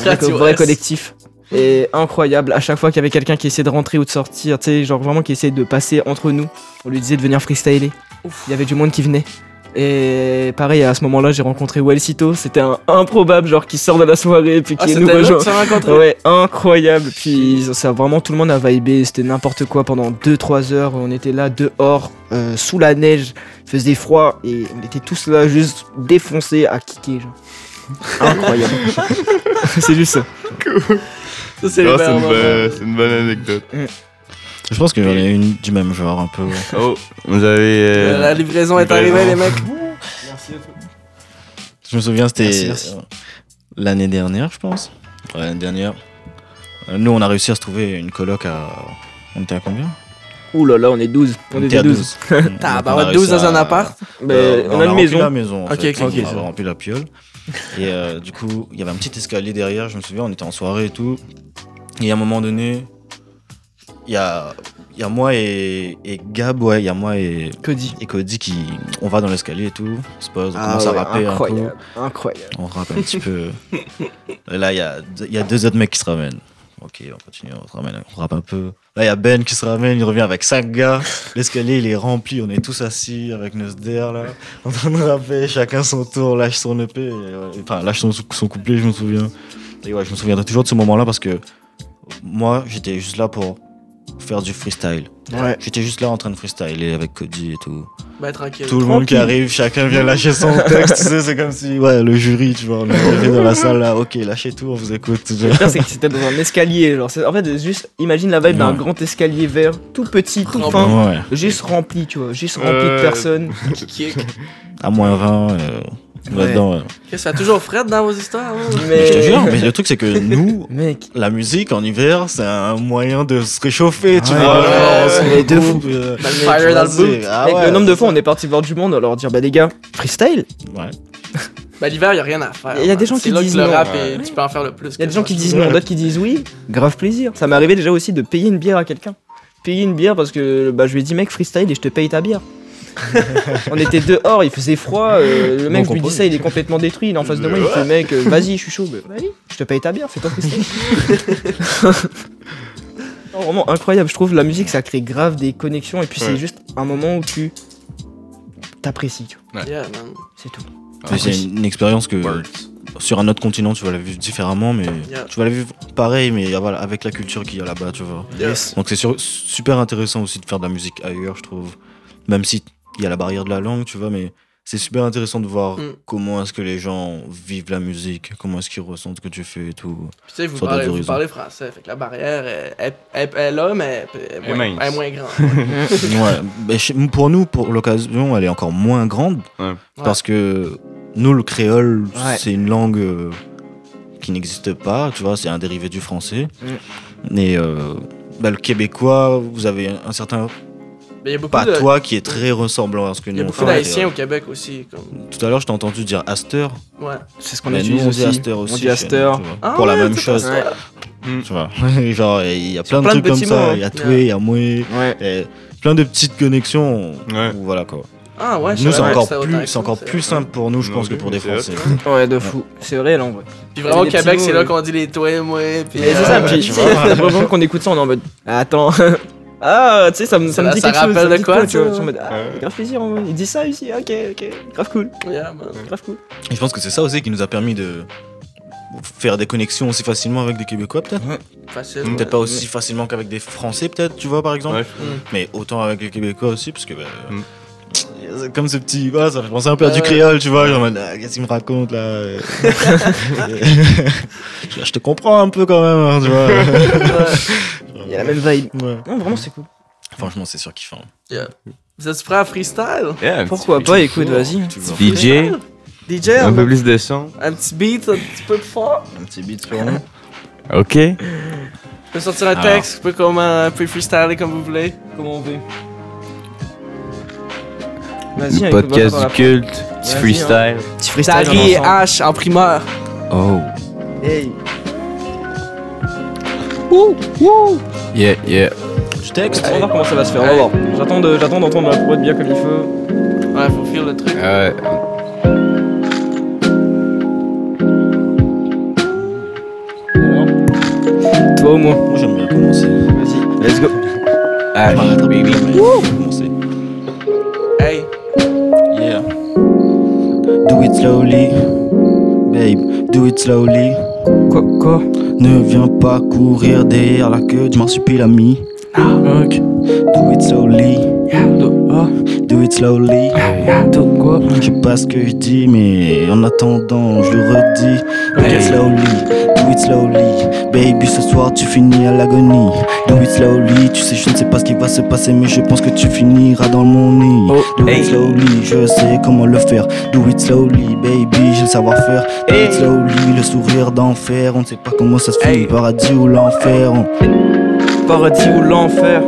Speaker 2: Un
Speaker 1: Radio
Speaker 2: vrai
Speaker 1: S.
Speaker 2: collectif. Et incroyable, à chaque fois qu'il y avait quelqu'un qui essayait de rentrer ou de sortir, tu sais, genre vraiment qui essayait de passer entre nous, on lui disait de venir freestyler. Il y avait du monde qui venait. Et pareil, à ce moment-là, j'ai rencontré Wellsito, c'était un improbable, genre qui sort de la soirée et puis
Speaker 1: Ah,
Speaker 2: qui
Speaker 1: c'était
Speaker 2: nous
Speaker 1: là
Speaker 2: rejoint.
Speaker 1: que tu as rencontré?
Speaker 2: Ouais, incroyable. Puis ça- ça, vraiment tout le monde a vibé. C'était n'importe quoi pendant 2-3 heures. On était là dehors, euh, sous la neige, faisait froid et on était tous là juste défoncés à kicker.
Speaker 1: *laughs*
Speaker 2: Genre. Incroyable. *laughs* c'est juste ça.
Speaker 1: Ça, c'est
Speaker 5: non,
Speaker 4: Ah,
Speaker 1: le
Speaker 5: c'est
Speaker 1: meilleur
Speaker 5: une,
Speaker 1: moment.
Speaker 5: bonne- c'est une bonne anecdote.
Speaker 3: Je pense qu'il y en a une du même genre un peu.
Speaker 5: Oh, vous avez.
Speaker 1: Euh, La
Speaker 5: euh,
Speaker 1: livraison est
Speaker 5: livraison.
Speaker 1: arrivée, les mecs.
Speaker 3: Je me souviens,
Speaker 2: Merci,
Speaker 3: c'était
Speaker 2: merci.
Speaker 3: euh, l'année dernière, je pense. Ouais, l'année dernière. Euh, Nous, on a réussi à se trouver une coloc à. On était à combien
Speaker 2: Ouh là là, on est 12. On,
Speaker 3: était
Speaker 2: était 12.
Speaker 3: On- on
Speaker 1: T'as
Speaker 3: a
Speaker 1: bah,
Speaker 3: réussi
Speaker 1: 12 dans
Speaker 3: à-
Speaker 1: un appart.
Speaker 2: Mais
Speaker 3: Euh,
Speaker 2: on a une
Speaker 3: rempli
Speaker 2: maison.
Speaker 3: la maison. en
Speaker 1: Ok,
Speaker 3: fait.
Speaker 1: ok,
Speaker 3: On
Speaker 1: ok,
Speaker 3: a
Speaker 1: ça.
Speaker 3: rempli la piole. Et euh, du coup, il y avait un petit escalier derrière. Je me souviens, on était en soirée et tout. Et à un moment donné, il y a, il y a moi et, et Gab, ouais, il y a moi et,
Speaker 2: Cody.
Speaker 3: et Cody qui. On va dans l'escalier et tout. On se pose, on
Speaker 2: Ah
Speaker 3: commence
Speaker 2: ouais,
Speaker 3: à rapper un peu.
Speaker 2: incroyable. Incroyable.
Speaker 3: euh, On rappe un petit peu. Et là, il y a, deux- il y a deux autres mecs qui se ramènent. Ok, on continue, on se ramène, on rappe un peu. Là, il y a Ben qui se ramène, il revient avec cinq gars. L'escalier, il est rempli, on est tous assis avec Nosder, là, en train de rapper, chacun son tour, lâche son EP, et, euh, enfin, lâche son, son couplet, je me souviens. Et ouais, je me souviendrai toujours de ce moment-là parce que moi, j'étais juste là pour faire du freestyle.
Speaker 2: Ouais.
Speaker 3: J'étais juste là en train de freestyler avec Cody et tout.
Speaker 1: Ben, tranquille.
Speaker 3: Tout le monde qui arrive, chacun vient lâcher *laughs* son texte, tu sais, c'est comme si, ouais, le jury, tu vois, on est arrivé dans la salle là, ok, lâchez tout, on vous écoute. tu vois.
Speaker 2: Le pire, c'est que c'était dans un escalier. Genre, c'est- en fait, juste imagine la vibe d'un
Speaker 3: Ouais.
Speaker 2: grand escalier vert, tout petit, tout fin.
Speaker 3: Ouais,
Speaker 2: Juste rempli, tu vois, juste rempli de
Speaker 5: Euh,
Speaker 2: personnes.
Speaker 1: Qui kick.
Speaker 3: à moins 20, euh,
Speaker 2: Ouais.
Speaker 3: là-dedans. ouais.
Speaker 1: Qu'est-ce que ça a toujours Fred dans vos histoires? hein?
Speaker 3: Mais je te
Speaker 2: Mais-
Speaker 3: jure, *laughs* mais le truc, c'est que nous,
Speaker 2: Mec,
Speaker 3: la musique en hiver, c'est un moyen de se réchauffer, tu
Speaker 2: Ouais,
Speaker 3: vois.
Speaker 1: ouais,
Speaker 3: genre, on se
Speaker 2: ouais, de
Speaker 3: regroupe, euh,
Speaker 1: Dans le ben, fire, dans le boot.
Speaker 3: ah
Speaker 2: mec,
Speaker 3: ouais,
Speaker 2: le nombre de
Speaker 3: c'est
Speaker 2: fois on est parti voir du monde, on leur dire bah les gars, freestyle
Speaker 3: ça. Ouais.
Speaker 1: Ben, l'hiver, y a rien à faire.
Speaker 2: Y a des gens
Speaker 1: C'est
Speaker 2: qui
Speaker 1: là que
Speaker 2: disent
Speaker 1: le
Speaker 2: non.
Speaker 1: rap,
Speaker 5: Ouais.
Speaker 1: est- tu peux en faire le plus.
Speaker 2: Il y a des gens qui disent
Speaker 3: Ouais.
Speaker 2: non, d'autres qui disent oui, grave plaisir. Ça m'est arrivé déjà aussi de payer une bière à quelqu'un. Payer une bière parce que bah, je lui ai dit mec freestyle et je te paye ta bière. on était dehors, il faisait froid, euh, le mec
Speaker 3: Bon
Speaker 2: je lui dis
Speaker 3: compromis.
Speaker 2: ça, il est complètement détruit, il est en face de moi, il fait mec euh, vas-y je suis chaud, Bah, vas-y, je te paye ta bière, fais-toi freestyle. *laughs* Non, vraiment incroyable, je trouve la musique ça crée grave des connexions et puis c'est
Speaker 5: Ouais.
Speaker 2: juste un moment où tu t'apprécies, tu vois.
Speaker 1: Yeah, man.
Speaker 2: c'est tout.
Speaker 3: Mais C'est une, une expérience que sur un autre continent, tu vas la vivre différemment, mais
Speaker 1: Yeah.
Speaker 3: tu vas la vivre pareil, mais ah, voilà, avec la culture qu'il y a là-bas, tu vois.
Speaker 1: Yes.
Speaker 3: Donc c'est sur- super intéressant aussi de faire de la musique ailleurs, je trouve. Même si il y a la barrière de la langue, tu vois, mais c'est super intéressant de voir
Speaker 1: Mm.
Speaker 3: comment est-ce que les gens vivent la musique, comment est-ce qu'ils ressentent ce que tu fais et tout.
Speaker 1: Puis, tu sais, vous
Speaker 3: Sur
Speaker 1: parlez,
Speaker 3: d'autres
Speaker 1: vous
Speaker 3: horizons.
Speaker 1: parlez français. Fait que la barrière est, est, est- est là, mais elle est
Speaker 5: Et
Speaker 1: moins,
Speaker 5: mince.
Speaker 1: elle est moins grande.
Speaker 3: *laughs* ouais, mais chez- pour nous, pour l'occasion, elle est encore moins grande
Speaker 5: Ouais.
Speaker 3: parce que nous, le créole,
Speaker 2: Ouais.
Speaker 3: c'est une langue euh, qui n'existe pas, tu vois, c'est un dérivé du
Speaker 1: Mm.
Speaker 3: français. Et euh, bah, le québécois, vous avez un certain
Speaker 1: Mais il y a beaucoup
Speaker 3: pas
Speaker 1: de.
Speaker 3: toi qui est très ressemblant à ce que
Speaker 1: Il y a
Speaker 3: nous on
Speaker 1: beaucoup
Speaker 3: fait.
Speaker 1: d'Haïtiens au Québec aussi. Comme...
Speaker 3: Tout à l'heure, je t'ai entendu dire Aster.
Speaker 1: Ouais.
Speaker 2: C'est ce qu'on
Speaker 3: Mais nous,
Speaker 2: utilise
Speaker 3: on
Speaker 2: aussi.
Speaker 3: dit Aster aussi.
Speaker 2: On dit
Speaker 3: chez
Speaker 2: Aster.
Speaker 3: nous, tu vois,
Speaker 1: Ah
Speaker 3: Pour la
Speaker 1: ouais,
Speaker 3: même
Speaker 1: tout à
Speaker 3: chose.
Speaker 1: fait.
Speaker 3: Tu *laughs* vois. Genre, il y a plein de
Speaker 1: plein de
Speaker 3: trucs comme
Speaker 1: petits
Speaker 3: ça.
Speaker 1: mots,
Speaker 3: Il y
Speaker 1: hein.
Speaker 3: a Toué, il y a Moué.
Speaker 2: Ouais.
Speaker 3: et Plein de petites connexions.
Speaker 5: Ouais.
Speaker 3: Ou Voilà quoi.
Speaker 1: Ah ouais, je
Speaker 3: Nous, c'est
Speaker 1: savais pas que
Speaker 3: encore
Speaker 1: c'était autant
Speaker 3: plus,
Speaker 1: que
Speaker 3: c'est
Speaker 1: ça,
Speaker 3: encore
Speaker 1: c'est-
Speaker 3: plus simple pour nous, je
Speaker 5: Non
Speaker 3: pense, que
Speaker 5: plus,
Speaker 3: pour des
Speaker 5: mais c'est
Speaker 3: Français.
Speaker 5: hot.
Speaker 2: Ouais, de fou. C'est vrai, là, en vrai.
Speaker 1: Puis vraiment au
Speaker 2: Des petits
Speaker 1: Québec, c'est
Speaker 2: mots,
Speaker 1: là
Speaker 2: oui.
Speaker 1: qu'on dit les toi et moi. Puis
Speaker 2: Mais c'est ça,
Speaker 1: euh, *laughs*
Speaker 2: puis
Speaker 1: tu
Speaker 2: tu
Speaker 1: vois.
Speaker 2: sais, la première fois qu'on écoute ça, on est en mode Attends. *laughs* Ah, tu sais, ça me, ça me
Speaker 1: Ça-
Speaker 2: dit
Speaker 1: ça
Speaker 2: quelque chose.
Speaker 1: rappelle
Speaker 2: me
Speaker 1: de
Speaker 2: dit
Speaker 1: quoi,
Speaker 2: tu vois.
Speaker 1: ça
Speaker 2: Je suis en mode, ah, grave plaisir, en vrai. Il dit ça ici, ok, ok. Grave cool,
Speaker 1: Yeah, man.
Speaker 2: grave cool.
Speaker 3: Et *laughs* je pense que c'est ça aussi qui nous a permis de faire des connexions aussi facilement avec des Québécois, peut-être.
Speaker 1: Facile.
Speaker 5: Mm.
Speaker 1: ouais.
Speaker 3: Peut-être pas aussi facilement qu'avec des Français, peut-être, tu vois, par exemple.
Speaker 5: Ouais.
Speaker 2: Mm.
Speaker 3: Mais autant avec les Québécois aussi, parce que. bah,
Speaker 5: Mm.
Speaker 3: c'est Comme ce petit. Voilà, ça fait penser un peu à du
Speaker 1: Ouais.
Speaker 3: créole, tu vois. Genre, en mode, Ah, qu'est-ce qu'il me raconte là euh *laughs* Je je te comprends un peu quand même, hein, tu vois.
Speaker 2: *laughs* Il y a la même vibe.
Speaker 3: Ouais.
Speaker 2: Non, vraiment, c'est cool.
Speaker 3: Franchement, c'est surkiffant.
Speaker 1: Vous êtes prêts à freestyle?
Speaker 4: Yeah, un
Speaker 2: Pourquoi
Speaker 4: petit-
Speaker 2: pas, écoute, vas-y.
Speaker 3: Tu vois.
Speaker 5: DJ,
Speaker 1: DJ,
Speaker 5: un
Speaker 1: on
Speaker 5: peu
Speaker 1: a
Speaker 5: plus de son.
Speaker 1: un petit beat, un petit peu de fort.
Speaker 3: Un petit beat sur nous.
Speaker 5: Ok.
Speaker 1: Je peux sortir un
Speaker 3: Alors.
Speaker 1: texte, vous pouvez, comme, euh, vous pouvez freestyler comme vous voulez.
Speaker 2: Comment on veut
Speaker 5: Le podcast du culte,
Speaker 2: Vas-y,
Speaker 5: du freestyle.
Speaker 2: Petit freestyle.
Speaker 1: Dari et H en primeur.
Speaker 2: hein.
Speaker 5: Oh.
Speaker 2: Hey.
Speaker 4: Yeah, yeah.
Speaker 3: Du texte
Speaker 2: On va voir comment ça va se faire. On va
Speaker 1: Hey.
Speaker 2: voir. J'attends de- j'attends d'entendre la prod bien comme il faut.
Speaker 1: Ouais, faut faire le truc.
Speaker 4: Ah ouais.
Speaker 2: Toi au moins.
Speaker 3: Moi, j'aime bien commencer.
Speaker 2: Vas-y.
Speaker 5: Let's go.
Speaker 3: Je m'arrête un peu, mais j'aime bien commencer.
Speaker 1: Hey,
Speaker 3: Yeah. Do it slowly, babe. Do it slowly.
Speaker 2: Quoi Quoi
Speaker 3: Ne viens pas courir derrière la queue du marsupil ami.
Speaker 2: Ok.
Speaker 3: Do it slowly,
Speaker 2: Ah. Do- ah,
Speaker 3: do it slowly.
Speaker 2: do- quoi
Speaker 3: Je sais pas ce que je dis, mais en attendant, je le redis. Do it
Speaker 2: Hey.
Speaker 3: slowly, do it slowly. Baby, ce soir tu finis à l'agonie. Do it slowly, tu sais, je ne sais pas ce qui va se passer, mais je pense que tu finiras dans mon nid.
Speaker 2: Oh,
Speaker 3: do
Speaker 5: hey.
Speaker 3: it slowly, je sais comment le faire. Do it slowly, baby, j'ai le savoir-faire. Do it slowly, le sourire d'enfer. On ne sait pas comment ça se finit,
Speaker 2: Hey.
Speaker 3: paradis ou l'enfer. On-
Speaker 2: Paradis ou l'enfer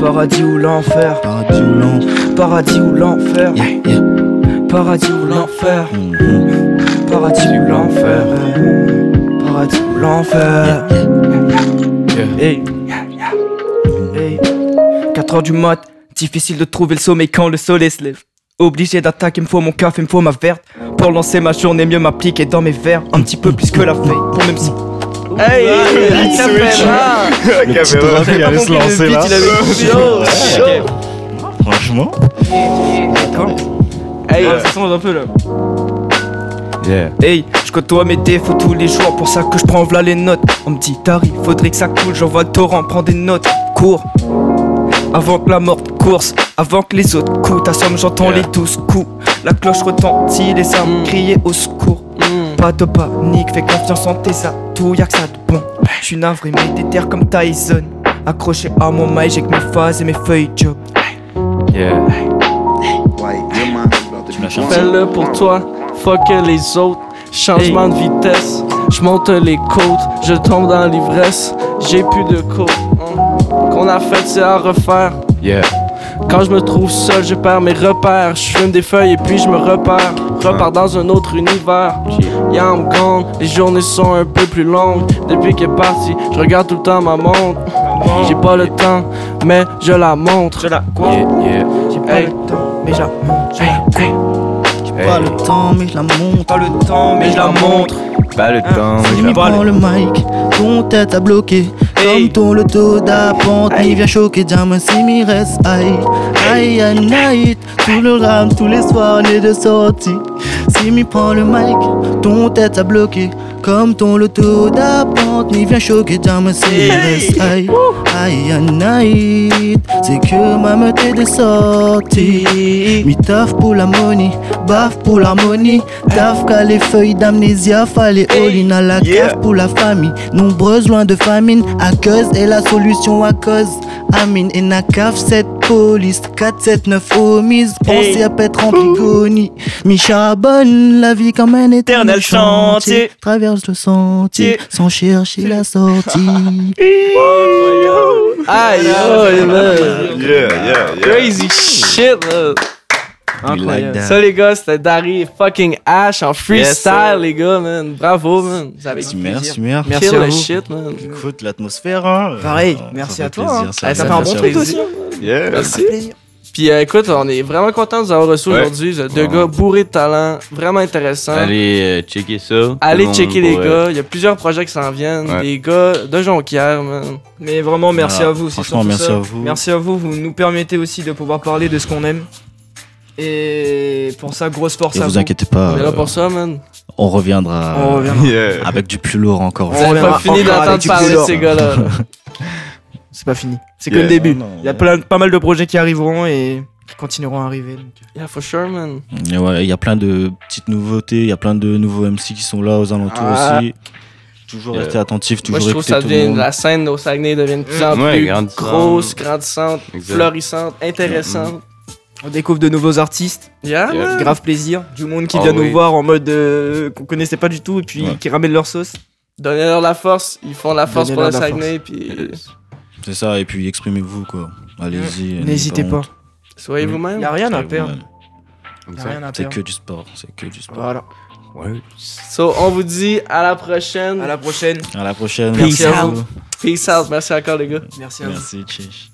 Speaker 2: Paradis ou l'enfer
Speaker 3: Paradis ou l'enfer.
Speaker 2: Paradis ou l'enfer
Speaker 3: Yeah, yeah.
Speaker 2: Paradis ou l'enfer
Speaker 3: Mhm.
Speaker 2: Paradis ou l'enfer Paradis ou l'enfer Hey Hey 4 heures du mat Difficile de trouver le sommeil quand le soleil se lève Obligé d'attaquer, me faut mon café, me faut ma verte Pour lancer ma journée, mieux m'appliquer dans mes verres Un petit peu plus que la veille, pour même si
Speaker 1: hey, hey,
Speaker 5: switch.
Speaker 1: capella.
Speaker 5: Le petit drop, il allait se lancer là.
Speaker 1: Yo, yo.
Speaker 3: Franchement,
Speaker 2: D'accord Hey, ça sonne un peu là
Speaker 5: Yeah.
Speaker 2: Hey, je côtoie mes défauts tous les jours, pour ça que je prends v'là les notes. On me dit, Dari, faudrait que ça coule, j'envoie le torrent, prends des notes, cours. Avant que la morte course, avant que les autres coups, ta somme, j'entends
Speaker 4: Yeah.
Speaker 2: les douze coups. La cloche retentit, les armes
Speaker 1: Mm.
Speaker 2: crier au secours.
Speaker 1: Mm.
Speaker 2: Pas de panique, fais confiance en tes atouts, y'a que ça de bon. Je suis navré, mais déterre comme Tyson. Accroché à mon maille, j'ai que mes phases et mes feuilles job.
Speaker 5: Yeah.
Speaker 3: tu me la chantes.
Speaker 1: Fais-le pour toi, fuck les autres. Changement de vitesse, je monte les côtes, je tombe dans l'ivresse, j'ai plus de côtes. hein. Qu'on a fait, c'est à refaire.
Speaker 5: Yeah.
Speaker 1: Quand je me trouve seul, je perds mes repères. Je fume des feuilles et puis je me repère.
Speaker 2: Ah.
Speaker 1: Repars dans un autre univers. Yeah, I'm gone. Les journées sont un peu plus longues. Depuis qu'elle est partie, je regarde tout le temps ma montre. J'ai pas le temps, mais je la montre.
Speaker 2: Je la quoi
Speaker 5: Yeah.
Speaker 2: J'ai pas
Speaker 1: Hey.
Speaker 2: le temps, mais je la montre. J'ai
Speaker 1: Hey, hey,
Speaker 3: Pas le temps, mais je la monte.
Speaker 2: pas le temps, mais je la montre.
Speaker 5: Pas le
Speaker 2: Ah,
Speaker 5: temps.
Speaker 2: c'est
Speaker 5: mais
Speaker 2: limite.
Speaker 5: la-
Speaker 3: Prends le mic, ton tête a bloqué. Comme ton loto d'apprenti
Speaker 1: Aïe.
Speaker 3: vient choquer, diamant si m'y reste. Aïe, aïe, aïe, aïe. Tout le rame, tous les soirs, les deux sorties. Si m'y prend le mic, ton tête a bloqué. Comme ton loto d'apprenti vient choquer, diamant si m'y reste. Aïe, aïe, aïe, aïe. C'est que ma meute est de sortie. Mi taf pour la money, baf pour l'harmonie. Taf qu'à les feuilles d'amnésia, fallait all in à la cave pour la famille. Nombreuses loin de famine, à cause est la solution à cause. Amine et Nakaf, cette
Speaker 6: police 479 homies
Speaker 2: Hey.
Speaker 6: Pensez à pète en Pigoni Micha bonne la vie comme un éternel
Speaker 2: Éternel chantier.
Speaker 6: chantier Traverse le
Speaker 2: Tier.
Speaker 6: sentier sans chercher la sortie
Speaker 2: Aïe, aïe, aïe.
Speaker 7: Yeah, yeah, yeah.
Speaker 1: Crazy shit, là.
Speaker 3: like
Speaker 1: Incroyable.
Speaker 3: that.
Speaker 1: Ça, les gars, c'était Dari fucking Ash en
Speaker 7: Yes,
Speaker 1: freestyle,
Speaker 7: sir.
Speaker 1: les gars, man. Bravo, man. Vous avez
Speaker 3: Merci, merci, merci.
Speaker 2: Merci
Speaker 1: kill
Speaker 2: à
Speaker 1: le
Speaker 2: vous.
Speaker 1: shit, man.
Speaker 3: Écoute, l'atmosphère, hein. euh,
Speaker 2: Pareil,
Speaker 3: ça
Speaker 2: merci
Speaker 3: fait
Speaker 2: à toi,
Speaker 3: plaisir,
Speaker 2: hein.
Speaker 3: ça
Speaker 2: Ah,
Speaker 1: ça
Speaker 3: fait
Speaker 1: fait un bon
Speaker 3: plaisir.
Speaker 1: truc
Speaker 2: aussi.
Speaker 7: Yeah.
Speaker 2: Bah,
Speaker 1: Merci. Puis euh, écoute, on est vraiment content de vous avoir reçu
Speaker 4: Ouais.
Speaker 1: aujourd'hui. Vous êtes deux
Speaker 4: Ouais.
Speaker 1: gars bourrés de talent, vraiment intéressants. Allez,
Speaker 4: Allez euh, checker ça. Tout le monde
Speaker 1: checker les
Speaker 4: pourrait-
Speaker 1: gars. Il y a plusieurs projets qui s'en viennent.
Speaker 4: Ouais.
Speaker 1: Des gars de Jonquière, man.
Speaker 2: Mais vraiment, merci
Speaker 3: Voilà.
Speaker 2: à vous. c'est
Speaker 3: Ah, Franchement,
Speaker 2: surtout
Speaker 3: merci
Speaker 2: ça.
Speaker 3: à vous.
Speaker 2: Merci à vous. Vous nous permettez aussi de pouvoir parler de ce qu'on aime. Et pour ça, grosse force
Speaker 3: Et
Speaker 2: à
Speaker 3: vous inquiétez pas,
Speaker 2: Ah,
Speaker 1: On est là
Speaker 3: euh,
Speaker 1: pour ça, man.
Speaker 3: on reviendra
Speaker 2: On reviendra.
Speaker 7: Yeah.
Speaker 3: avec du plus lourd encore.
Speaker 2: On
Speaker 1: Vous avez
Speaker 2: reviendra
Speaker 1: pas fini
Speaker 2: encore avec
Speaker 1: d'entendre
Speaker 2: du
Speaker 1: parler de
Speaker 2: couleur.
Speaker 1: ces gars-là. là.
Speaker 2: C'est pas fini. C'est que
Speaker 7: Yeah.
Speaker 2: le début.
Speaker 3: Non, non,
Speaker 2: Il y a plein, pas mal de projets qui arriveront et qui continueront à arriver. donc.
Speaker 1: *laughs* yeah, for sure, man.
Speaker 3: Et ouais, il y a plein de petites nouveautés, il y a plein de nouveaux MC qui sont là aux alentours
Speaker 1: Ah.
Speaker 3: aussi. Toujours
Speaker 4: Yeah.
Speaker 3: rester attentif,
Speaker 1: Moi,
Speaker 3: toujours
Speaker 1: je trouve que
Speaker 3: écouter
Speaker 1: ça
Speaker 3: tout le
Speaker 1: devient,
Speaker 3: monde.
Speaker 1: la scène au Saguenay devient de plus en
Speaker 4: Ouais,
Speaker 1: plus
Speaker 4: grandissante.
Speaker 1: grosse, grandissante,
Speaker 4: Exact.
Speaker 1: florissante, intéressante.
Speaker 2: On découvre de nouveaux artistes.
Speaker 1: Yeah,
Speaker 4: Mm-hmm. Yeah.
Speaker 1: man.
Speaker 2: Grave plaisir. Du monde qui
Speaker 4: Ah
Speaker 2: vient
Speaker 4: oui.
Speaker 2: nous voir en mode euh, qu'on connaissait pas du tout et puis
Speaker 3: Ouais.
Speaker 2: qui ramène leur sauce.
Speaker 1: Donnez-leur la force. Ils font la force pour
Speaker 2: Donnez-leur
Speaker 1: le
Speaker 2: la force.
Speaker 1: Saguenay. Puis
Speaker 3: C'est ça, et puis exprimez-vous quoi. Allez-y. n'ayez
Speaker 2: N'hésitez pas.
Speaker 3: honte.
Speaker 1: soyez
Speaker 4: Mm-hmm.
Speaker 3: Mm.
Speaker 1: vous-même.
Speaker 2: Y a rien à
Speaker 3: Ouais,
Speaker 2: perdre. Y a
Speaker 4: Exact.
Speaker 2: rien à
Speaker 3: C'est
Speaker 2: perdre.
Speaker 3: que du sport, c'est que du sport.
Speaker 2: Voilà.
Speaker 1: So, on vous dit à la prochaine.
Speaker 2: À la prochaine.
Speaker 3: À la prochaine.
Speaker 2: Peace
Speaker 3: Merci à
Speaker 2: out.
Speaker 3: vous.
Speaker 1: Peace out. Merci encore, les gars.
Speaker 2: Merci à vous.
Speaker 3: Merci, tchèche.